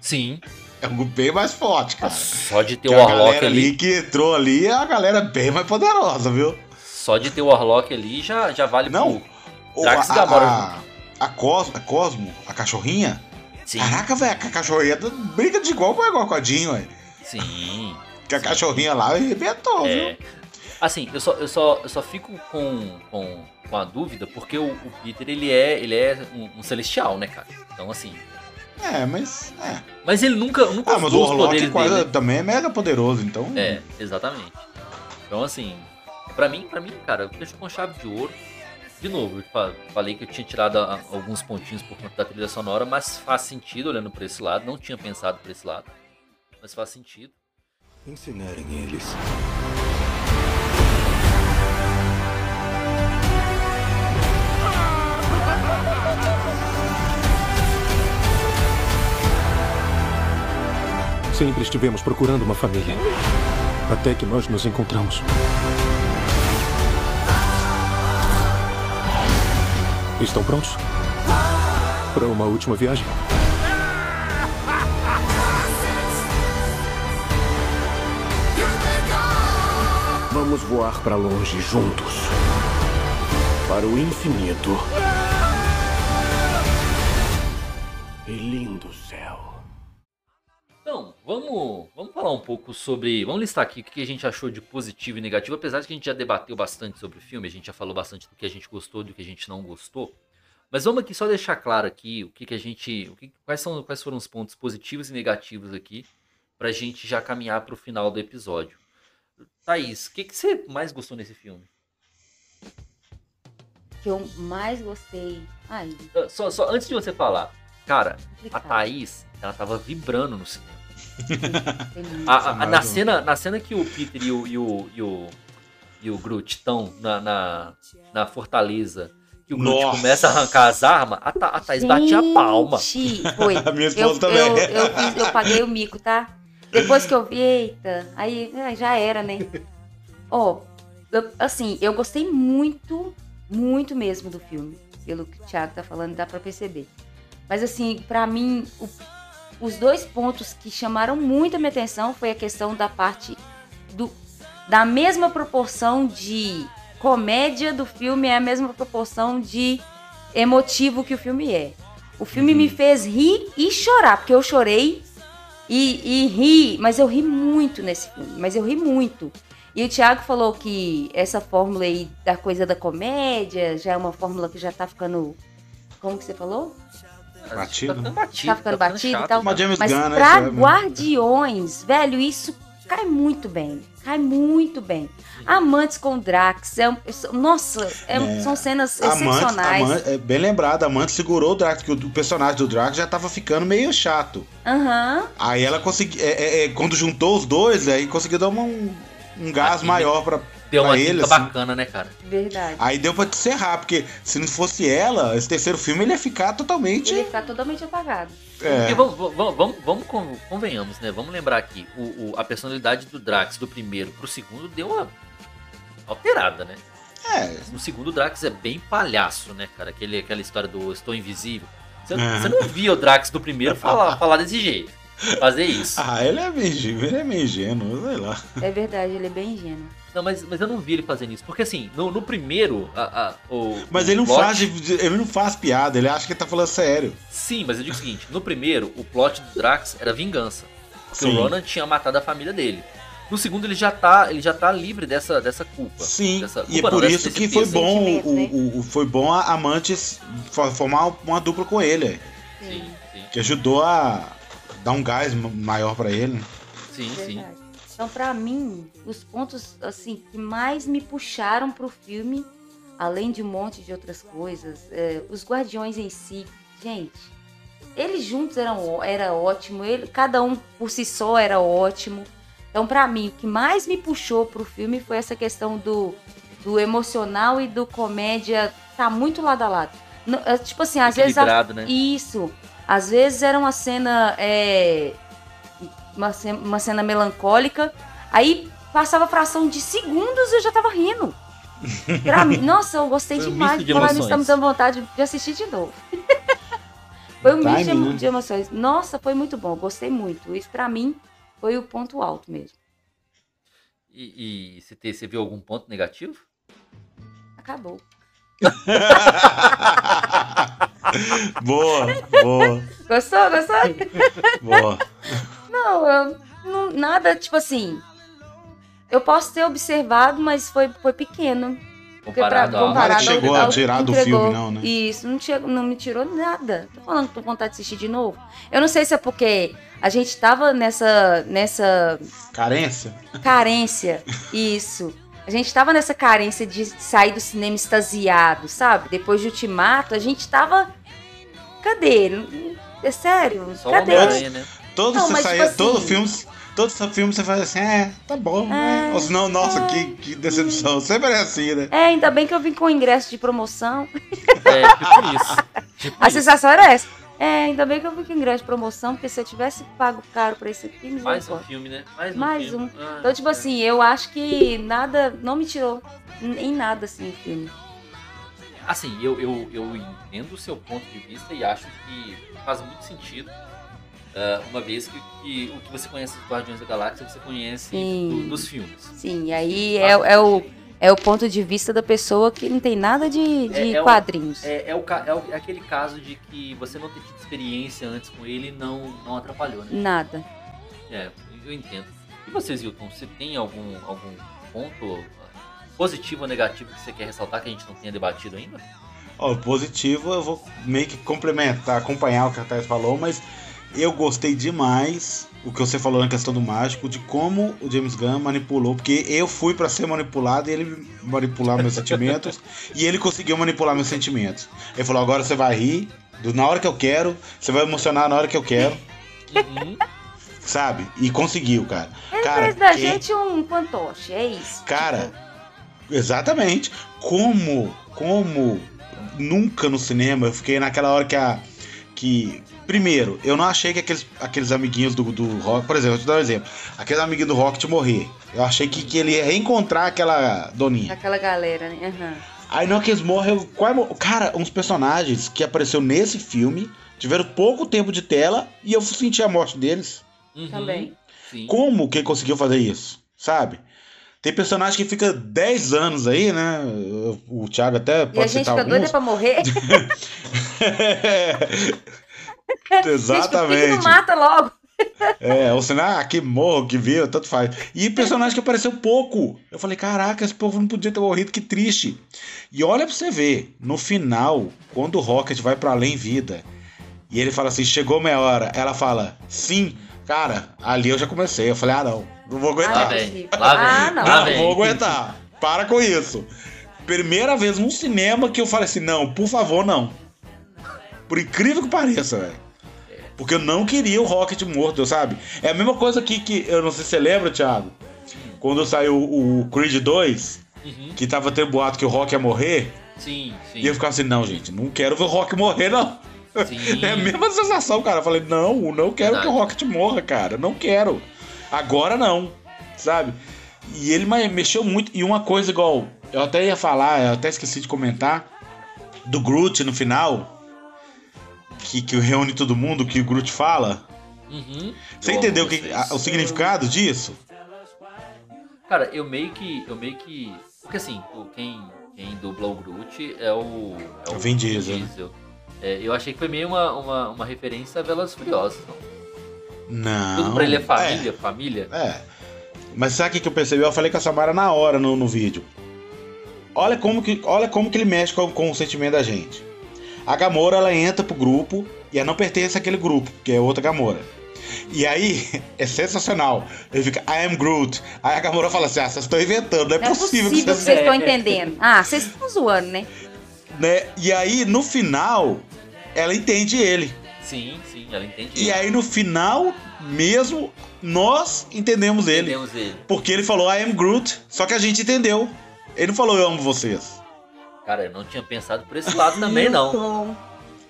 [SPEAKER 1] Sim.
[SPEAKER 3] É um grupo bem mais forte, cara.
[SPEAKER 1] Só de ter
[SPEAKER 3] Que
[SPEAKER 1] o
[SPEAKER 3] a
[SPEAKER 1] Warlock
[SPEAKER 3] galera ali,
[SPEAKER 1] ali.
[SPEAKER 3] que entrou ali é a galera bem mais poderosa, viu?
[SPEAKER 1] Só de ter o Warlock ali já, já vale
[SPEAKER 3] Não.
[SPEAKER 1] pro.
[SPEAKER 3] Ou
[SPEAKER 1] Drax e
[SPEAKER 3] a,
[SPEAKER 1] Gamora
[SPEAKER 3] a, a, Cos- a Cosmo, a cachorrinha.
[SPEAKER 1] Sim,
[SPEAKER 3] Caraca, velho, a cachorrinha tá- briga de igual com igual com a Jean, ué.
[SPEAKER 1] sim.
[SPEAKER 3] Que a cachorrinha lá arrebentou,
[SPEAKER 1] É.
[SPEAKER 3] viu?
[SPEAKER 1] Assim, eu só, eu só, eu só fico com, com, com a dúvida, porque o, o Peter, ele é, ele é um, um celestial, né, cara? Então, assim...
[SPEAKER 3] É, mas. É.
[SPEAKER 1] Mas ele nunca, nunca
[SPEAKER 3] Ah, mas o
[SPEAKER 1] usou os
[SPEAKER 3] Warlock
[SPEAKER 1] poderes
[SPEAKER 3] quase
[SPEAKER 1] dele.
[SPEAKER 3] também é mega poderoso, então.
[SPEAKER 1] né? É, exatamente. Então, assim, pra mim, pra mim, cara, eu deixo com chave de ouro. De novo, eu fa- falei que eu tinha tirado a- alguns pontinhos por conta da trilha sonora, mas faz sentido olhando pra esse lado. Não tinha pensado pra esse lado, mas faz sentido.
[SPEAKER 7] Incinerem eles.
[SPEAKER 4] Sempre estivemos procurando uma família. Até que nós nos encontramos. Estão prontos? Para uma última viagem?
[SPEAKER 8] Vamos voar para longe juntos. Para o infinito. E lindo céu.
[SPEAKER 1] Então, vamos, vamos falar um pouco sobre. Vamos listar aqui o que a gente achou de positivo e negativo. Apesar de que a gente já debateu bastante sobre o filme, a gente já falou bastante do que a gente gostou, do que a gente não gostou. Mas vamos aqui só deixar claro aqui o que, que a gente. O que, quais, são, quais foram os pontos positivos e negativos aqui pra gente já caminhar pro final do episódio. Thaís, o que, que você mais gostou nesse filme?
[SPEAKER 2] O que eu mais gostei. Ai,
[SPEAKER 1] Ah, Só, só antes de você falar, cara, a
[SPEAKER 2] complicado.
[SPEAKER 1] Thaís, ela tava vibrando no cinema.
[SPEAKER 2] Tem muito.
[SPEAKER 1] A- a- a- na,
[SPEAKER 3] Amado.
[SPEAKER 1] cena, na cena que o Peter e o, e o, e o, e o Groot estão na, na, na fortaleza, que o Groot
[SPEAKER 3] Nossa. Tá
[SPEAKER 1] começa a arrancar as armas, a, Tha- a Thaís bate a palma.
[SPEAKER 2] Gente, Foi.
[SPEAKER 3] A minha
[SPEAKER 2] Eu,
[SPEAKER 3] esposa
[SPEAKER 2] eu,
[SPEAKER 3] também. é.
[SPEAKER 2] eu, fiz- eu paguei o mico, tá? Depois que eu vi, eita, aí ah, já era, né? Ó, eu- assim, eu gostei muito, muito mesmo do filme. Pelo que o Thiago tá falando, dá pra perceber. Mas assim, pra mim, o- os dois pontos que chamaram muito a minha atenção foi a questão da parte do, da mesma proporção de comédia do filme é a mesma proporção de emotivo que o filme é. O filme
[SPEAKER 3] Uhum.
[SPEAKER 2] me fez rir e chorar, porque eu chorei e, e ri, mas eu ri muito nesse filme, mas eu ri muito. E o Thiago falou que essa fórmula aí da coisa da comédia já é uma fórmula que já tá ficando. Como que você falou?
[SPEAKER 3] Batido.
[SPEAKER 1] Tá ficando batido.
[SPEAKER 2] Tá ficando batido e
[SPEAKER 1] chato.
[SPEAKER 2] tal.
[SPEAKER 3] Uma James
[SPEAKER 2] Mas
[SPEAKER 3] Gunn, né?
[SPEAKER 2] pra
[SPEAKER 3] sabe?
[SPEAKER 2] Guardiões, velho, isso cai muito bem. Cai muito bem. Amantes com Drax. É, um- nossa, é um-
[SPEAKER 3] É.
[SPEAKER 2] são cenas
[SPEAKER 3] Amante,
[SPEAKER 2] excepcionais.
[SPEAKER 3] Amante- é bem lembrado, a Amante segurou o Drax, que o, o personagem do Drax já tava ficando meio chato.
[SPEAKER 2] Aham.
[SPEAKER 3] Aí ela conseguiu. é, quando juntou os dois, aí conseguiu dar uma- um, um gás
[SPEAKER 1] Aqui,
[SPEAKER 3] maior pra,
[SPEAKER 1] Deu uma
[SPEAKER 3] pra ele.
[SPEAKER 1] dica
[SPEAKER 3] assim.
[SPEAKER 1] bacana, né, cara?
[SPEAKER 2] Verdade.
[SPEAKER 3] Aí deu pra encerrar, porque se não fosse ela, esse terceiro filme ele ia ficar totalmente.
[SPEAKER 2] Ele ia ficar totalmente apagado.
[SPEAKER 1] Porque
[SPEAKER 3] É,
[SPEAKER 1] vamos, vamos, vamos, vamos con- convenhamos, né? Vamos lembrar aqui. O, o- a personalidade do Drax do primeiro pro segundo deu uma alterada, né?
[SPEAKER 3] é,
[SPEAKER 1] No segundo o Drax é bem palhaço, né, cara? Aquele, aquela história do estou invisível. Você,
[SPEAKER 3] É.
[SPEAKER 1] você não via o Drax do primeiro falar, falar desse jeito. Fazer isso.
[SPEAKER 3] Ah, ele é meio ingênuo, ele é meio ingênuo, sei lá.
[SPEAKER 2] É verdade, ele é bem ingênuo.
[SPEAKER 1] Não, mas, mas eu não vi ele fazendo isso. Porque assim, no, no primeiro, a- a- o.
[SPEAKER 3] Mas
[SPEAKER 1] o
[SPEAKER 3] ele não,
[SPEAKER 1] plot-
[SPEAKER 3] faz, de- ele não faz piada, ele acha que ele tá falando sério.
[SPEAKER 1] Sim, mas eu digo o seguinte: no primeiro, o plot do Drax era vingança. Porque
[SPEAKER 3] Sim.
[SPEAKER 1] o
[SPEAKER 2] né?
[SPEAKER 1] Ronan tinha matado a família dele. No segundo, ele já tá, ele já tá livre dessa, dessa culpa.
[SPEAKER 3] Sim,
[SPEAKER 1] Dessa-
[SPEAKER 3] e é
[SPEAKER 1] culpa não,
[SPEAKER 3] por
[SPEAKER 1] dessa-
[SPEAKER 3] isso
[SPEAKER 1] desse
[SPEAKER 3] que
[SPEAKER 1] peso.
[SPEAKER 3] foi bom,
[SPEAKER 2] Sentimento, né?
[SPEAKER 3] o, o- o- foi bom a Amantes fo- formar uma dupla com ele,
[SPEAKER 1] Sim, sim,
[SPEAKER 3] que ajudou a dar um gás ma- maior pra ele. né?
[SPEAKER 1] sim. sim.
[SPEAKER 2] Verdade. Então, pra mim, os pontos assim que mais me puxaram pro filme, além de um monte de outras coisas, é, os Guardiões em si, gente, eles juntos eram ó- era ótimo, ele, cada um por si só era ótimo. Então, pra mim, o que mais me puxou pro filme foi essa questão do, do emocional e do comédia tá muito lado a lado. Não, é, tipo assim, às vezes a
[SPEAKER 1] Equilibrado, né?
[SPEAKER 2] isso. Às vezes era uma cena. é, uma, ce- uma cena melancólica. Aí passava fração de segundos e eu já tava rindo. Pra mim, nossa, eu gostei
[SPEAKER 1] Foi um
[SPEAKER 2] demais.
[SPEAKER 1] misto de
[SPEAKER 2] Falar nisso,
[SPEAKER 1] emoções.
[SPEAKER 2] tá me dando vontade de assistir de novo. foi um misto de,
[SPEAKER 3] Timing, né?
[SPEAKER 2] de emoções. Nossa, foi muito bom. Gostei muito. Isso pra mim foi o ponto alto mesmo.
[SPEAKER 1] E, e você, te- você viu algum ponto negativo?
[SPEAKER 2] Acabou.
[SPEAKER 3] boa, boa,
[SPEAKER 2] Gostou? Gostou?
[SPEAKER 3] boa.
[SPEAKER 2] Não, eu não- nada, tipo assim. Eu posso ter observado, mas foi, foi pequeno. Porque pra,
[SPEAKER 1] Comparado a.
[SPEAKER 3] Nada
[SPEAKER 2] comparado
[SPEAKER 3] que chegou a
[SPEAKER 2] ao- ao-
[SPEAKER 3] tirar do
[SPEAKER 2] entregou.
[SPEAKER 3] filme, não, né?
[SPEAKER 2] Isso, não, chegou, não me tirou nada. Tô falando que tô com vontade de assistir de novo. Eu não sei se é porque a gente tava nessa, nessa
[SPEAKER 3] Carência?
[SPEAKER 2] carência. Isso. A gente tava nessa carência de sair do cinema extasiado, sabe? Depois de Ultimato, a gente tava. Cadê? Não- É sério?
[SPEAKER 1] Só o
[SPEAKER 2] Cadê?
[SPEAKER 1] Homem-Aranha, né?
[SPEAKER 3] Todo,
[SPEAKER 2] Não,
[SPEAKER 3] você
[SPEAKER 2] mas,
[SPEAKER 3] saía,
[SPEAKER 2] tipo
[SPEAKER 3] todo
[SPEAKER 2] assim-
[SPEAKER 3] filme, todo seu filme você faz assim, é, tá bom, né?
[SPEAKER 2] É,
[SPEAKER 3] Ou senão, nossa,
[SPEAKER 2] é.
[SPEAKER 3] que, que
[SPEAKER 2] Ah.
[SPEAKER 3] decepção. Sempre é assim, né?
[SPEAKER 2] É, ainda bem que eu vim com o ingresso de promoção.
[SPEAKER 1] É, tipo isso. Tipo
[SPEAKER 2] A
[SPEAKER 1] isso.
[SPEAKER 2] sensação era essa. É, ainda bem que eu vim com o ingresso de promoção, porque se eu tivesse pago caro pra isso aqui, me
[SPEAKER 1] Mais um filme, né? Mais um.
[SPEAKER 2] Mais
[SPEAKER 1] filme. Ah,
[SPEAKER 2] Então, tipo
[SPEAKER 1] é.
[SPEAKER 2] assim, eu acho que nada, não me tirou n- em nada, assim, o filme.
[SPEAKER 1] Assim, eu, eu, eu entendo o seu ponto de vista e acho que faz muito sentido. ah, uma vez que, que o que você conhece dos Guardiões da Galáxia, você conhece
[SPEAKER 2] Sim.
[SPEAKER 1] do- dos filmes.
[SPEAKER 2] Sim, e aí é, é o, é o ponto de vista da pessoa que não tem nada de, de
[SPEAKER 1] É, é o-
[SPEAKER 2] quadrinhos.
[SPEAKER 1] É, é o, ca- é o- é aquele caso de que você não ter tido experiência antes com ele não, não atrapalhou, né?
[SPEAKER 2] Nada.
[SPEAKER 1] É, eu entendo. E vocês, Hilton, você tem algum, algum ponto positivo ou negativo que você quer ressaltar que a gente não tenha debatido ainda?
[SPEAKER 3] Ó, positivo, eu vou meio que complementar, acompanhar o que a Thais falou, mas eu gostei demais o que você falou na questão do mágico, de como o James Gunn manipulou, porque eu fui pra ser manipulado e ele manipular meus sentimentos, e ele conseguiu manipular meus sentimentos. Ele falou: agora você vai rir do- na hora que eu quero, você vai emocionar na hora que eu quero,
[SPEAKER 1] Uhum.
[SPEAKER 3] sabe? E conseguiu, cara.
[SPEAKER 2] Ele
[SPEAKER 3] cara,
[SPEAKER 2] fez da
[SPEAKER 3] quem-
[SPEAKER 2] gente um fantoche, é isso.
[SPEAKER 3] Cara, exatamente. Como, como nunca no cinema eu fiquei naquela hora que a que. Primeiro, eu não achei que aqueles, aqueles amiguinhos do, do Rock. Por exemplo, vou te dar um exemplo. Aquele amiguinho do Rocket morrer. Eu achei que, que ele ia reencontrar aquela doninha.
[SPEAKER 2] Aquela galera, né? Aham.
[SPEAKER 3] Aí não que eles morrem. eu- qual é mo- Cara, uns personagens que apareceu nesse filme tiveram pouco tempo de tela e eu senti a morte deles.
[SPEAKER 1] Uhum,
[SPEAKER 2] Também.
[SPEAKER 1] Sim.
[SPEAKER 3] Como que ele conseguiu fazer isso? Sabe? Tem personagem que fica 10 anos aí, né? O Thiago até
[SPEAKER 2] E a
[SPEAKER 3] pode
[SPEAKER 2] gente
[SPEAKER 3] citar
[SPEAKER 2] fica
[SPEAKER 3] alguns.
[SPEAKER 2] doida pra morrer. Gente, por que que não
[SPEAKER 3] Exatamente.
[SPEAKER 2] mata logo?
[SPEAKER 3] É, ou senão, ah, que morro, que viu, tanto faz. E personagem que apareceu pouco. Eu falei, caraca, esse povo não podia ter morrido, que triste. E olha pra você ver, no final, quando o Rocket vai pra além vida, e ele fala assim, chegou minha hora, ela fala, sim, cara, ali eu já comecei. Eu falei, ah não, não vou
[SPEAKER 2] Ah,
[SPEAKER 1] Lá
[SPEAKER 3] aguentar.
[SPEAKER 1] vem.
[SPEAKER 2] tá.
[SPEAKER 1] Lá vem.
[SPEAKER 2] Ah, não.
[SPEAKER 1] Lá
[SPEAKER 3] Não
[SPEAKER 1] vem.
[SPEAKER 3] vou aguentar. Para com isso. Primeira vez num cinema que eu falei assim, não, por favor, não. Por incrível que pareça, velho. Porque eu não queria o Rocket morto, sabe? É a mesma coisa que, que eu não sei se você lembra, Thiago. Quando saiu o, o Creed 2,
[SPEAKER 1] Uhum,
[SPEAKER 3] que tava tendo boato que o Rock ia morrer,
[SPEAKER 1] Sim, sim.
[SPEAKER 3] e eu ficava assim, não, gente, não quero ver o Rock morrer, não.
[SPEAKER 1] Sim.
[SPEAKER 3] É a mesma sensação, cara. Eu falei, não, não quero
[SPEAKER 1] Verdade.
[SPEAKER 3] que o Rocket morra, cara. Não quero. Agora não, sabe? E ele ma- mexeu muito. E uma coisa igual, eu até ia falar, eu até esqueci de comentar, do Groot no final, que, que reúne todo mundo, que o Groot fala.
[SPEAKER 1] Uhum.
[SPEAKER 3] Você
[SPEAKER 1] Eu amo
[SPEAKER 3] entendeu o que,
[SPEAKER 1] vocês.
[SPEAKER 3] a- o significado disso?
[SPEAKER 1] Cara, eu meio que. Eu meio que. Porque assim, o- quem, quem dubla o Groot é o. É o
[SPEAKER 3] Vin Diesel, né?
[SPEAKER 1] É, eu achei que foi meio uma, uma, uma referência a Velas Furiosas. Não.
[SPEAKER 3] Não.
[SPEAKER 1] Tudo pra ele é família, família.
[SPEAKER 3] É. é. Mas sabe o que que eu percebi? Eu falei com a Samara na hora no, no vídeo. Olha como, que, olha como que ele mexe com, com o sentimento da gente. A Gamora, ela entra pro grupo e ela não pertence àquele grupo, porque é outra Gamora. E aí, é sensacional. Ele fica, I am Groot. Aí a Gamora fala assim, ah, vocês estão inventando, não é,
[SPEAKER 2] Não é
[SPEAKER 3] possível, que vocês...
[SPEAKER 2] vocês estão entendendo. Ah, vocês estão zoando, né?
[SPEAKER 3] Né? E aí, no final, ela entende ele.
[SPEAKER 1] Sim, sim, ela entende.
[SPEAKER 3] E aí, no final mesmo, nós entendemos ele.
[SPEAKER 1] Entendemos ele.
[SPEAKER 3] Porque ele falou I am Groot, só que a gente entendeu. Ele não falou eu amo vocês.
[SPEAKER 1] Cara, eu não tinha pensado por esse lado também, não.
[SPEAKER 3] Então,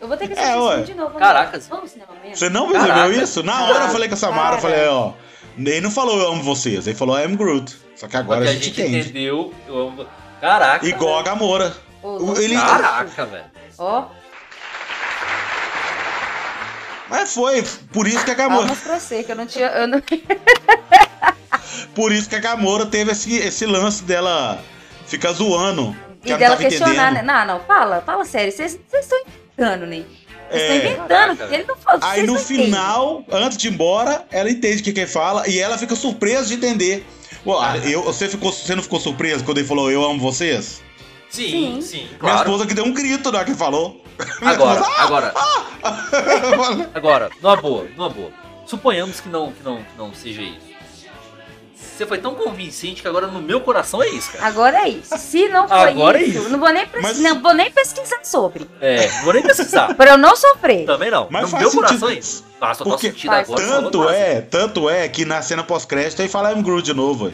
[SPEAKER 2] Eu vou ter que assistir
[SPEAKER 3] É,
[SPEAKER 2] esse
[SPEAKER 3] ué.
[SPEAKER 2] filme de novo. né?
[SPEAKER 1] Caracas.
[SPEAKER 2] Vamos ao cinema mesmo?
[SPEAKER 3] Você não percebeu
[SPEAKER 1] Caraca.
[SPEAKER 3] isso? Na hora eu falei com a Samara,
[SPEAKER 2] Cara.
[SPEAKER 3] eu falei, ó. Ele não falou eu amo vocês, ele falou I am Groot. Só que agora
[SPEAKER 1] Porque
[SPEAKER 3] a gente, entende.
[SPEAKER 1] entendeu. Eu amo... Caraca.
[SPEAKER 3] Igual a Gamora.
[SPEAKER 2] Ô,
[SPEAKER 3] O-
[SPEAKER 2] louco.
[SPEAKER 3] ele-
[SPEAKER 1] Caraca, velho.
[SPEAKER 2] Ó,
[SPEAKER 3] Mas foi, por isso que a Gamora,
[SPEAKER 2] palmas pra você, que eu não tinha... Eu não...
[SPEAKER 3] por isso que a Gamora teve esse, esse lance dela ficar zoando. Que
[SPEAKER 2] E dela
[SPEAKER 3] ela não tava
[SPEAKER 2] questionar,
[SPEAKER 3] entendendo.
[SPEAKER 2] né? Não, não, fala, fala sério. Vocês vocês estão inventando, né? Vocês estão
[SPEAKER 3] É.
[SPEAKER 2] inventando.
[SPEAKER 1] Caraca,
[SPEAKER 2] ele não fala,
[SPEAKER 3] Aí
[SPEAKER 2] vocês
[SPEAKER 3] no
[SPEAKER 2] não entendem.
[SPEAKER 3] final, antes de ir embora, ela entende o que quem fala e ela fica surpresa de entender. Ué, eu, você, ficou, você não ficou surpreso quando ele falou eu amo vocês?
[SPEAKER 1] Sim,
[SPEAKER 2] Sim.
[SPEAKER 1] sim,
[SPEAKER 3] Minha
[SPEAKER 1] claro.
[SPEAKER 3] esposa que deu um grito na hora que falou.
[SPEAKER 1] Agora, agora, agora, numa boa, numa boa. Suponhamos que não, que não, que não seja isso. Você foi tão convincente que agora no meu coração é isso, cara.
[SPEAKER 2] Agora é isso. Se não foi
[SPEAKER 1] Agora é
[SPEAKER 2] isso,
[SPEAKER 1] isso.
[SPEAKER 2] Não, vou nem pres-
[SPEAKER 3] Mas-
[SPEAKER 2] não vou nem pesquisar sobre.
[SPEAKER 1] É, não vou nem precisar.
[SPEAKER 2] Pra eu não sofrer.
[SPEAKER 1] Também não.
[SPEAKER 3] Mas
[SPEAKER 1] no
[SPEAKER 3] faz
[SPEAKER 1] meu
[SPEAKER 3] sentido.
[SPEAKER 1] coração é isso. Faz total
[SPEAKER 3] Porque
[SPEAKER 1] sentido
[SPEAKER 2] faz
[SPEAKER 1] agora. você
[SPEAKER 3] Tanto
[SPEAKER 1] falou, nossa,
[SPEAKER 3] é, tanto é que na cena pós-crédito aí fala I'm Groot de novo. ué.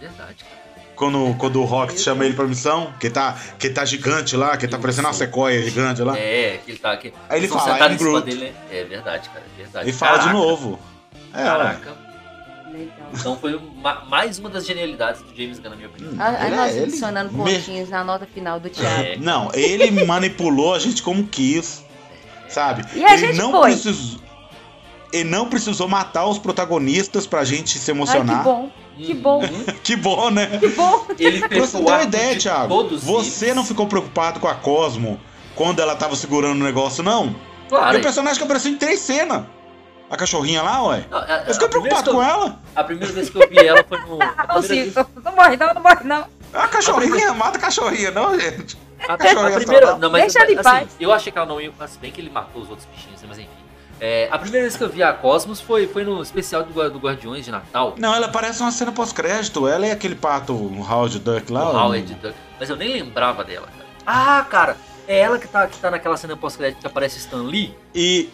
[SPEAKER 1] Verdade, cara.
[SPEAKER 3] Quando, quando o Rocket chama ele pra missão, que tá, que tá gigante lá, que tá parecendo uma sequoia gigante lá.
[SPEAKER 1] É, que ele tá aqui.
[SPEAKER 3] Aí ele
[SPEAKER 1] Eles vão
[SPEAKER 3] fala,
[SPEAKER 1] sentar
[SPEAKER 3] "I'm
[SPEAKER 1] em cima
[SPEAKER 3] Groot."
[SPEAKER 1] dele, né? É verdade, cara, é verdade.
[SPEAKER 3] E fala de
[SPEAKER 1] Caraca,
[SPEAKER 3] novo. É, ué.
[SPEAKER 1] Caraca.
[SPEAKER 2] Legal.
[SPEAKER 1] Então foi uma- mais uma das genialidades do James Gunn, na minha opinião.
[SPEAKER 2] Ai,
[SPEAKER 3] Ele é-
[SPEAKER 2] nós
[SPEAKER 3] ele
[SPEAKER 2] adicionando
[SPEAKER 3] me-
[SPEAKER 2] pontinhos na nota final do Thiago.
[SPEAKER 1] É.
[SPEAKER 3] Não, ele manipulou a gente como quis, sabe?
[SPEAKER 2] E a
[SPEAKER 3] ele
[SPEAKER 2] gente
[SPEAKER 3] não
[SPEAKER 2] foi.
[SPEAKER 3] precisou. Ele não precisou matar os protagonistas pra gente se
[SPEAKER 2] Ai, que
[SPEAKER 3] emocionar.
[SPEAKER 2] bom, que bom,
[SPEAKER 3] que bom, né?
[SPEAKER 2] que bom.
[SPEAKER 1] É, hum, Ele
[SPEAKER 3] Pra
[SPEAKER 1] fez Tipo, o
[SPEAKER 3] você ter uma
[SPEAKER 1] arco
[SPEAKER 3] ideia,
[SPEAKER 1] de
[SPEAKER 3] Thiago,
[SPEAKER 1] todos
[SPEAKER 3] você
[SPEAKER 1] eles.
[SPEAKER 3] não ficou preocupado com a Cosmo quando ela tava segurando o negócio, não?
[SPEAKER 1] Claro,
[SPEAKER 3] E o personagem que apareceu em três cenas. A cachorrinha lá, ué.
[SPEAKER 1] Não, a- a-
[SPEAKER 3] Eu fiquei
[SPEAKER 1] a primeira vez que
[SPEAKER 3] preocupado
[SPEAKER 1] eu-
[SPEAKER 3] com ela.
[SPEAKER 1] A primeira vez que eu vi ela foi no. a
[SPEAKER 2] Não,
[SPEAKER 1] primeira vez-
[SPEAKER 2] Cícero, não morre não, não morre não.
[SPEAKER 3] A cachorrinha mata a cachorrinha, não, gente.
[SPEAKER 1] A,
[SPEAKER 3] Cachorro
[SPEAKER 1] a
[SPEAKER 3] ia
[SPEAKER 1] primeira.
[SPEAKER 3] salvar.
[SPEAKER 1] Não, mas,
[SPEAKER 2] Deixa ele em
[SPEAKER 1] assim,
[SPEAKER 2] paz.
[SPEAKER 1] Eu achei que ela não ia. Mas bem que ele matou os outros bichinhos, né, mas enfim. É, a primeira vez que eu vi a Cosmos foi, foi no especial do, Gua- do Guardiões de Natal.
[SPEAKER 3] Não, ela parece uma cena pós-crédito. Ela é aquele pato, um Howard Duck
[SPEAKER 1] do
[SPEAKER 3] lá. um-
[SPEAKER 1] Howard Duck. Mas eu nem lembrava dela, cara. Ah, cara! É ela que tá, que tá naquela cena pós-crédito que aparece o Stan Lee,
[SPEAKER 3] E.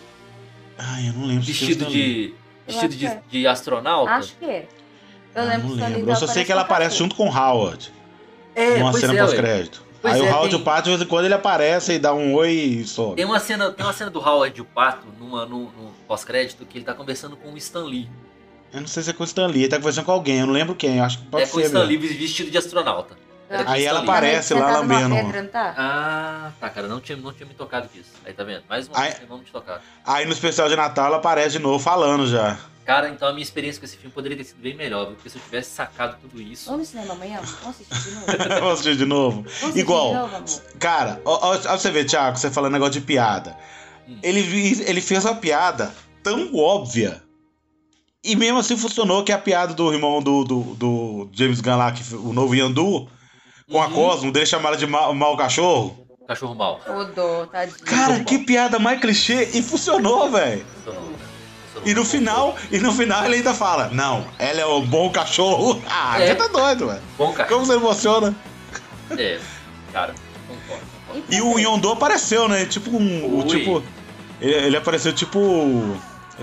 [SPEAKER 3] Ai, eu não lembro. se
[SPEAKER 1] vestido
[SPEAKER 3] eu lembro.
[SPEAKER 1] de. vestido
[SPEAKER 2] acho que
[SPEAKER 1] de,
[SPEAKER 2] é.
[SPEAKER 1] de astronauta.
[SPEAKER 2] Acho que era. Eu
[SPEAKER 3] Eu
[SPEAKER 2] lembro
[SPEAKER 3] Ah, não
[SPEAKER 2] que o Stanley
[SPEAKER 3] lembro.
[SPEAKER 2] Dow
[SPEAKER 3] Eu só sei
[SPEAKER 2] aparece
[SPEAKER 3] que ela
[SPEAKER 2] no
[SPEAKER 3] aparece
[SPEAKER 2] cachorro.
[SPEAKER 3] junto com o Howard.
[SPEAKER 1] é,
[SPEAKER 3] numa
[SPEAKER 1] pois
[SPEAKER 3] cena
[SPEAKER 1] é, ué.
[SPEAKER 3] pós-crédito.
[SPEAKER 1] Pois
[SPEAKER 3] Aí
[SPEAKER 1] é,
[SPEAKER 3] o Howard
[SPEAKER 1] tem-
[SPEAKER 3] o Pato, de vez em quando, ele aparece e dá um oi e some.
[SPEAKER 1] Tem uma cena, tem uma cena do Howard e o Pato numa, no, no pós-crédito que ele tá conversando com o Stan Lee.
[SPEAKER 3] Eu não sei se é com o Stan Lee, ele tá conversando com alguém, eu não lembro quem, eu acho que pode
[SPEAKER 1] é com o
[SPEAKER 3] ser.
[SPEAKER 1] Stan
[SPEAKER 3] mesmo.
[SPEAKER 1] Lee vestido de astronauta. Era
[SPEAKER 2] Aí
[SPEAKER 1] com o Stan
[SPEAKER 3] ela
[SPEAKER 1] Lee.
[SPEAKER 3] aparece. lá
[SPEAKER 2] Sentado numa
[SPEAKER 3] lambendo.
[SPEAKER 2] pedra, não tá?
[SPEAKER 1] Ah, tá, cara, não tinha, não tinha me tocado disso. Aí tá vendo? Mais uma
[SPEAKER 3] Aí-
[SPEAKER 1] vez que não me tocado.
[SPEAKER 3] Aí no especial de Natal ela aparece de novo falando já.
[SPEAKER 1] Cara, então a minha experiência com esse filme poderia ter sido bem melhor, viu? porque se eu tivesse sacado tudo isso.
[SPEAKER 2] Vamos no cinema amanhã? Vamos assistir de novo? Vamos
[SPEAKER 3] Vamos assistir de novo.
[SPEAKER 2] assistir
[SPEAKER 3] Igual.
[SPEAKER 2] de novo, amor?
[SPEAKER 3] Cara, ó, ó, ó pra você ver, Thiago, você falando negócio de piada.
[SPEAKER 1] Hum.
[SPEAKER 3] Ele, vi- ele fez uma piada tão óbvia. E mesmo assim funcionou que a piada do irmão do, do, do James Gunn lá, que f- o novo Yandu, com a
[SPEAKER 1] Uhum.
[SPEAKER 3] Cosmo, dele chamaram de mau, mau cachorro.
[SPEAKER 2] Uhum.
[SPEAKER 1] Cachorro mal.
[SPEAKER 2] Ô, dó, tadinho.
[SPEAKER 3] Cara, que piada mais clichê e funcionou, velho.
[SPEAKER 1] né?
[SPEAKER 3] E no final, e no final ele ainda fala: Não, ela é um bom cachorro. Ah,
[SPEAKER 1] É.
[SPEAKER 3] você tá doido, velho.
[SPEAKER 1] Bom, cara.
[SPEAKER 3] Como você emociona?
[SPEAKER 1] É, cara, concordo, concordo.
[SPEAKER 2] pra
[SPEAKER 3] E o
[SPEAKER 2] você?
[SPEAKER 3] Yondu apareceu, né? Tipo um. o
[SPEAKER 1] Ui.
[SPEAKER 3] Tipo. Ele, ele apareceu tipo.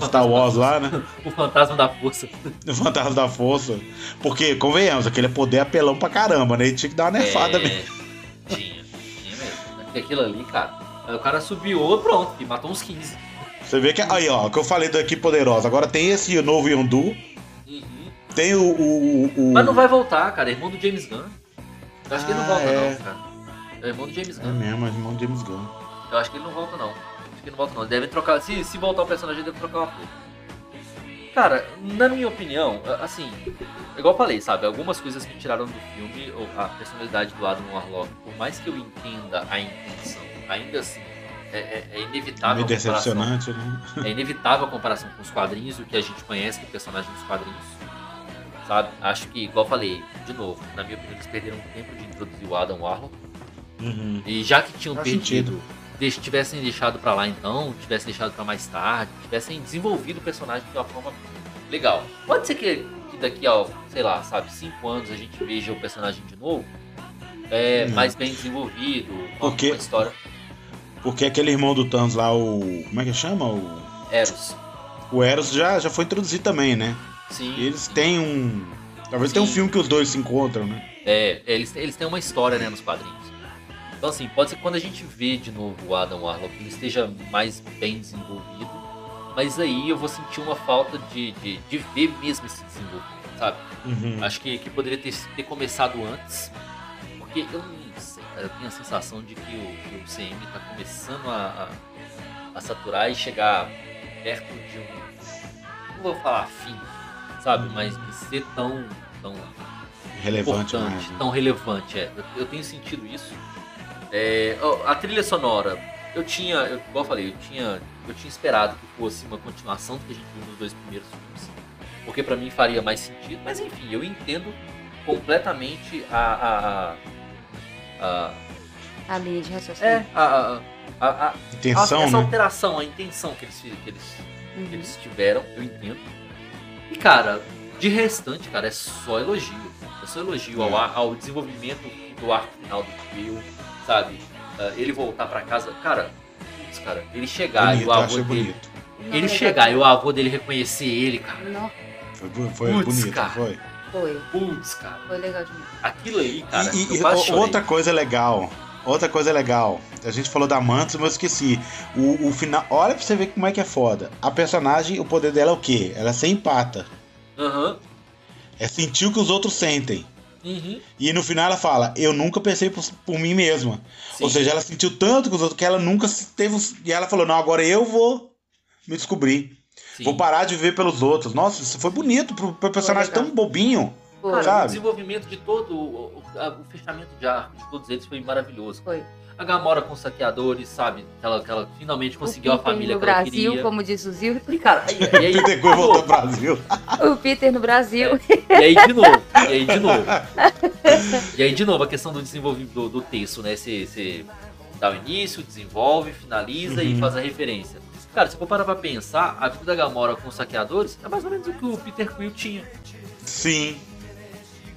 [SPEAKER 3] Star Wars lá, né?
[SPEAKER 1] O fantasma da força.
[SPEAKER 3] No Fantasma da Força. Porque, convenhamos, aquele poder é apelão pra caramba, né? Ele tinha que dar uma
[SPEAKER 1] É.
[SPEAKER 3] nerfada mesmo.
[SPEAKER 1] Tinha, tinha mesmo. né? Porque aquilo ali, cara. aí O cara subiu, pronto, e matou uns 15.
[SPEAKER 3] Você vê que. Aí, ó, o que eu falei do Equipe Poderosa. Agora tem esse novo Yondu.
[SPEAKER 1] Uhum.
[SPEAKER 3] Tem o. o, o- o-
[SPEAKER 1] Mas não vai voltar, cara. É irmão do James Gunn. Eu acho que ele não
[SPEAKER 3] Ah,
[SPEAKER 1] volta,
[SPEAKER 3] é.
[SPEAKER 1] não, cara. É irmão do James
[SPEAKER 3] É
[SPEAKER 1] Gunn.
[SPEAKER 3] mesmo, é irmão de James Gunn.
[SPEAKER 1] Eu acho que ele não volta, não. Acho que ele não volta, não. Devem trocar. Se, se voltar o personagem, deve trocar o ator. Cara, na minha opinião, a- assim, igual eu falei, sabe? Algumas coisas me tiraram do filme, ou a personalidade do Adam Warlock, por mais que eu entenda a intenção, ainda assim, é, é- é inevitável.
[SPEAKER 3] Meio
[SPEAKER 1] a comparação.
[SPEAKER 3] decepcionante, né?
[SPEAKER 1] É inevitável a comparação com os quadrinhos, o que a gente conhece do personagem dos quadrinhos. Sabe? Acho que, igual eu falei, de novo, na minha opinião, eles perderam tempo de introduzir o Adam Warlock.
[SPEAKER 3] Uhum.
[SPEAKER 1] E já que tinham
[SPEAKER 3] Faz
[SPEAKER 1] perdido
[SPEAKER 3] sentido.
[SPEAKER 1] deix- tivessem deixado pra lá então, tivessem deixado pra mais tarde, tivessem desenvolvido o personagem de uma forma legal. Pode ser que, que daqui a, sei lá, sabe, cinco anos a gente veja o personagem de novo, é,
[SPEAKER 3] Hum.
[SPEAKER 1] mais bem desenvolvido, com
[SPEAKER 3] Porque-
[SPEAKER 1] uma história
[SPEAKER 3] Porque aquele irmão do Thanos lá, o. Como é que chama? O,
[SPEAKER 1] Eros.
[SPEAKER 3] o Eros já, já foi introduzido também, né?
[SPEAKER 1] Sim.
[SPEAKER 3] E eles
[SPEAKER 1] sim.
[SPEAKER 3] têm um. Talvez tenha um
[SPEAKER 1] Sim.
[SPEAKER 3] filme que os dois se encontram, né?
[SPEAKER 1] É, eles, eles têm uma história, né, nos quadrinhos. Então, assim, pode ser que quando a gente vê de novo o Adam Warlock, ele esteja mais bem desenvolvido, mas aí eu vou sentir uma falta de, de, de ver mesmo esse desenvolvimento, sabe?
[SPEAKER 3] Hum.
[SPEAKER 1] Acho que, que poderia ter, ter começado antes, porque eu não sei, cara, eu tenho a sensação de que o, que o CM tá começando a, a, a saturar e chegar perto de um. Não vou falar fim, sabe? Mas de ser tão, tão
[SPEAKER 3] É Relevante,
[SPEAKER 1] importante,
[SPEAKER 3] né?
[SPEAKER 1] tão relevante. É. Eu, eu tenho sentido isso. É, ó, a trilha sonora, eu tinha, eu, igual eu falei, eu tinha, eu tinha esperado que fosse uma continuação do que a gente viu nos dois primeiros filmes, porque pra mim faria mais sentido. Mas enfim, eu entendo completamente a, a, a, a-
[SPEAKER 2] A linha de raciocínio.
[SPEAKER 1] é, a, a, a- a-
[SPEAKER 3] Intenção,
[SPEAKER 1] essa
[SPEAKER 3] né?
[SPEAKER 1] alteração, a intenção que eles, fi- que eles
[SPEAKER 3] É.
[SPEAKER 2] Uhum.
[SPEAKER 1] que eles tiveram, eu entendo. E cara, de restante, cara, é só elogio. É só elogio ao, ar- ao desenvolvimento do arco final do filme, sabe? Ah, ele voltar pra casa, cara, putz, cara, ele chegar e o
[SPEAKER 3] Bonito, eu
[SPEAKER 1] avô
[SPEAKER 3] achei
[SPEAKER 1] dele.
[SPEAKER 3] bonito.
[SPEAKER 2] Não,
[SPEAKER 1] Ele
[SPEAKER 2] legal.
[SPEAKER 1] chegar e o avô dele reconhecer ele, cara.
[SPEAKER 2] Não,
[SPEAKER 3] Foi, bu- foi
[SPEAKER 1] Putz,
[SPEAKER 3] bonito,
[SPEAKER 1] cara.
[SPEAKER 3] não foi.
[SPEAKER 2] foi.
[SPEAKER 1] Putz, cara.
[SPEAKER 2] Foi legal demais.
[SPEAKER 1] Aquilo ali, cara,
[SPEAKER 3] e e-
[SPEAKER 1] eu quase
[SPEAKER 3] o-
[SPEAKER 1] chorei.
[SPEAKER 3] outra coisa legal. Outra coisa legal. A gente falou da Mantis, mas eu esqueci. O, o final. Olha pra você ver como é que é foda. A personagem, o poder dela é o quê? Ela é ser empata.
[SPEAKER 1] Aham.
[SPEAKER 3] É sentir o que os outros sentem.
[SPEAKER 1] Uhum.
[SPEAKER 3] E no final ela fala, eu nunca pensei por, por mim mesma.
[SPEAKER 1] Sim.
[SPEAKER 3] Ou seja, ela sentiu tanto com os outros que ela nunca se- teve. um- E ela falou, não, agora eu vou me descobrir.
[SPEAKER 1] sim.
[SPEAKER 3] Vou parar de ver pelos outros. Nossa, isso foi bonito pro, pro personagem
[SPEAKER 2] legal.
[SPEAKER 3] tão bobinho.
[SPEAKER 2] Foi.
[SPEAKER 1] Cara,
[SPEAKER 3] sabe?
[SPEAKER 1] o desenvolvimento de todo o, o- a- o fechamento de arco de todos eles foi maravilhoso.
[SPEAKER 2] Foi.
[SPEAKER 1] A Gamora com os saqueadores, sabe? Que ela, que ela finalmente conseguiu
[SPEAKER 2] O
[SPEAKER 1] a
[SPEAKER 2] Peter
[SPEAKER 1] família
[SPEAKER 2] no
[SPEAKER 1] que ela
[SPEAKER 2] Brasil,
[SPEAKER 1] queria.
[SPEAKER 2] como diz o Zilton.
[SPEAKER 1] E, cara, aí- e aí,
[SPEAKER 3] Peter Quill voltou pro Brasil.
[SPEAKER 2] O Peter no Brasil.
[SPEAKER 1] e aí de novo, e aí de novo. E aí de novo, a questão do desenvolvimento do, do texto, né? Você, você dá o início, desenvolve, finaliza e
[SPEAKER 3] Uhum.
[SPEAKER 1] faz a referência. Cara, se eu for parar pra pensar, a vida da Gamora com os saqueadores é mais ou menos o que o Peter Quill tinha.
[SPEAKER 3] Sim.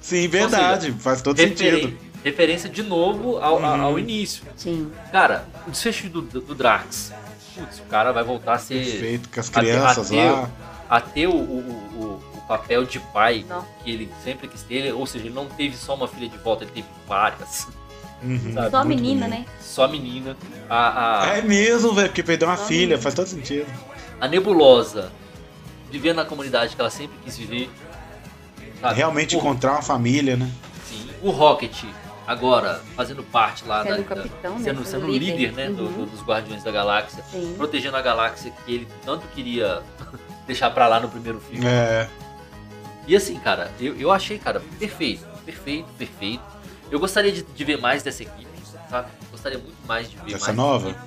[SPEAKER 3] Sim, verdade. Faz todo
[SPEAKER 1] Referen-
[SPEAKER 3] sentido.
[SPEAKER 1] Referência de novo ao, a-
[SPEAKER 3] Uhum.
[SPEAKER 1] ao início.
[SPEAKER 2] Sim.
[SPEAKER 1] Cara, o desfecho do, do Drax. Putz, o cara vai voltar a ser.
[SPEAKER 3] Feito com as
[SPEAKER 1] Até-
[SPEAKER 3] crianças
[SPEAKER 1] até
[SPEAKER 3] lá.
[SPEAKER 1] a ter o, o- o- o papel de pai
[SPEAKER 2] Não.
[SPEAKER 1] que ele sempre quis ter. Ou seja, ele não teve só uma filha de volta, ele teve várias.
[SPEAKER 3] Uhum.
[SPEAKER 1] sabe?
[SPEAKER 2] Só
[SPEAKER 1] Muito
[SPEAKER 2] menina,
[SPEAKER 1] bonito.
[SPEAKER 2] né?
[SPEAKER 1] Só menina. A, a,
[SPEAKER 3] É mesmo, velho, porque perdeu uma
[SPEAKER 2] Só
[SPEAKER 3] filha,
[SPEAKER 2] menino.
[SPEAKER 3] faz todo sentido.
[SPEAKER 1] a nebulosa vivendo na comunidade que ela sempre quis viver. sabe?
[SPEAKER 3] Realmente
[SPEAKER 1] o,
[SPEAKER 3] encontrar uma família, né?
[SPEAKER 1] sim, o Rocket agora fazendo parte lá
[SPEAKER 2] Sendo
[SPEAKER 1] da, da-
[SPEAKER 2] capitão, né?
[SPEAKER 1] sendo,
[SPEAKER 2] Sendo
[SPEAKER 1] sendo
[SPEAKER 2] líder.
[SPEAKER 1] líder, né, do-
[SPEAKER 2] Uhum.
[SPEAKER 1] do- dos Guardiões da Galáxia,
[SPEAKER 2] Sim.
[SPEAKER 1] protegendo a galáxia que ele tanto queria deixar pra lá no primeiro filme.
[SPEAKER 3] É.
[SPEAKER 1] E assim, cara, eu, eu achei, cara, perfeito, perfeito, perfeito. Eu gostaria de, de ver mais dessa equipe, sabe? Gostaria muito mais de ver
[SPEAKER 3] Dessa
[SPEAKER 1] mais
[SPEAKER 3] nova?
[SPEAKER 1] dessa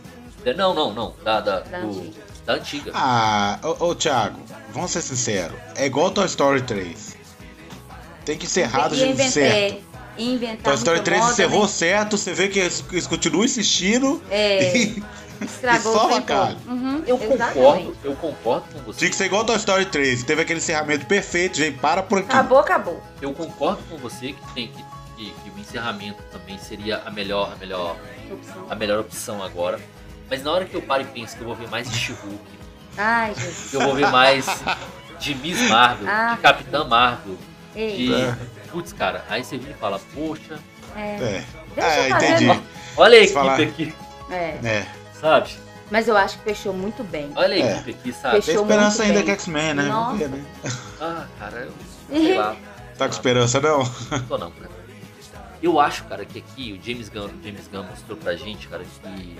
[SPEAKER 1] equipe. Não, não, não. Da, da,
[SPEAKER 2] Da
[SPEAKER 1] do-
[SPEAKER 2] antiga.
[SPEAKER 1] da antiga.
[SPEAKER 3] Ah, ô, ô Thiago, vamos ser sinceros. É igual Toy Story 3. Tem que encerrar do
[SPEAKER 2] E
[SPEAKER 3] jeito certo. Então,
[SPEAKER 2] e inventar
[SPEAKER 3] Toy Story
[SPEAKER 2] muita
[SPEAKER 3] 3
[SPEAKER 2] moda,
[SPEAKER 3] encerrou
[SPEAKER 2] né?
[SPEAKER 3] certo, você vê que eles, eles continuam insistindo.
[SPEAKER 2] É,
[SPEAKER 3] E
[SPEAKER 2] estragou
[SPEAKER 3] e só
[SPEAKER 2] o tempo.
[SPEAKER 3] avacalha.
[SPEAKER 2] Uhum,
[SPEAKER 1] Eu
[SPEAKER 2] exatamente.
[SPEAKER 1] concordo, eu concordo com você.
[SPEAKER 3] tinha que ser igual Toy Story 3. Teve aquele encerramento perfeito, gente. Para por aqui.
[SPEAKER 2] Acabou, acabou.
[SPEAKER 1] Eu concordo com você que tem que, que, que o encerramento também seria a melhor, a melhor, a melhor opção agora. Mas na hora que eu paro e penso que eu vou ver mais de She-Hulk,
[SPEAKER 2] Ai, Jesus.
[SPEAKER 1] que eu vou ver mais de Miss Marvel,
[SPEAKER 2] Ah.
[SPEAKER 1] de Capitã Marvel,
[SPEAKER 2] Ei,
[SPEAKER 1] de.
[SPEAKER 3] É.
[SPEAKER 1] Putz, cara, aí você vira e fala, poxa,
[SPEAKER 2] é.
[SPEAKER 3] É,
[SPEAKER 2] Deixa
[SPEAKER 3] é
[SPEAKER 2] eu fazer,
[SPEAKER 3] entendi.
[SPEAKER 2] né?
[SPEAKER 1] olha a equipe
[SPEAKER 3] Falar.
[SPEAKER 1] aqui,
[SPEAKER 2] É.
[SPEAKER 3] É.
[SPEAKER 1] sabe?
[SPEAKER 2] Mas eu acho que fechou muito bem.
[SPEAKER 1] Olha a
[SPEAKER 3] É.
[SPEAKER 1] equipe aqui, sabe?
[SPEAKER 3] Tem
[SPEAKER 2] Fechou
[SPEAKER 3] esperança
[SPEAKER 2] muito
[SPEAKER 3] ainda
[SPEAKER 2] bem.
[SPEAKER 3] que é X-Men, né?
[SPEAKER 2] Nossa.
[SPEAKER 3] Vamos ver, né?
[SPEAKER 1] Ah, cara, eu sei lá.
[SPEAKER 3] Tá com esperança, não?
[SPEAKER 1] Tô não, cara. Eu acho, cara, que aqui o James Gunn, James Gunn mostrou pra gente, cara, que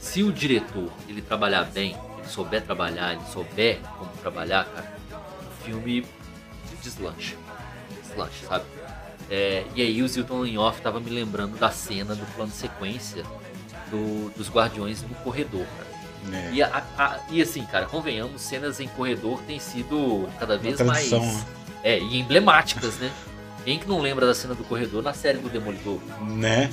[SPEAKER 1] se o diretor ele trabalhar bem, ele souber trabalhar, ele souber como trabalhar, cara, o filme deslancha. Deslancha, sabe? É, e aí o Zilton Linhoff tava me lembrando da cena do plano sequência do- dos Guardiões no corredor, cara.
[SPEAKER 3] É.
[SPEAKER 1] E, a- a- e assim, cara, convenhamos, cenas em corredor têm sido cada vez
[SPEAKER 3] tradição,
[SPEAKER 1] mais.
[SPEAKER 3] né?
[SPEAKER 1] É, e emblemáticas, né? Quem que não lembra da cena do corredor na série do Demolidor?
[SPEAKER 3] Né?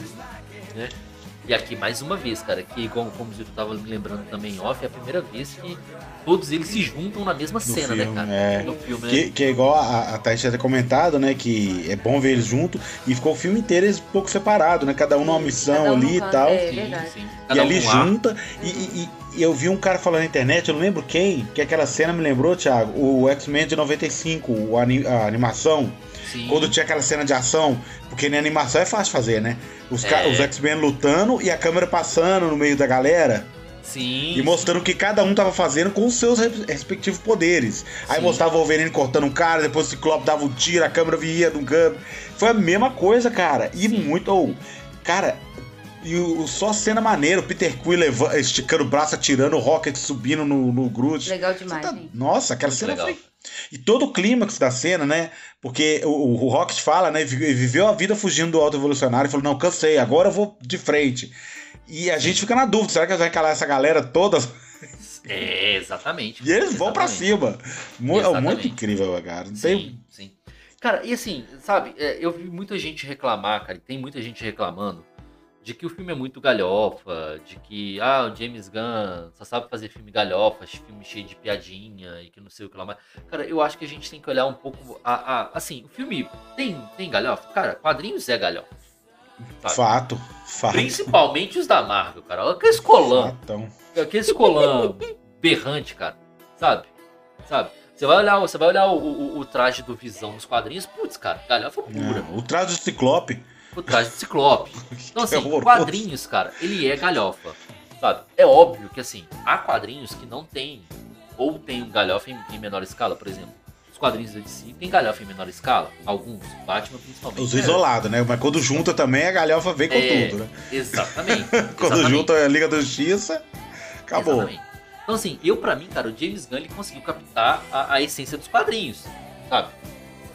[SPEAKER 1] E aqui, mais uma vez, cara, que como, como eu tava me lembrando também em off, é a primeira vez que todos eles se juntam na mesma cena, né,
[SPEAKER 3] filme,
[SPEAKER 1] cara?
[SPEAKER 3] é.
[SPEAKER 1] No filme, né?
[SPEAKER 3] Que, que é igual a, a Thaís tinha até comentado, né? Que é bom ver eles juntos. E ficou o filme inteiro eles um pouco separado, né? Cada um numa missão
[SPEAKER 2] Cada um
[SPEAKER 3] ali
[SPEAKER 2] num
[SPEAKER 3] e tal.
[SPEAKER 2] canto, É verdade.
[SPEAKER 1] sim.
[SPEAKER 3] E
[SPEAKER 1] Cada
[SPEAKER 3] ali
[SPEAKER 1] um com ar.
[SPEAKER 3] junta. E, e- e eu vi um cara falando na internet, eu não lembro quem, que aquela cena me lembrou, Thiago, o X-Men de 95, o ani- a animação.
[SPEAKER 1] Sim.
[SPEAKER 3] Quando tinha aquela cena de ação, porque na animação é fácil fazer, né? Os, ca-
[SPEAKER 1] É.
[SPEAKER 3] os X-Men lutando e a câmera passando no meio da galera
[SPEAKER 1] Sim.
[SPEAKER 3] e mostrando o que cada um tava fazendo com os seus re- respectivos poderes. Aí
[SPEAKER 1] Sim.
[SPEAKER 3] mostrava o Wolverine cortando um cara, depois o Ciclope dava um tiro, a câmera via de um câmbio. Foi a mesma coisa, cara. E
[SPEAKER 1] Sim.
[SPEAKER 3] muito. ou, cara, e o, o- só cena maneira, o Peter Quill leva- esticando o braço, atirando o Rocket subindo no, no Groot.
[SPEAKER 2] Legal
[SPEAKER 3] Você
[SPEAKER 2] demais,
[SPEAKER 3] tá-
[SPEAKER 2] hein?
[SPEAKER 3] Nossa, aquela
[SPEAKER 1] Muito
[SPEAKER 3] cena assim.
[SPEAKER 1] legal.
[SPEAKER 3] foi. E todo o clímax da cena, né? Porque o, o- o Rocket fala, né? vi- Viveu a vida fugindo do Alto Evolucionário e falou: não, cansei, agora eu vou de frente. E a gente fica na dúvida: será que vai calar essa galera toda?
[SPEAKER 1] É, exatamente.
[SPEAKER 3] E eles vão pra
[SPEAKER 1] Exatamente.
[SPEAKER 3] cima. Mu- É muito
[SPEAKER 1] Exatamente.
[SPEAKER 3] incrível, cara. Não tem-
[SPEAKER 1] Sim, sim. Cara, e assim, sabe, é, eu vi muita gente reclamar, cara, e tem muita gente reclamando de que o filme é muito galhofa, de que, ah, o James Gunn só sabe fazer filme galhofa, filme cheio de piadinha e que não sei o que lá mais. Cara, eu acho que a gente tem que olhar um pouco. A, a- assim, o filme tem, tem galhofa? Cara, quadrinhos é galhofa. sabe?
[SPEAKER 3] Fato. Fato.
[SPEAKER 1] Principalmente os da Marvel, cara. Olha aqueles colãs
[SPEAKER 3] Fatão. né?
[SPEAKER 1] aquele colã berrante, cara. Sabe? Sabe? Você vai olhar, você vai olhar o, o- o traje do Visão nos quadrinhos, putz, cara, galhofa pura.
[SPEAKER 3] Não, o traje do Ciclope.
[SPEAKER 1] O traje do Ciclope. Então, assim,
[SPEAKER 3] horroroso.
[SPEAKER 1] quadrinhos, cara, ele é galhofa. Sabe? É óbvio que, assim, há quadrinhos que não tem, ou tem um galhofa em, em menor escala, por exemplo. Os quadrinhos da DC tem galhofa em menor escala, alguns, Batman principalmente.
[SPEAKER 3] Os
[SPEAKER 1] É,
[SPEAKER 3] isolados, né? Mas quando junta também, a galhofa vem com
[SPEAKER 1] É,
[SPEAKER 3] tudo, né?
[SPEAKER 1] Exatamente.
[SPEAKER 3] Quando tá
[SPEAKER 1] exatamente.
[SPEAKER 3] junta a Liga da Justiça, acabou.
[SPEAKER 1] Exatamente. Então, assim, eu pra mim, cara, o James Gunn ele conseguiu captar a, a essência dos quadrinhos, sabe?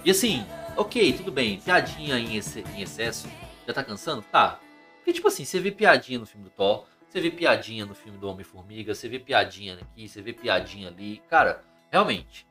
[SPEAKER 1] E assim, ok, tudo bem, piadinha em, exce- em excesso, já tá cansando? Tá. Porque, tipo assim, você vê piadinha no filme do Thor, você vê piadinha no filme do Homem-Formiga, você vê piadinha aqui, você vê piadinha ali, cara, realmente.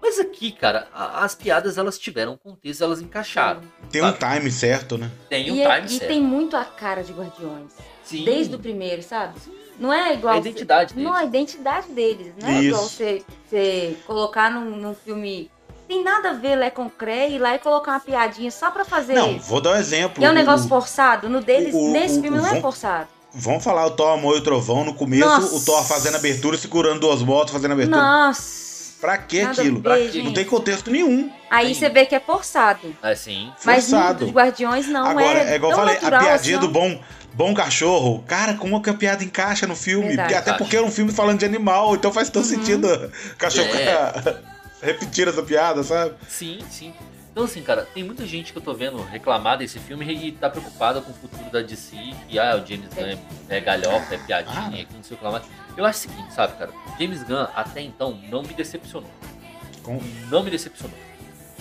[SPEAKER 1] Mas aqui, cara, a- as piadas elas tiveram contexto, elas encaixaram.
[SPEAKER 3] Tem um time certo, né?
[SPEAKER 1] Tem um
[SPEAKER 2] E, é-
[SPEAKER 1] time
[SPEAKER 2] e
[SPEAKER 1] certo.
[SPEAKER 2] tem muito a cara de Guardiões.
[SPEAKER 1] Sim,
[SPEAKER 2] Desde o primeiro, sabe? Não é
[SPEAKER 1] a
[SPEAKER 2] igual. você-
[SPEAKER 1] identidade deles.
[SPEAKER 2] Não, a identidade deles. Não é
[SPEAKER 3] Isso.
[SPEAKER 2] igual você, você colocar num, num filme. Tem nada a ver lá com Cré e lá e colocar uma piadinha só pra fazer.
[SPEAKER 3] Não, vou dar um exemplo.
[SPEAKER 2] E é um negócio
[SPEAKER 3] O-
[SPEAKER 2] forçado. No deles,
[SPEAKER 3] o-
[SPEAKER 2] nesse
[SPEAKER 3] o-
[SPEAKER 2] filme
[SPEAKER 3] o
[SPEAKER 2] não é
[SPEAKER 3] Von-
[SPEAKER 2] forçado.
[SPEAKER 3] Vamos falar o Thor, Amor e o Trovão. No começo,
[SPEAKER 2] Nossa.
[SPEAKER 3] o Thor fazendo abertura, segurando duas motos, fazendo abertura.
[SPEAKER 2] Nossa!
[SPEAKER 3] Pra que
[SPEAKER 2] Nada a
[SPEAKER 3] aquilo?
[SPEAKER 2] ver,
[SPEAKER 1] Pra quê?
[SPEAKER 2] gente.
[SPEAKER 3] Não tem contexto nenhum.
[SPEAKER 2] Aí
[SPEAKER 1] Tem.
[SPEAKER 2] você vê que é forçado.
[SPEAKER 1] Assim.
[SPEAKER 2] Mas no
[SPEAKER 3] Forçado.
[SPEAKER 2] dos Guardiões não
[SPEAKER 3] Agora,
[SPEAKER 2] é.
[SPEAKER 3] é igual eu
[SPEAKER 2] tão
[SPEAKER 3] falei, a
[SPEAKER 2] natural
[SPEAKER 3] piadinha
[SPEAKER 2] assim,
[SPEAKER 3] do bom, bom cachorro. Cara, como é que a piada encaixa no filme?
[SPEAKER 2] Verdade. Uhum.
[SPEAKER 3] E Até porque era um filme falando de animal, então faz todo sentido cachorro
[SPEAKER 1] É.
[SPEAKER 3] repetir essa piada, sabe?
[SPEAKER 1] Sim, sim. Então, assim, cara, tem muita gente que eu tô vendo reclamar desse filme e tá preocupada com o futuro da DC, que ah, o James Gunn é, é galhofa, é piadinha, que não sei o que lá mais. Eu acho o seguinte, sabe, cara? James Gunn, até então, não me decepcionou.
[SPEAKER 3] Com
[SPEAKER 1] Não me decepcionou.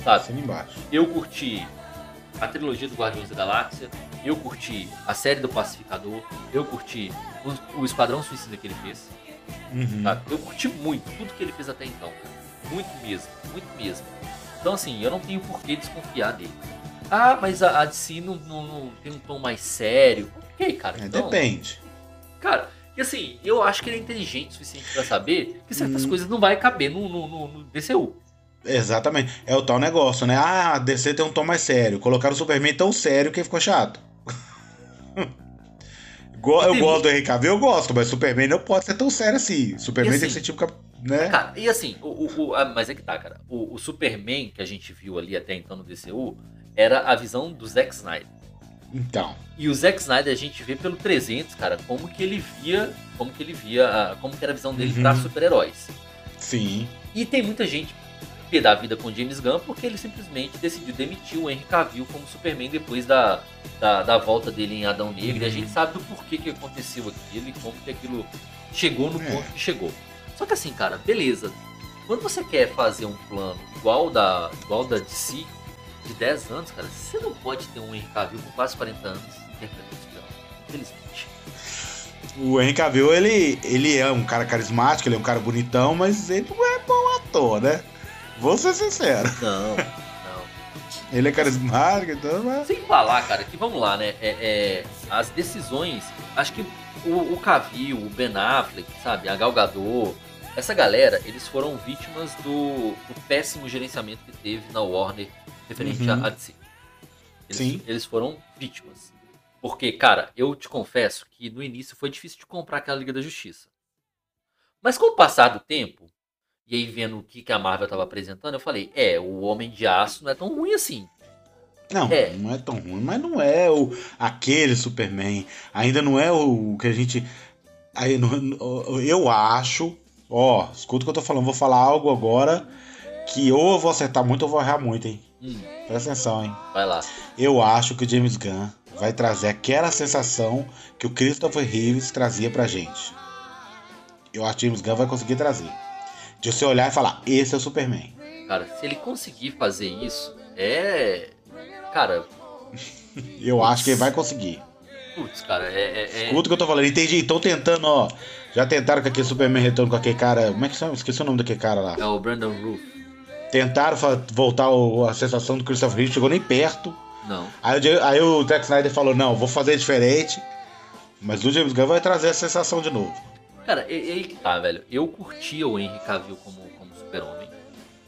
[SPEAKER 1] Sabe?
[SPEAKER 3] assina embaixo.
[SPEAKER 1] Eu curti a trilogia do Guardiões da Galáxia, eu curti a série do Pacificador, eu curti o, o Esquadrão Suicida que ele fez,
[SPEAKER 3] Uhum.
[SPEAKER 1] sabe? Eu curti muito tudo que ele fez até então, cara. Muito mesmo, muito mesmo. Então, assim, eu não tenho por que desconfiar dele. Ah, mas a, a DC não, não- não tem um tom mais sério. Ok, cara.
[SPEAKER 3] É,
[SPEAKER 1] então,
[SPEAKER 3] depende.
[SPEAKER 1] Cara, e assim, eu acho que ele é inteligente o suficiente pra saber que
[SPEAKER 3] Hum.
[SPEAKER 1] certas coisas não vai caber no, no, no- no DCU.
[SPEAKER 3] Exatamente. É o tal negócio, né? Ah, a DC tem um tom mais sério. Colocaram o Superman tão sério que ficou chato. Go- eu
[SPEAKER 1] Entendi.
[SPEAKER 3] gosto do Henry Cavill, eu gosto, mas Superman não pode ser tão sério assim. Superman
[SPEAKER 1] E
[SPEAKER 3] tem que
[SPEAKER 1] assim?
[SPEAKER 3] ser tipo. cap- Né?
[SPEAKER 1] Cara, e assim, o, o- o- ah, mas é que tá, cara. O, o Superman que a gente viu ali até então no DCU era a visão do Zack Snyder.
[SPEAKER 3] Então.
[SPEAKER 1] E o Zack Snyder a gente vê pelo 300, cara, como que ele via, como que ele via, ah, como que era a visão dele
[SPEAKER 3] Uhum.
[SPEAKER 1] pra super-heróis.
[SPEAKER 3] Sim.
[SPEAKER 1] E tem muita gente que dá vida com James Gunn porque ele simplesmente decidiu demitir o Henry Cavill como Superman depois da, da, da volta dele em Adão Negro. E a gente sabe do porquê que aconteceu aquilo e como que aquilo chegou no
[SPEAKER 3] É.
[SPEAKER 1] ponto que chegou. Só que assim, cara, beleza. Quando você quer fazer um plano igual da, igual da DC, de 10 anos, cara, você não pode ter um Henry Cavill com quase 40 anos interpretando esse vilão. Infelizmente.
[SPEAKER 3] O Henry Cavill, ele, ele é um cara carismático, ele é um cara bonitão, mas ele não é bom ator, né? Vou ser sincero.
[SPEAKER 1] Não, não.
[SPEAKER 3] Ele é carismático, então. Mas...
[SPEAKER 1] Sem falar, cara, que vamos lá, né? É, é, as decisões. Acho que o, o Cavill, o Ben Affleck, sabe? A Gal Gadot, essa galera, eles foram vítimas do, do péssimo gerenciamento que teve na Warner referente
[SPEAKER 3] Uhum.
[SPEAKER 1] a DC. Eles,
[SPEAKER 3] Sim.
[SPEAKER 1] eles foram vítimas. Porque, cara, eu te confesso que no início foi difícil de comprar aquela Liga da Justiça. Mas com o passar do tempo, e aí vendo o que, que a Marvel tava apresentando, eu falei, é, o Homem de Aço não é tão ruim assim.
[SPEAKER 3] Não,
[SPEAKER 1] É.
[SPEAKER 3] não é tão ruim, mas não é o aquele Superman. Ainda não é o que a gente. Aí, não- não- eu acho. Ó, escuta o que eu tô falando. Vou falar algo agora que ou eu vou acertar muito ou vou errar muito, hein?
[SPEAKER 1] Hum,
[SPEAKER 3] Presta atenção, hein?
[SPEAKER 1] vai lá.
[SPEAKER 3] Eu acho que o James Gunn vai trazer aquela sensação que o Christopher Reeves trazia pra gente. Eu acho que o James Gunn vai conseguir trazer. De você olhar e falar, esse é o Superman.
[SPEAKER 1] Cara, se ele conseguir fazer isso, é. Cara,
[SPEAKER 3] Eu acho que ele vai conseguir.
[SPEAKER 1] putz, cara, é. é- é-
[SPEAKER 3] Escuta o que eu tô falando, entendi. Então tentando, ó. Já tentaram com aquele Superman Retorno com aquele cara. Como é que chama? Esqueci o nome daquele cara lá.
[SPEAKER 1] é o Brandon Roof.
[SPEAKER 3] Tentaram fa- voltar o- a sensação do Christopher Reeve, chegou nem perto.
[SPEAKER 1] Não.
[SPEAKER 3] Aí, o Ja- aí o Zack Snyder falou: não, vou fazer diferente. Mas o James Gunn vai trazer a sensação de novo.
[SPEAKER 1] Cara, e- e aí que tá, velho. Eu curtia o Henry Cavill como, como super-homem.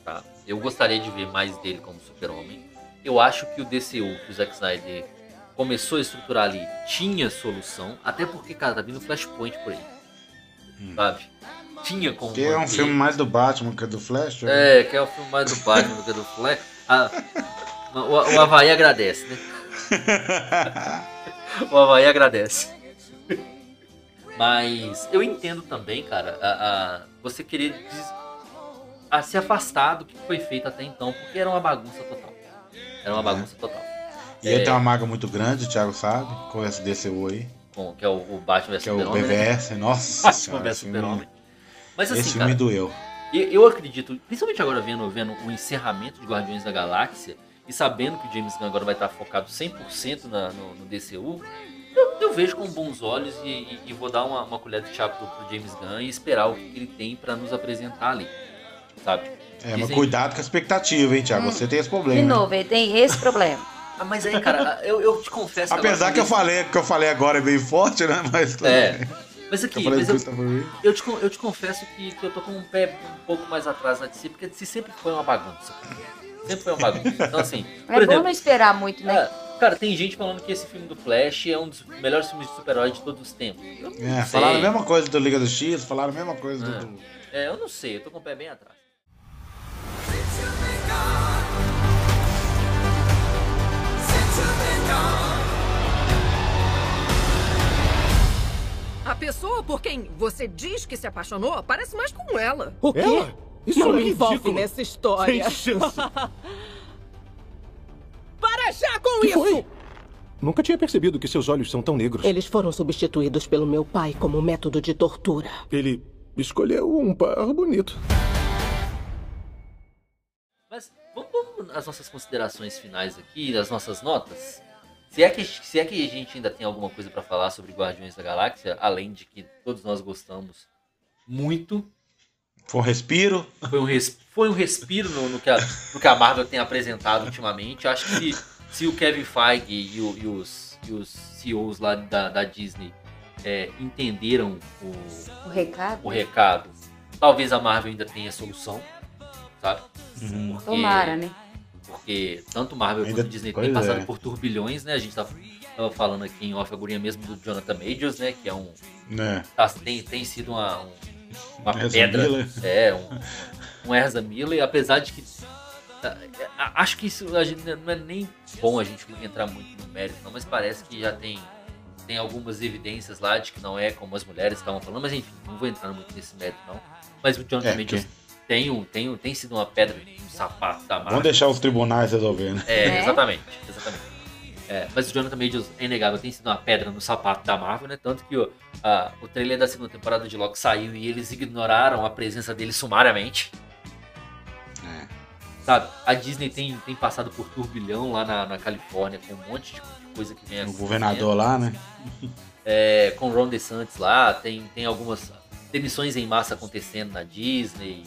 [SPEAKER 1] Tá? Eu gostaria de ver mais dele como super-homem. Eu acho que o DCU, que o Zack Snyder começou a estruturar ali, tinha solução. Até porque, cara, tá vindo Flashpoint por aí. Sabe? Tinha como.
[SPEAKER 3] Que é Hum. um
[SPEAKER 1] manter.
[SPEAKER 3] filme mais do Batman que do Flash. né?
[SPEAKER 1] É, que é o filme mais do Batman do que do Flash. Ah, o, o Havaí agradece, né? O Havaí agradece. Mas eu entendo também, cara, a, a- você querer des- a se afastar do que foi feito até então, porque era uma bagunça total. Era uma
[SPEAKER 3] Uhum.
[SPEAKER 1] bagunça total.
[SPEAKER 3] E
[SPEAKER 1] é.
[SPEAKER 3] ele tem uma marca muito grande, o Thiago sabe. Com esse DCU aí.
[SPEAKER 1] Com, que é o, o Batman vs
[SPEAKER 3] Que é o
[SPEAKER 1] Super-Homem. né?
[SPEAKER 3] BVS. Nossa.
[SPEAKER 1] Batman
[SPEAKER 3] senhora,
[SPEAKER 1] vs
[SPEAKER 3] esse filme-
[SPEAKER 1] Super-Homem. Mas assim,
[SPEAKER 3] Esse
[SPEAKER 1] cara,
[SPEAKER 3] filme doeu.
[SPEAKER 1] E Eu acredito, principalmente agora vendo, vendo o encerramento de Guardiões da Galáxia e sabendo que o James Gunn agora vai estar focado 100% na, no, no DCU, eu, eu vejo com bons olhos e, e- e vou dar uma, uma colher de chá pro, pro James Gunn e esperar o que ele tem pra nos apresentar ali, sabe?
[SPEAKER 3] É, mas
[SPEAKER 1] Dizem-
[SPEAKER 3] cuidado com a expectativa, hein, Thiago?
[SPEAKER 2] Hum.
[SPEAKER 3] Você tem esse
[SPEAKER 2] De
[SPEAKER 3] problema.
[SPEAKER 2] novo, ele tem esse problema.
[SPEAKER 1] Ah, mas aí, cara, eu, eu te confesso... agora
[SPEAKER 3] Apesar que eu falei, que eu falei agora é bem forte, né? Mas tudo
[SPEAKER 1] É,
[SPEAKER 3] bem.
[SPEAKER 1] mas
[SPEAKER 3] Que eu
[SPEAKER 1] aqui,
[SPEAKER 3] falei
[SPEAKER 1] mas
[SPEAKER 3] do
[SPEAKER 1] eu,
[SPEAKER 3] Christopher Reeve.
[SPEAKER 1] eu, te, con- eu te confesso que, que eu tô com um pé um pouco mais atrás na DC, porque a DC sempre foi uma bagunça. Sempre foi uma bagunça. Então, assim, por
[SPEAKER 2] É bom
[SPEAKER 1] exemplo...
[SPEAKER 2] não esperar muito, né?
[SPEAKER 1] Ah, cara, tem gente falando que esse filme do Flash é um dos melhores filmes de super-herói de todos os tempos. Eu não
[SPEAKER 3] É,
[SPEAKER 1] sei.
[SPEAKER 3] falaram a mesma coisa do Liga do X, falaram a mesma coisa do.
[SPEAKER 1] É, eu não sei, eu tô com o pé bem atrás.
[SPEAKER 9] pessoa por quem você diz que se apaixonou parece mais com ela.
[SPEAKER 6] O quê?
[SPEAKER 4] Ela? Isso
[SPEAKER 6] não
[SPEAKER 4] é
[SPEAKER 6] me envolve
[SPEAKER 4] ridículo.
[SPEAKER 6] nessa história.
[SPEAKER 4] Sem chance.
[SPEAKER 9] Para já com
[SPEAKER 4] que
[SPEAKER 9] isso!
[SPEAKER 4] foi? Nunca tinha percebido que seus olhos são tão negros.
[SPEAKER 6] Eles foram substituídos pelo meu pai como método de tortura.
[SPEAKER 4] Ele escolheu um par bonito.
[SPEAKER 1] Mas vamos, vamos às nossas considerações finais aqui, das nossas notas. Se é, que, se é que a gente ainda tem alguma coisa pra falar sobre Guardiões da Galáxia, além de que todos nós gostamos muito,
[SPEAKER 3] Foi um respiro.
[SPEAKER 1] foi um, res- foi um respiro no, no que a, no que a Marvel tem apresentado ultimamente. Acho que se o Kevin Feige e, o- e os, e os CEOs lá da, da Disney é, entenderam o,
[SPEAKER 2] O recado?
[SPEAKER 1] o recado, talvez a Marvel ainda tenha solução, sabe? Porque-
[SPEAKER 2] Tomara, né?
[SPEAKER 1] Porque tanto Marvel
[SPEAKER 3] Uhum. Ainda-
[SPEAKER 1] quanto Disney
[SPEAKER 3] pois
[SPEAKER 1] tem passado
[SPEAKER 3] é.
[SPEAKER 1] por turbilhões, né? A gente tava, tava falando aqui em off a gurinha mesmo do Jonathan Majors, né? Que é um.
[SPEAKER 3] Né?
[SPEAKER 1] tá- tem, tem sido uma, um- uma
[SPEAKER 3] Ezra
[SPEAKER 1] pedra.
[SPEAKER 3] Miller.
[SPEAKER 1] É, um, um Erza Miller, apesar de que. tá, é, a- Acho que isso a gente, não é nem bom a gente entrar muito no mérito, não, mas parece que já tem, tem algumas evidências lá de que não é como as mulheres estavam falando, mas enfim, não vou entrar muito nesse mérito, não. Mas o Jonathan
[SPEAKER 3] É,
[SPEAKER 1] Majors
[SPEAKER 3] que-
[SPEAKER 1] tem, um, tem, um, tem sido uma pedra, um sapato da Marvel.
[SPEAKER 3] Vamos deixar os tribunais resolvendo.
[SPEAKER 1] É,
[SPEAKER 2] Né?
[SPEAKER 1] exatamente, exatamente. É, mas o Jonathan Majors é inegável, tem sido uma pedra no sapato da Marvel, né? Tanto que o, a- o trailer da segunda temporada de Loki saiu e eles ignoraram a presença dele sumariamente.
[SPEAKER 3] É.
[SPEAKER 1] Sabe, a Disney tem, tem passado por turbilhão lá na, na Califórnia, com um monte de coisa que vem
[SPEAKER 3] O
[SPEAKER 1] acontecendo.
[SPEAKER 3] governador lá, né?
[SPEAKER 1] É, com Ron DeSantis lá, tem, tem algumas demissões em massa acontecendo na Disney,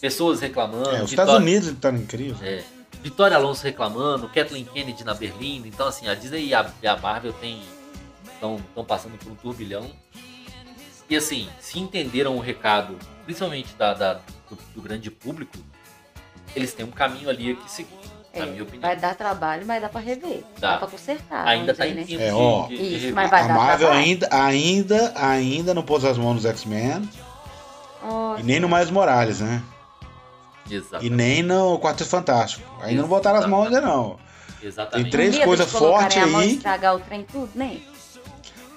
[SPEAKER 1] pessoas reclamando.
[SPEAKER 3] É, os
[SPEAKER 1] Vitória-
[SPEAKER 3] Estados Unidos estão incríveis.
[SPEAKER 1] é, Vitória Alonso reclamando, Kathleen Kennedy na Berlinda. Então, assim, a Disney e a, e a Marvel estão passando por um turbilhão. E, assim, se entenderam o recado, principalmente da, da- do, do grande público, eles têm um caminho ali a que seguir, na
[SPEAKER 2] É,
[SPEAKER 1] minha opinião.
[SPEAKER 2] Vai dar trabalho, mas dá pra rever.
[SPEAKER 1] Dá.
[SPEAKER 2] Dá, pra consertar.
[SPEAKER 1] Ainda
[SPEAKER 2] vamos
[SPEAKER 1] tá
[SPEAKER 2] dizer,
[SPEAKER 1] em
[SPEAKER 2] né?
[SPEAKER 1] tempo
[SPEAKER 3] É,
[SPEAKER 1] de-
[SPEAKER 3] ó.
[SPEAKER 1] de- de
[SPEAKER 2] Isso,
[SPEAKER 1] rever.
[SPEAKER 2] mas vai
[SPEAKER 3] a
[SPEAKER 2] dar
[SPEAKER 3] Marvel
[SPEAKER 2] trabalho.
[SPEAKER 3] ainda, ainda, ainda não pôs as mãos nos X-Men
[SPEAKER 2] Nossa.
[SPEAKER 3] e nem no Miles Morales, né? E
[SPEAKER 1] Exatamente.
[SPEAKER 3] nem no Quarteto Fantástico. Ainda não botaram as mãos ainda não.
[SPEAKER 1] exatamente.
[SPEAKER 3] e três
[SPEAKER 2] Com medo
[SPEAKER 3] coisas
[SPEAKER 2] de colocarem
[SPEAKER 3] fortes
[SPEAKER 2] né, a mão e
[SPEAKER 3] aí.
[SPEAKER 2] estragar o trem tudo, né?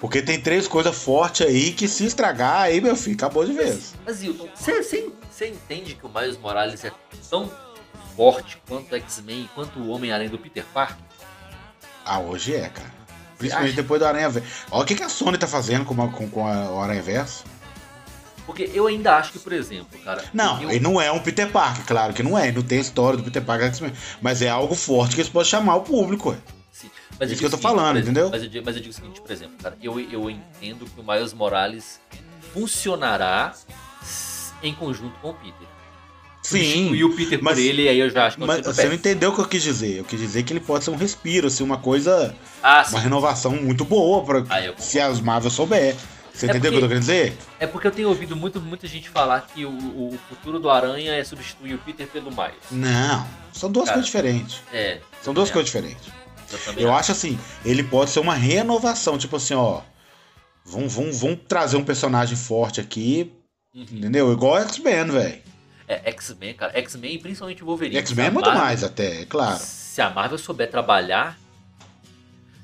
[SPEAKER 3] Porque tem três coisas fortes aí que se estragar, aí, meu filho, acabou de vez.
[SPEAKER 1] Mas Hilton, você entende que o Miles Morales é tão forte quanto o X-Men, quanto o Homem-Aranha do Peter Parker?
[SPEAKER 3] Ah, hoje é, cara. Principalmente depois do Aranha Verso. Olha o que, que a Sony tá fazendo com, a- com, com a- o Aranha Verso.
[SPEAKER 1] Porque eu ainda acho que, por exemplo, cara.
[SPEAKER 3] Não,
[SPEAKER 1] eu,
[SPEAKER 3] ele não é um Peter Parker, claro que não é. Não tem a história do Peter Parker X-Men. Mas é algo forte que eles podem chamar o público. ué.
[SPEAKER 1] Sim. Mas
[SPEAKER 3] é Isso
[SPEAKER 1] digo
[SPEAKER 3] que eu tô
[SPEAKER 1] o seguinte,
[SPEAKER 3] falando,
[SPEAKER 1] por exemplo,
[SPEAKER 3] entendeu?
[SPEAKER 1] Mas eu, digo, mas eu digo o seguinte, por exemplo, cara, eu, eu entendo que o Miles Morales funcionará s- em conjunto com o Peter. E
[SPEAKER 3] Sim.
[SPEAKER 1] o Peter
[SPEAKER 3] mas-
[SPEAKER 1] por ele, aí eu já acho que é um
[SPEAKER 3] Mas
[SPEAKER 1] eu
[SPEAKER 3] você não entendeu o que eu quis dizer. Eu quis dizer que ele pode ser um respiro, assim, uma coisa.
[SPEAKER 1] Ah,
[SPEAKER 3] Uma
[SPEAKER 1] sim.
[SPEAKER 3] renovação muito boa pra,
[SPEAKER 1] Ah, eu concordo.
[SPEAKER 3] se as Marvel souber. Você
[SPEAKER 1] É
[SPEAKER 3] entendeu o que eu tô querendo dizer?
[SPEAKER 1] É porque eu tenho ouvido muito, muita gente falar que o, o futuro do Aranha é substituir o Peter pelo Miles.
[SPEAKER 3] Não. São duas
[SPEAKER 1] Cara.
[SPEAKER 3] coisas diferentes.
[SPEAKER 1] É.
[SPEAKER 3] São duas
[SPEAKER 1] É.
[SPEAKER 3] coisas diferentes.
[SPEAKER 1] Eu também
[SPEAKER 3] Eu acho assim, ele pode ser uma renovação, tipo assim, ó. Vão, vão, vão trazer um personagem forte aqui,
[SPEAKER 1] Uhum.
[SPEAKER 3] entendeu? Igual X-Men, velho.
[SPEAKER 1] É, X-Men, cara. X-Men e principalmente o Wolverine.
[SPEAKER 3] X-Men é
[SPEAKER 1] A
[SPEAKER 3] muito
[SPEAKER 1] Marvel-
[SPEAKER 3] mais, até, é claro.
[SPEAKER 1] Se a Marvel souber trabalhar.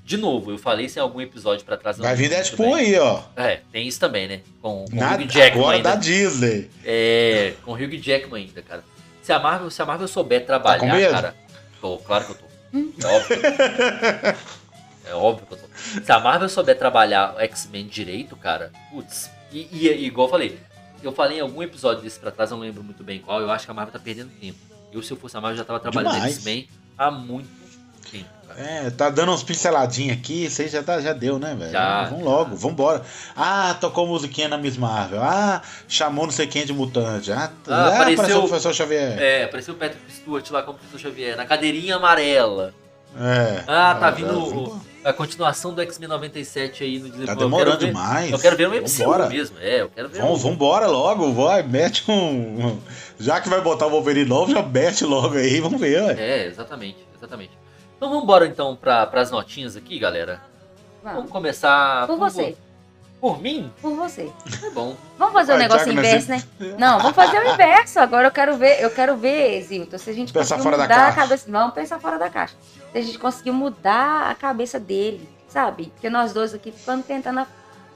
[SPEAKER 1] De novo, eu falei isso em algum episódio pra trás. não
[SPEAKER 3] Vai vir
[SPEAKER 1] lembro
[SPEAKER 3] Deadpool
[SPEAKER 1] muito bem.
[SPEAKER 3] aí, ó.
[SPEAKER 1] É, tem isso também, né? Com, com
[SPEAKER 3] Na,
[SPEAKER 1] o Hugh Jackman
[SPEAKER 3] agora
[SPEAKER 1] ainda.
[SPEAKER 3] da Disney.
[SPEAKER 1] É, com o Hugh Jackman ainda, cara. Se a Marvel, se a Marvel souber trabalhar,
[SPEAKER 3] Tá com medo?
[SPEAKER 1] cara. Tô, claro que eu tô. É óbvio. que eu tô. é óbvio que eu tô. Se a Marvel souber trabalhar o X-Men direito, cara, putz. E, e- e igual eu falei, eu falei em algum episódio desse pra trás, eu não lembro muito bem qual, eu acho que a Marvel tá perdendo tempo. Eu, se eu fosse a Marvel, já tava trabalhando
[SPEAKER 3] Demais.
[SPEAKER 1] X-Men há muito tempo, cara.
[SPEAKER 3] É, tá dando uns pinceladinhas aqui, isso aí já, tá, já deu, né, velho?
[SPEAKER 1] Já.
[SPEAKER 3] Vamos logo, vambora. Ah, tocou musiquinha na Miss Marvel. Ah, chamou não sei quem de mutante. Ah,
[SPEAKER 1] Ah,
[SPEAKER 3] ah,
[SPEAKER 1] apareceu-
[SPEAKER 3] apareceu o professor Xavier.
[SPEAKER 1] É, apareceu o Patrick Stewart lá como o professor Xavier, na cadeirinha amarela.
[SPEAKER 3] É.
[SPEAKER 1] Ah, tá
[SPEAKER 3] Ah,
[SPEAKER 1] vindo o-
[SPEAKER 3] vamos-
[SPEAKER 1] a continuação do X-Men 97 aí no Disney
[SPEAKER 3] Tá
[SPEAKER 1] Plus. Eu quero
[SPEAKER 3] demorando
[SPEAKER 1] ver-
[SPEAKER 3] demais.
[SPEAKER 1] Eu quero ver um MCU
[SPEAKER 3] Vambora.
[SPEAKER 1] mesmo. É, eu quero ver.
[SPEAKER 3] Vamos,
[SPEAKER 1] um...
[SPEAKER 3] vambora logo, vai, mete um. Já que vai botar o Wolverine novo, já mete logo aí, vamos ver, ué.
[SPEAKER 1] É, exatamente, exatamente. Então vamos embora então para as notinhas aqui, galera. Vamos
[SPEAKER 2] Vamos.
[SPEAKER 1] começar
[SPEAKER 2] Tá. Por você,
[SPEAKER 1] Por mim?
[SPEAKER 2] por você.
[SPEAKER 1] Tá bom.
[SPEAKER 2] Vamos fazer um
[SPEAKER 3] Vai,
[SPEAKER 2] negócio
[SPEAKER 3] Thiago,
[SPEAKER 2] inverso, né? Não, vamos fazer o inverso. Agora eu quero ver, eu quero ver, Zilton, se a gente
[SPEAKER 3] Pensar
[SPEAKER 2] conseguiu
[SPEAKER 3] fora da
[SPEAKER 2] mudar
[SPEAKER 3] caixa.
[SPEAKER 2] a cabeça. Vamos pensar fora da caixa. Se a gente conseguiu mudar a cabeça dele, sabe? Porque nós dois aqui ficamos tentando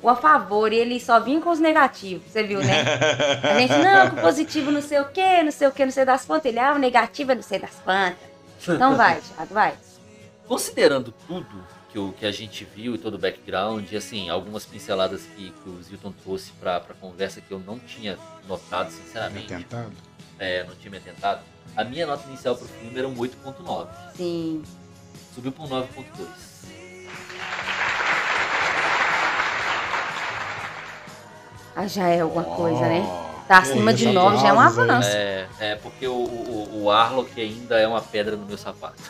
[SPEAKER 2] o a favor, e ele só vinha com os negativos, você viu, né? A gente, não, é que o positivo não sei o quê, não sei o quê, não sei das quantas. Ele, ah, o negativo é não sei das quantas. Então vai, Thiago, vai.
[SPEAKER 1] Considerando tudo que, o, que a gente viu e todo o background, e assim, algumas pinceladas que, que o Zilton trouxe pra, a conversa que eu não tinha notado, sinceramente,
[SPEAKER 3] Tentado.
[SPEAKER 1] é, não tinha me atentado, a minha nota inicial pro filme era um 8.9.
[SPEAKER 2] Sim.
[SPEAKER 1] Subiu para um 9.2.
[SPEAKER 2] Ah, já é alguma coisa, né?
[SPEAKER 3] Ó,
[SPEAKER 2] Tá
[SPEAKER 3] que
[SPEAKER 2] acima
[SPEAKER 3] isso,
[SPEAKER 2] de nove, já é um
[SPEAKER 3] aplausos, hein?
[SPEAKER 2] avanço.
[SPEAKER 1] É, é porque o, o, o Arlok ainda é uma pedra no meu sapato.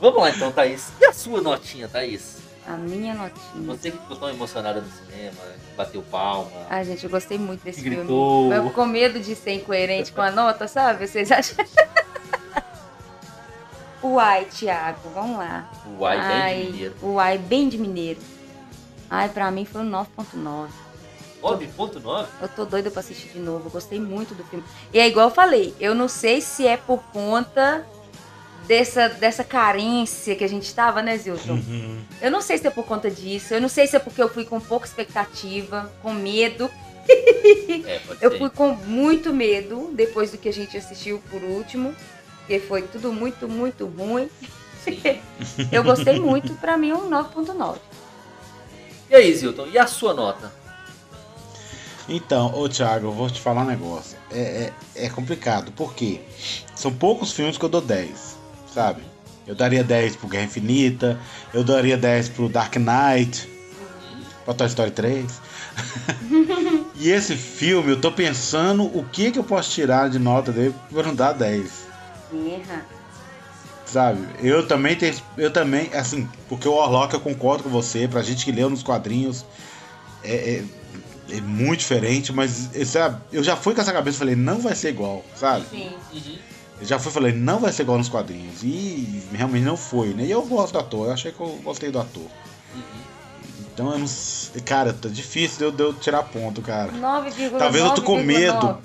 [SPEAKER 1] Vamos lá então, Thaís. E a sua notinha, Thaís?
[SPEAKER 2] A minha notinha.
[SPEAKER 1] Você que ficou tão emocionada no cinema, que bateu palma.
[SPEAKER 2] Ai, gente, eu gostei muito desse
[SPEAKER 1] Gritou.
[SPEAKER 2] Ah, filme. Eu com medo de ser incoerente com a nota, sabe? Vocês acham? Uai, Thiago, vamos lá.
[SPEAKER 1] O Ai, bem de mineiro.
[SPEAKER 2] Uai, bem de mineiro. Ai, pra mim foi um 9.9.
[SPEAKER 1] 9.9?
[SPEAKER 2] Eu tô doida pra assistir de novo. Eu gostei muito do filme. E é igual eu falei, eu não sei se é por conta dessa, dessa carência que a gente tava, né, Zilton?
[SPEAKER 3] Uhum.
[SPEAKER 2] Eu não sei se é por conta disso. Eu não sei se é porque eu fui com pouca expectativa, com medo.
[SPEAKER 1] É, pode
[SPEAKER 2] Eu
[SPEAKER 1] ser.
[SPEAKER 2] fui com muito medo depois do que a gente assistiu por último, porque foi tudo muito, muito ruim.
[SPEAKER 1] Sim.
[SPEAKER 2] Eu gostei muito, pra mim é um 9.9.
[SPEAKER 1] E aí, Zilton, e a sua nota?
[SPEAKER 3] Então, ô Thiago, eu vou te falar um negócio. É, é, é complicado, porque são poucos filmes que eu dou 10, sabe? Eu daria 10 pro Guerra Infinita, eu daria 10 pro Dark Knight, pra Toy Story 3. e esse filme, eu tô pensando o que que eu posso tirar de nota dele pra não dar 10,
[SPEAKER 2] Erra.
[SPEAKER 3] sabe? Eu também tenho, eu também, assim, porque o Orlok eu concordo com você, pra gente que leu nos quadrinhos, é, é- é muito diferente, mas é, sabe, eu já fui com essa cabeça e falei, não vai ser igual, sabe?
[SPEAKER 2] Sim.
[SPEAKER 1] Uhum.
[SPEAKER 3] Eu já fui e falei, não vai ser igual nos quadrinhos. E realmente não foi, né? E eu gosto do ator, eu achei que eu gostei do ator. Então eu não. s- Cara, tá difícil de eu, de eu tirar ponto, cara.
[SPEAKER 2] 9,9.
[SPEAKER 3] Talvez eu tô com medo.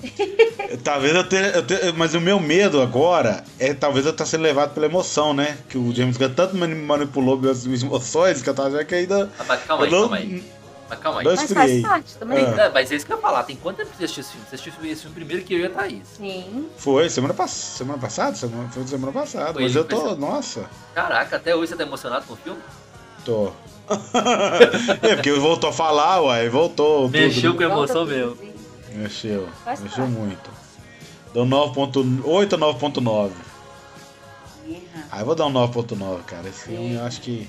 [SPEAKER 3] Talvez eu tenha, eu tenha- Mas o meu medo agora é talvez eu estar sendo levado pela emoção, né? Que o James Gunn tanto mani- manipulou minhas emoções que eu tava achando que ainda.
[SPEAKER 1] Ah, mas calma aí,
[SPEAKER 3] Eu não-
[SPEAKER 1] calma aí. Mas calma aí.
[SPEAKER 3] Dois-
[SPEAKER 2] Mas faz
[SPEAKER 3] Esfriei.
[SPEAKER 2] parte também.
[SPEAKER 3] Ah.
[SPEAKER 1] É, mas é isso que eu ia falar. Tem quanto tempo que você assistiu esse filme? Você assistiu esse filme primeiro que eu e a Thaís.
[SPEAKER 2] Sim.
[SPEAKER 3] Foi semana, pass... semana passada? Semana... Foi semana passada.
[SPEAKER 1] Foi,
[SPEAKER 3] mas eu
[SPEAKER 1] foi
[SPEAKER 3] tô.
[SPEAKER 1] semana-
[SPEAKER 3] Nossa,
[SPEAKER 1] Caraca, até hoje você tá emocionado com o filme?
[SPEAKER 3] tô. é porque voltou a falar, uai, voltou. tudo. né?
[SPEAKER 1] Mexeu com a
[SPEAKER 2] Volta
[SPEAKER 1] emoção
[SPEAKER 2] pro
[SPEAKER 1] mesmo.
[SPEAKER 2] desenho.
[SPEAKER 3] Mexeu,
[SPEAKER 2] Faz
[SPEAKER 3] mexeu
[SPEAKER 2] parte.
[SPEAKER 3] muito. Deu 9.8 a 9.9.
[SPEAKER 2] Erra.
[SPEAKER 3] Ah, eu vou dar um 9.9, cara. Esse filme
[SPEAKER 2] Sim.
[SPEAKER 3] eu acho que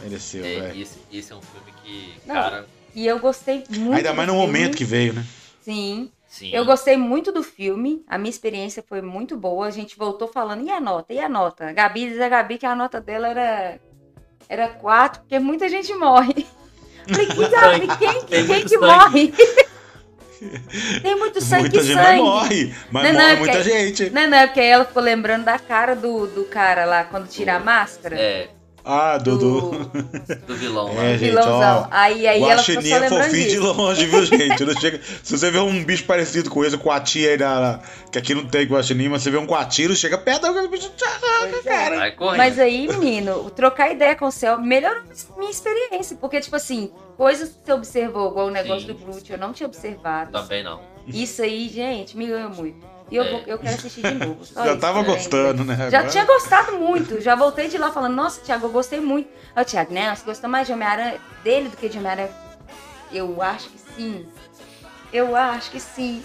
[SPEAKER 3] mereceu,
[SPEAKER 1] É,
[SPEAKER 3] velho.
[SPEAKER 1] esse, esse é um filme que,
[SPEAKER 2] Não.
[SPEAKER 1] cara,
[SPEAKER 2] E eu gostei muito.
[SPEAKER 3] Ainda mais no
[SPEAKER 2] do
[SPEAKER 3] momento que
[SPEAKER 2] filme.
[SPEAKER 3] veio, né?
[SPEAKER 2] Sim.
[SPEAKER 1] sim.
[SPEAKER 2] Eu gostei muito do filme, a minha experiência foi muito boa. A gente voltou falando, e a nota? E a nota? A Gabi diz a Gabi que a nota dela era, era 4, porque muita gente morre. Falei, que Gabi, quem,
[SPEAKER 1] Tem
[SPEAKER 2] quem
[SPEAKER 1] muito
[SPEAKER 2] que
[SPEAKER 1] sangue.
[SPEAKER 2] morre? Tem muito sangue,
[SPEAKER 3] muita gente mas
[SPEAKER 2] sangue.
[SPEAKER 3] morre, mas
[SPEAKER 2] Não, não,
[SPEAKER 3] morre
[SPEAKER 2] é
[SPEAKER 3] muita
[SPEAKER 2] que-
[SPEAKER 3] gente.
[SPEAKER 2] Não, não, é porque ela ficou lembrando da cara do, do cara lá, quando tira a máscara.
[SPEAKER 1] É,
[SPEAKER 3] Ah, Dudu.
[SPEAKER 1] do vilão lá.
[SPEAKER 3] É, gente,
[SPEAKER 2] vilãozão.
[SPEAKER 3] ó.
[SPEAKER 2] Aí, aí ela ficou só
[SPEAKER 3] Guaxinim é
[SPEAKER 2] lembrando
[SPEAKER 3] fofinho de
[SPEAKER 2] disso.
[SPEAKER 3] longe, viu, gente? Não chega... Se você vê um bicho parecido com esse, com a tia aí na... na- Que aqui não tem guaxinim, mas você vê um coati, não chega perto, o bicho... Caraca, cara.
[SPEAKER 1] Vai correndo.
[SPEAKER 2] Mas é- aí, menino, trocar ideia com o céu melhorou minha experiência. Porque, tipo assim, coisas que você observou, igual o negócio
[SPEAKER 1] Sim.
[SPEAKER 2] do Groot, eu não tinha observado.
[SPEAKER 1] Também não.
[SPEAKER 2] Isso aí, gente, me ganhou muito. E eu,
[SPEAKER 1] É.
[SPEAKER 2] vou- eu quero assistir de novo. só
[SPEAKER 3] Já
[SPEAKER 2] isso,
[SPEAKER 3] tava
[SPEAKER 2] né?
[SPEAKER 3] gostando, né?
[SPEAKER 2] Já
[SPEAKER 3] Agora-
[SPEAKER 2] tinha gostado muito. Já voltei de lá falando, nossa, Thiago, eu gostei muito. Ó, Thiago, né? Você gostou mais de Homem-Aranha dele do que de Homem-Aranha? Eu acho que sim. Eu acho que sim.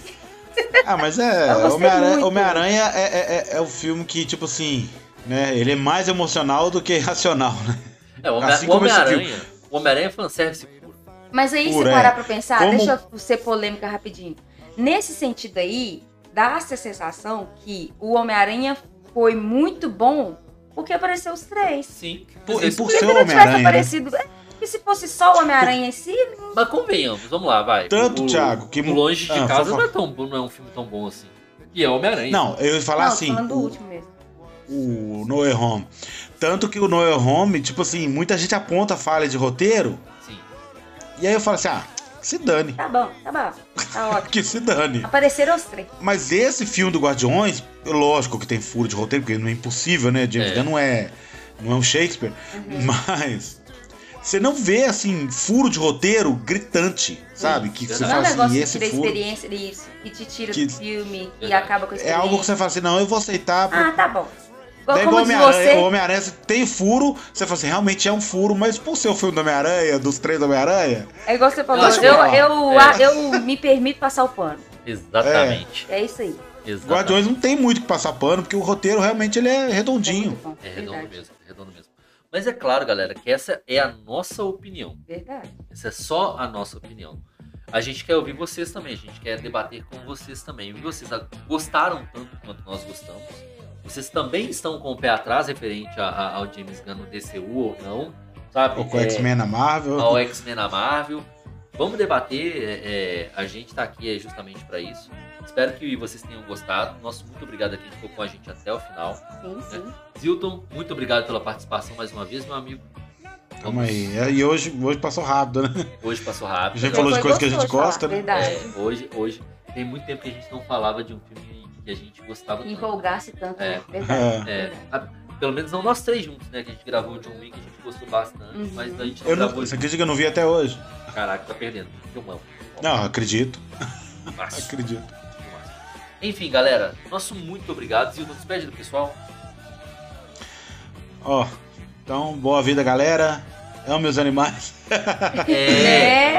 [SPEAKER 3] Ah, mas é.
[SPEAKER 2] Eu gostei
[SPEAKER 3] Homem-Aranha
[SPEAKER 2] muito.
[SPEAKER 3] Homem-Aranha é, é, é, é o filme que, tipo assim, né? Ele é mais emocional do que racional, né?
[SPEAKER 1] É, o Homem-
[SPEAKER 3] Assim
[SPEAKER 1] o
[SPEAKER 3] como esse
[SPEAKER 1] Homem-Aranha. o Homem-Aranha é fanservice puro.
[SPEAKER 2] Mas aí,
[SPEAKER 3] Por,
[SPEAKER 2] se
[SPEAKER 3] é.
[SPEAKER 2] parar pra pensar,
[SPEAKER 3] Como-
[SPEAKER 2] deixa eu ser polêmica rapidinho. Nesse sentido aí, dá-se a sensação que o Homem-Aranha foi muito bom porque apareceu os três.
[SPEAKER 1] Sim.
[SPEAKER 3] Por- e por
[SPEAKER 2] Porque
[SPEAKER 3] ser
[SPEAKER 2] se
[SPEAKER 3] o
[SPEAKER 2] não tivesse
[SPEAKER 3] Homem-Aranha. né?
[SPEAKER 2] aparecido. é, E se fosse só o Homem-Aranha em si,
[SPEAKER 1] Mas convenhamos, vamos lá, vai.
[SPEAKER 3] é. Tanto,
[SPEAKER 1] O-
[SPEAKER 3] Thiago, que-
[SPEAKER 1] o Longe de
[SPEAKER 3] Ah,
[SPEAKER 1] Casa
[SPEAKER 3] fala-
[SPEAKER 1] não é, tão, bom- não é um filme tão bom assim. E é o Homem-Aranha.
[SPEAKER 3] Não, eu ia falar
[SPEAKER 2] não, tô
[SPEAKER 3] assim.
[SPEAKER 2] falando do
[SPEAKER 3] o-
[SPEAKER 2] último mesmo.
[SPEAKER 3] o Noé Home. Tanto que o Noé Home, tipo assim, muita gente aponta falha de roteiro,
[SPEAKER 1] Sim.
[SPEAKER 3] e aí eu falo assim, ah, que se dane,
[SPEAKER 2] Tá bom, tá bom. Tá ótimo.
[SPEAKER 3] que se dane.
[SPEAKER 2] Apareceram os três.
[SPEAKER 3] Mas esse filme do Guardiões, lógico que tem É. furo de roteiro, porque não é impossível, né? James
[SPEAKER 1] É.
[SPEAKER 2] Uhum.
[SPEAKER 3] Gunn não é, não é um Shakespeare, mas Você não vê, assim, furo de roteiro gritante, sabe? Que
[SPEAKER 2] Não
[SPEAKER 3] você
[SPEAKER 2] é um
[SPEAKER 3] fala assim,
[SPEAKER 2] negócio
[SPEAKER 3] e
[SPEAKER 2] que te
[SPEAKER 3] esse
[SPEAKER 2] dá
[SPEAKER 3] furo.
[SPEAKER 2] experiência isso, e te tira
[SPEAKER 3] Que-
[SPEAKER 2] do filme e
[SPEAKER 1] Verdade.
[SPEAKER 2] acaba com a
[SPEAKER 3] É
[SPEAKER 2] experiência.
[SPEAKER 3] algo que você fala assim, não, eu vou aceitar.
[SPEAKER 2] Ah, tá bom. Igual
[SPEAKER 3] Daí,
[SPEAKER 2] como
[SPEAKER 3] igual
[SPEAKER 2] diz
[SPEAKER 3] Homem-Aranha,
[SPEAKER 2] você,
[SPEAKER 3] o Homem-Aranha você tem furo, você fala assim, realmente é um furo, mas por ser o filme do Homem-Aranha, dos três do Homem-Aranha,
[SPEAKER 2] é igual você falou,
[SPEAKER 1] Deixa
[SPEAKER 2] eu,
[SPEAKER 1] eu
[SPEAKER 2] eu,
[SPEAKER 3] falar.
[SPEAKER 2] ah, eu me permito passar o pano.
[SPEAKER 1] Exatamente.
[SPEAKER 2] É isso aí.
[SPEAKER 1] Exatamente.
[SPEAKER 3] Guardiões não tem muito que passar pano, porque o roteiro realmente ele é redondinho.
[SPEAKER 2] Muito bom,
[SPEAKER 1] É redondo
[SPEAKER 2] verdade.
[SPEAKER 1] mesmo, é redondo mesmo. Mas é claro, galera, que essa é a nossa opinião.
[SPEAKER 2] Verdade.
[SPEAKER 1] Essa é só a nossa opinião. A gente quer ouvir vocês também, a gente quer debater com vocês também. E vocês a- gostaram tanto quanto nós gostamos. Vocês também estão com o pé atrás referente a- a- ao James Gunn no DCU ou não, sabe?
[SPEAKER 3] Ou com o
[SPEAKER 1] É,
[SPEAKER 3] X-Men na Marvel.
[SPEAKER 1] ao X-Men na Marvel. Vamos debater, é, é, a gente tá aqui é justamente para isso. Espero que vocês tenham gostado. Nosso muito obrigado a quem ficou com a gente até o final.
[SPEAKER 2] Sim, sim.
[SPEAKER 1] Zilton, muito obrigado pela participação mais uma vez, meu amigo.
[SPEAKER 3] Calma aí. É, E hoje, hoje passou rápido, né?
[SPEAKER 1] Hoje passou
[SPEAKER 3] A
[SPEAKER 1] rápido.
[SPEAKER 3] gente
[SPEAKER 1] né?
[SPEAKER 3] falou de
[SPEAKER 2] Foi
[SPEAKER 3] coisa que a
[SPEAKER 2] gostoso
[SPEAKER 3] gente
[SPEAKER 2] falar,
[SPEAKER 3] gosta, né?
[SPEAKER 2] Verdade.
[SPEAKER 1] É, hoje, hoje tem muito tempo que a gente não falava de um filme que a gente gostava tanto.
[SPEAKER 2] Empolgar-se tanto,
[SPEAKER 1] É.
[SPEAKER 2] né? Verdade.
[SPEAKER 1] É, a- pelo menos não nós três juntos, né? Que a gente gravou de um Wick, a gente gostou bastante,
[SPEAKER 2] Uhum.
[SPEAKER 1] mas a gente não
[SPEAKER 3] Eu não,
[SPEAKER 1] gravou
[SPEAKER 3] você
[SPEAKER 1] isso.
[SPEAKER 3] acredita que eu não vi até hoje?
[SPEAKER 1] Caraca, tá perdendo. Filmão.
[SPEAKER 3] Não, acredito.
[SPEAKER 1] Massa.
[SPEAKER 3] Acredito.
[SPEAKER 1] Massa. Enfim, galera, nosso muito obrigado. Zilton, despede do pessoal.
[SPEAKER 3] Ó, então, boa vida, galera. Ame os animais.
[SPEAKER 2] É.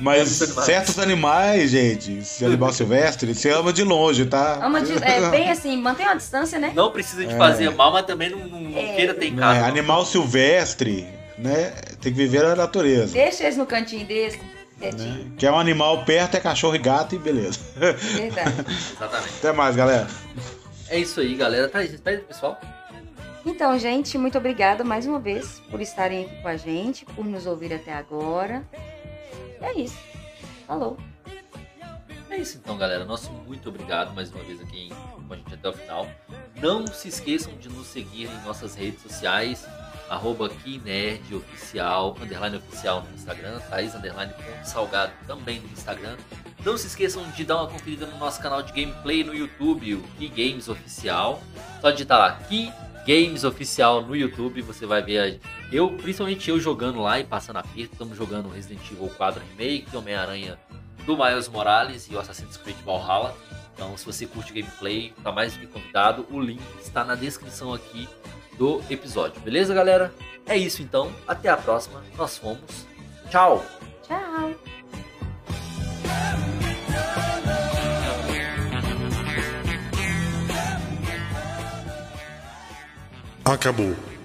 [SPEAKER 3] Mas
[SPEAKER 1] Ame os animais.
[SPEAKER 3] certos animais, gente, esse animal silvestre, você ama de longe, tá?
[SPEAKER 2] Ama de- é bem assim, mantém uma distância, né?
[SPEAKER 1] Não precisa de fazer mal, mas também não, não- não
[SPEAKER 2] É.
[SPEAKER 1] queira ter em
[SPEAKER 3] É,
[SPEAKER 1] casa. não.
[SPEAKER 3] animal silvestre, né? Tem que viver a natureza.
[SPEAKER 2] Deixa eles no cantinho desse. Quietinho.
[SPEAKER 3] Né? Quer um animal perto, é cachorro e gato e beleza.
[SPEAKER 2] Verdade.
[SPEAKER 1] Exatamente.
[SPEAKER 3] Até mais, galera.
[SPEAKER 1] É isso aí, galera. Traz, despede do pessoal.
[SPEAKER 2] Então, gente, muito obrigada mais uma vez por estarem aqui com a gente, por nos ouvir até agora. É isso. Falou.
[SPEAKER 1] É isso então, galera. Nosso muito obrigado mais uma vez aqui com a gente até o final. Não se esqueçam de nos seguir em nossas redes sociais, arroba aqui nerd oficial, underline oficial no Instagram, Thaís underline ponto salgado também no Instagram. Não se esqueçam de dar uma conferida no nosso canal de gameplay no YouTube, o Key Games Oficial. Só digitar lá, Key Games Oficial no YouTube, você vai ver a eu, principalmente eu jogando lá e passando aperto, estamos jogando Resident Evil 4 Remake, Homem-Aranha do Miles Morales e o Assassin's Creed Valhalla. Então, se você curte gameplay, tá mais do que convidado. O link está na descrição aqui do episódio. Beleza, galera? É isso então. Até a próxima. Nós fomos. Tchau!
[SPEAKER 2] Tchau.
[SPEAKER 10] Acabou.